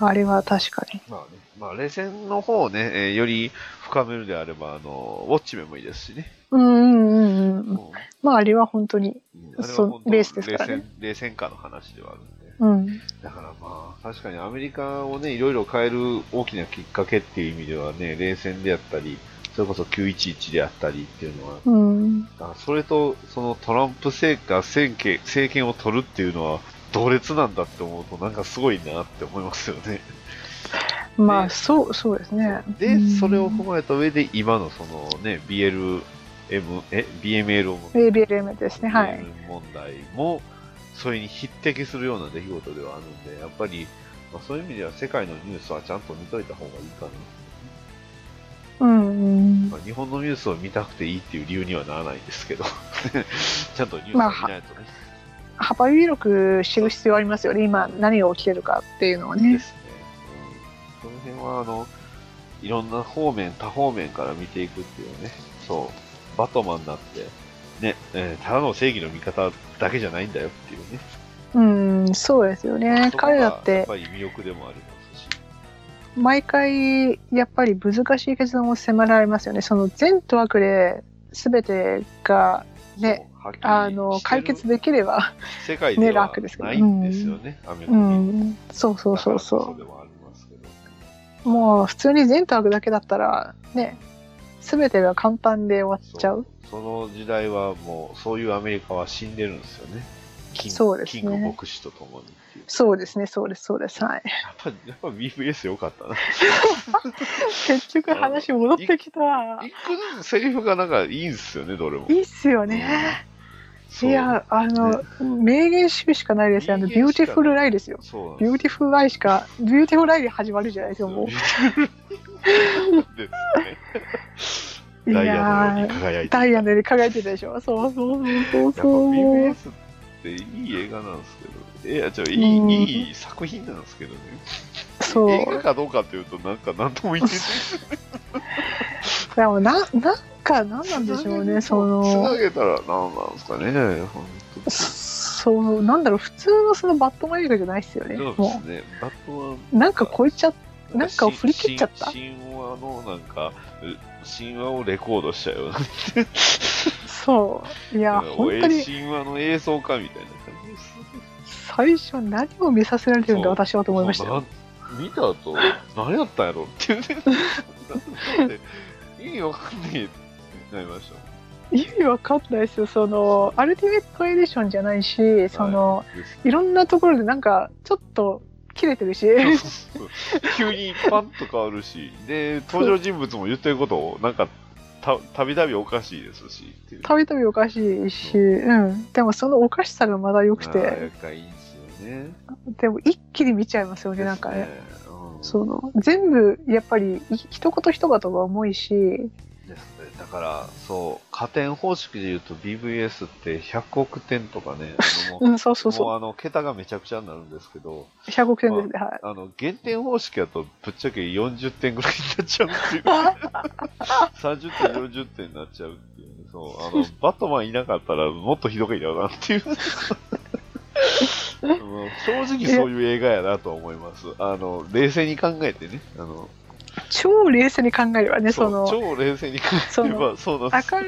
あれは確かに。まあね、まあ冷戦の方をね、えーより深めるであれば、あの、ウォッチメンもいいですしね。うんうんうんうん。もまああれは本当に。ううんそうあれは本当レースですからね冷戦、冷戦下の話ではあるんで。うん。だからまあ、確かにアメリカをね、いろいろ変える大きなきっかけっていう意味ではね、冷戦であったり、それこそ911であったりっていうのは、うん。あそれとそのトランプ政権政権政権を取るっていうのは、同列なんだって思うと、なんかすごいなって思いますよね。まねあそう、そうですね。うで、んそれを踏まえた上で、今のそのね、BLM、え、BML を ABLM ですね。はい。問題も、それに匹敵するような出来事ではあるんで、やっぱり、まあ、そういう意味では世界のニュースはちゃんと見といた方がいいかな。うんま。あ、日本のニュースを見たくていいっていう理由にはならないんですけど、 [LAUGHS] ちゃんとニュースを見まあないとね。幅広く知る必要ありますよね。今何が起きてるかっていうのはでね。すね。うん、その辺は、あの、いろんな方面、多方面から見ていくっていうね、そう、バトマンだって、ね、えーただの正義の味方だけじゃないんだよっていうね。うん、そうですよね。そこが彼らっやってぱり魅力でもありますし。毎回やっぱり難しい決断を迫られますよね。その善と悪で全てがね、そう、はっきりあのしてる解決できれば、世界でねは楽ですけどないんですよね、アメコうミ。ん、そうそうそうだからこそでもありますけど。う。もう普通に善と悪だけだったらね、全てが簡単で終わっちゃう。その時代はもう、そういうアメリカは死んでるんですよね。キンそうですねキング牧師とともにっていう。そうですね、そうです、そうです。はい。やっぱ、やっぱ BBS 良かったな。 [LAUGHS] 結局話戻ってきた。一個ずつセリフがなんかいいんですよね、どれも。いいっすよね。いや、あの、名言集しかないですよ。あの、名ビ言ュしかなーテいィフルライですよ。そうなんですビューティフルライしか、ビューティフルライで始まるじゃないです [LAUGHS] か、もう。ですね。ダイヤのように輝いて。ダイヤのように輝いてたでしょ。そうそうそうやっぱそう。 BBS っていい映画なんですけど、いや、じゃあいうんい、いい作品なんですけどね。そう。映画かどうかっていうと、なんか何とも言ってでもな、なんか、なんなんでしょうね、そつなの。げたら何なんですかね、本そう、なんだろう、普通のそのバットマン映画じゃないっすよ当ね。に。そうでもすね、バットマン。う、なんか超えちゃ、なんかを振り切っちゃったし神話の、なんか、う神話をレコードしちゃうような。そう。いや、本当俺に、神話の映像化みたいな感じです。最初何を見させられてるんだ、そう私はと思いましたそうよ。な見た後、何やったんやろっていうね。 [LAUGHS] だって意味わかんないってなりましたもん。意味わかんないですよ、その、アルティメットエディションじゃないし、その、はい、いろんなところでなんか、ちょっと、切れてるし。そう急にパンと変わるし、で、登場人物も言ってることを、なんか、たたびたびおかしいですし、っていうたびたびおかしいし、うん、でもそのおかしさがまだ良くあーて、やっぱいいんですよね。でも一気に見ちゃいますよね、なんかですね。ね。うんその全部やっぱりい一言一言が重いしですね。だから、そう、加点方式で言うと BVS って100億点とかね、あのもううんそうそうもそうあの、桁がめちゃくちゃになるんですけど、う100億点ですねはいあの、減点方式だとぶっちゃけ40点ぐらいになっちゃうっていう。30点、40点になっちゃうっていうね。そう、あの、 [LAUGHS] バットマンいなかったらもっとひどいだろうなっていう。うん正直そういう映画やなと思います。あの、冷静に考えてね。あの、超冷静に考えればねそそうの超冷静に考そえれのば、そうなんでアすカ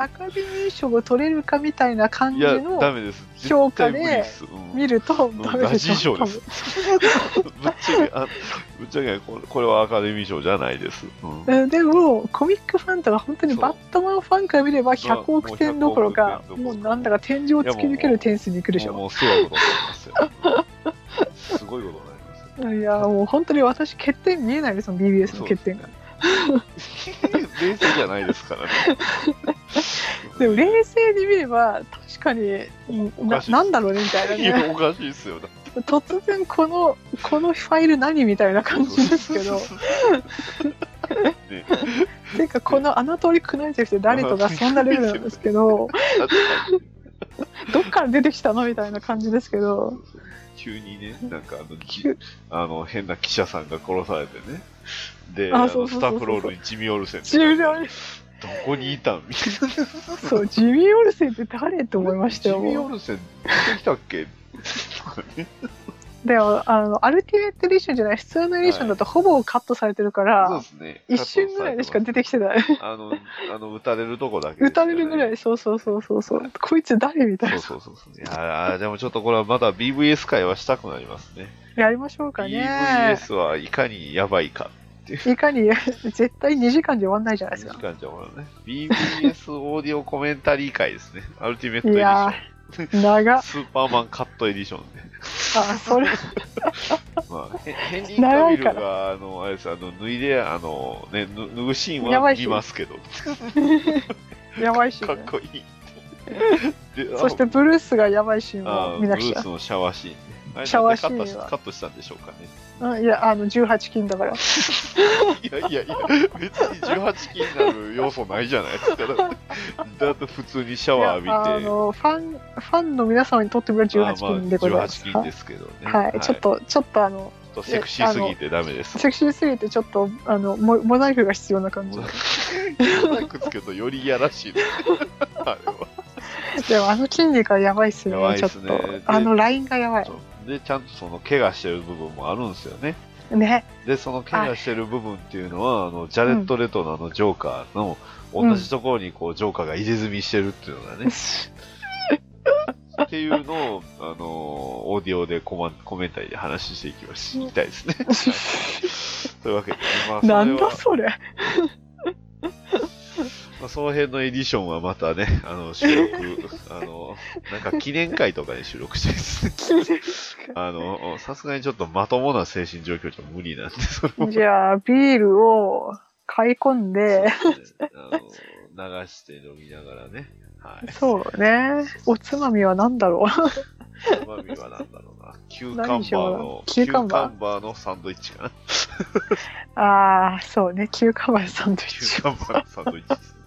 アカデミー賞を取れるかみたいな感いじや、ダのメです。絶対評価で無理すうん見るとうんダメでしょラジ賞です。 [LAUGHS] ぶっちゃけ、あぶっちゃけこれ、これはアカデミー賞じゃないです。うん多分うんでもコミックファンとか本当にそうバットマンファンから見れば100億点どころかもう100億点もうなんだか天井を突き抜ける点数にいくでしもうもょうすごいことになりますよ。すごいことになりますよ。いやもう本当に私欠点見えないですもん BBS の欠点が冷静じゃないですからね。でも冷静に見れば確かにおかなしいなんだろうねみたいいなねや、おかしいですよ。だって突然このこのファイル何みたいな感じですけどねていうかこの穴取りくないじゃなくて誰とかそんなレベルなんですけどだってどっから出てきたのみたいな感じですけど急にね、なんかあのきあの変な記者さんが殺されてね。で、ああのそうそうそうそうスタッフロールにジミー・オルセンって終了ですどこにいたんみたいな。そ [LAUGHS] うジミー・オルセンって誰と思いましたよジミー・オもルセン出てきたっけうでもあのアルティメットエディションじゃない普通のエディションだとほぼカットされてるから、そうですね。一瞬ぐらいでしか出てききてないあの、あの、撃たれるとこだけ、打たれるぐらい。いそうそうそうそうそうこいつ誰みたいそなうそうそうそう。いやーでもちょっとこれはまだ BVS 会はしたくなりますね。やりましょうかね BVS はいかにやばいか。いかに絶対2時間じゃ終わんないじゃないです時か間じゃもらね。BVS オーディオコメンタリー会ですね。アルティメットエいディやショ長ン。スーパーマンカットエディション [LAUGHS] ね。 [LAUGHS] あそれまあ、ヘヘンリー・カビルが、あの、あれです、あの、脱いで、あの、ね、ぬ脱ぐシーンやばはいシー見ンますけど、やばいシかーっンねこいい。 [LAUGHS] であそしてブルースがやばいシーンあブも見ルなくちーゃスのシャワーシーンね。あれシャワーシーンなはんでカットしカットしたんでしょうかね。うんいやあの18金だかいらやいやいや、別に18禁になる要素ないじゃないですか。だってだって普通にシャワー浴びて。あのファンファンの皆様にとってみれば18金でございます。まあ18禁ですけどね。はい、はいちょっとちょっとあちのょっとセクシーすぎてダメです。セクシーすぎてちょっとあのモモザイクが必要な感じ。モザイクつけるとよりいやらしいです。あれはでもあの筋肉はやばいっすやばよいっね。ちょすっねとであのラインがやばいそうで、ちゃんとその怪我してる部分もあるんですよね。ね。で、その怪我してる部分っていうのは、あのジャレット・レトのあのジョーカーの、うん同じところにこうジョーカーが入れ墨してるっていうのがね、っていうのを、あのーオーディオでコマンコメンタリーで話していきましいきたい [LAUGHS] ですね。というわけで、まあ、それはなんだそれ。まあ、その辺のエディションはまたね、 [LAUGHS] あの、収録、あの、なんか記念会とかで収録してですね、 [LAUGHS] あの、さすがにちょっとまともな精神状況じゃ無理なんで、それも。じゃあビールを買い込んで、そうですねあの流して飲みながらね、はい。そうね。おつまみは何だろう。 [LAUGHS] つまみは何だろうな。キューカンバーの、キューカンバーキュバーのサンドイッチかな。ああそうね。キューカバーサンドイッキュチー。カンバーのサンドイッチですね。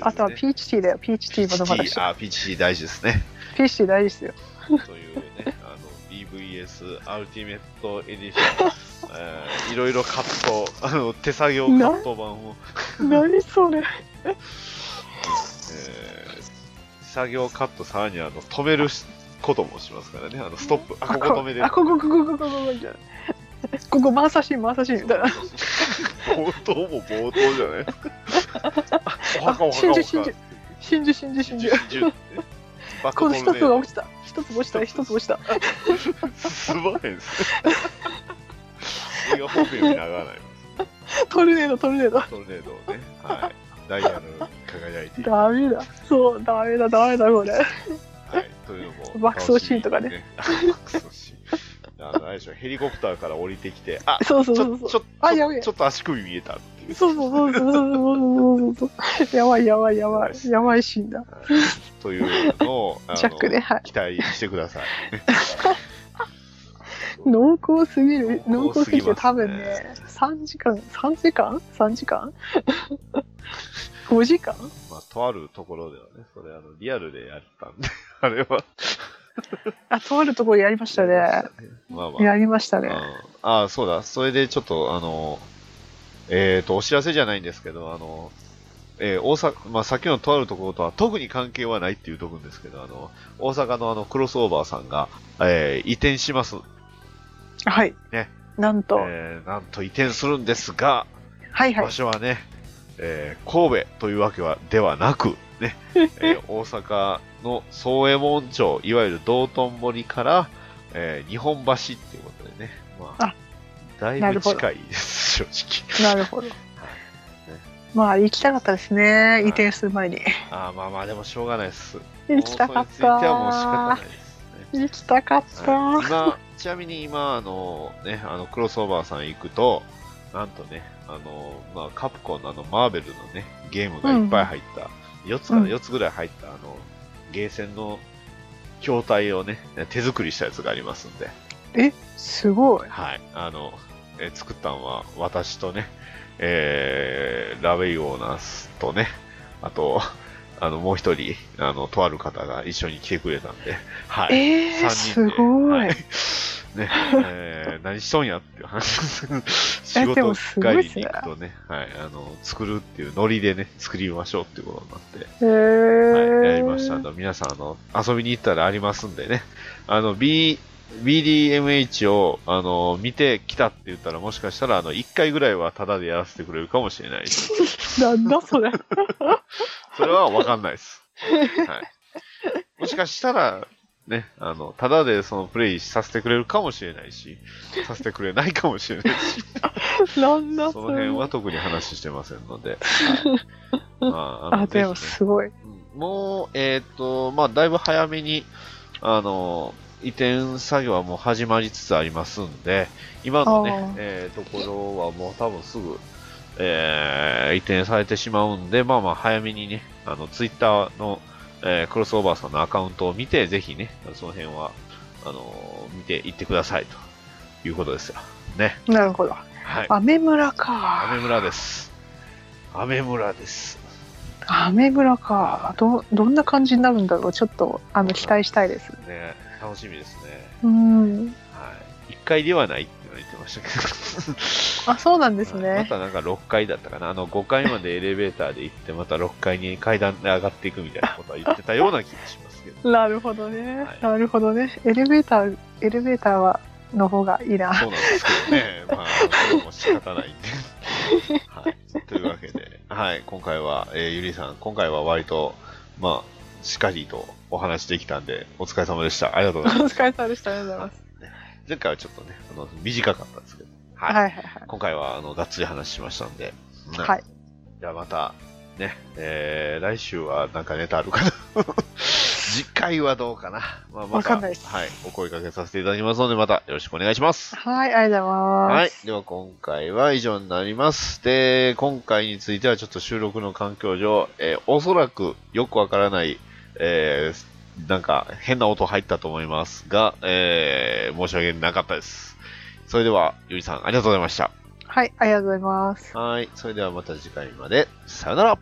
あとはピーチティーだよ。ピーチティーも飲まなピーくちチゃ。あ、ピーチ大事です [LAUGHS] ね。ピーチティー大事ですよ。というね、あの、BVS アルティメットエディション、えーいろいろカット、あの、手作業カット版を、何それ。えー手作業カットさらにあの、止めるしこともしますからね、あの、ストップ、あ、ここ止めれるあ、ここ、ここ、ここ、ここ、じゃないここ、回さし、回さし、みたいな。冒頭も冒頭じゃないですか。お墓お墓お真墓珠、真珠、真珠、真珠、真珠。真珠バックこボのール一ねつが落ちた。一つ落ちた、一つ落ちた。進ま [LAUGHS] へんっすね。映画本編見ながらない。トルネード、トルネード。トルネードをね、はい、ダイヤの輝いていく、はダメだ。そう、ダメだ、ダメだ、これ。い、というのも爆走シーンとかね楽しみですね。爆走シーン。あの、あれでしょ、ヘリコプターから降りてきて、あ、そうそうちそょ、うちょ、そう。ちょあやべえちょっと足首見えた [LAUGHS] っていう。そうそうそうそうそうそうそうそう。やばい、やばい、やばい、やばいシーンだ。はいというのを、あのジャックね、はい。期待してください。濃厚すぎる濃濃厚厚すすぎぎてますね多分ね3時間3時間3時間 [LAUGHS] 5時間まあ、とあるところではね、それ、あの、リアルでやったんで、あれは。あとあるところやりましたねまあまあ。やりましたねああ、そうだ。それでちょっと、あの、えっ、と、お知らせじゃないんですけど、あの、えー大阪、まあ、先のとあるところとは特に関係はないって言うとくんですけど、あの、大阪のあの、クロスオーバーさんが、えー移転します。はいねなんと、えーなんと移転するんですが、はいはい場所はね、えー神戸というわけはではなく、 [LAUGHS] ねえー大阪の宗右衛門町、いわゆる道頓堀から、えー日本橋っていうことでね、まあ、あだいなぶるほど近いです、正直。 [LAUGHS] なるほどまあ行きたかったですね移転する前にあーまあまあ、でもしょうがないです。行きたかっもうそれについてはもう仕方たないですね。行きたかった、はい今、ちなみに今、あの、ね、あの、クロスオーバーさん行くと、なんとね、あの、まあ、カプコンのあの、マーベルのね、ゲームがいっぱい入った、4つかうなん4つぐらい入った、あの、ゲーセンの筐体をね、手作りしたやつがありますんで、えすごいはい、あの、え作ったのは私とね、えー、ラベイオーナスとね、あと、あの、もう一人、あの、とある方が一緒に来てくれたんで、はい。えー、す三人でごい、はね、えー何しとんやっていう話ですけど仕えで事もすごいっ帰すりねに行くとね、はい、あの、作るっていうノリでね、作りましょうっていうことになって、えはい、ーやりましたんで、皆さん、あの、遊びに行ったらありますんでね、あの、B、BDMH を、あの、見てきたって言ったら、もしかしたら、あの、1回ぐらいはタダでやらせてくれるかもしれないです。なんだ [LAUGHS] それそれはわかんないです。はい。もしかしたら、ね、あの、ただでそのプレイさせてくれるかもしれないし、させてくれないかもしれないし、 [LAUGHS] なんそだのそれ辺は特に話してませんので、 [LAUGHS] はい。まあ、あのあでもぜひねすごいうんもう、えっ、と、まあ、だいぶ早めに、あの、移転作業はもう始まりつつありますんで、今のあーね、えーところはもう多分すぐ、えー移転されてしまうんで、まあまあ早めにね、あの、ツイッターの、えークロスオーバーさんのアカウントを見て、ぜひね、その辺は、あの見ていってくださいということですよ。ね。なるほどはい。アメ村かアメ村です。アメ村です。アメ村かどどんな感じになるんだろうちょっとあの期待したいですね、楽しみですね。うんはい。1回ではないって言ってましたけど。あそうなんですはいまねたなんか6階だったかな。あの、5階までエレベーターで行って、また6階に階段で上がっていくみたいなことは言ってたような気がしますけど。なるほどね、はいなるほどねエレベーターエレベーターはの方がいいなそうなんですけどね。まあ、それも仕方ないんで。はい。というわけで、はい。今回は、えーゆりさん、今回は割と、まあ、しっかりとお話できたんで、お疲れ様でした。ありがとうおござい [LAUGHS] ます。疲れ様でしたありがとうございます前回はちょっとね、あの、短かったですけど。はい。はいはいはい今回は、あの、がっつり話しましたんで。うんはいじゃあまた、ね、えー、来週はなんかネタあるかな [LAUGHS] 次回はどうかなまあ、またわかんないですはい、お声掛けさせていただきますので、またよろしくお願いします。はいありがとうございますはい。では今回は以上になります。で、今回についてはちょっと収録の環境上、えーおそらくよくわからない、えーなんか変な音入ったと思いますが、えー申し訳なかったです。それでは、ゆりさんありがとうございました。はい、ありがとうございます。はい。それではまた次回まで。さよなら。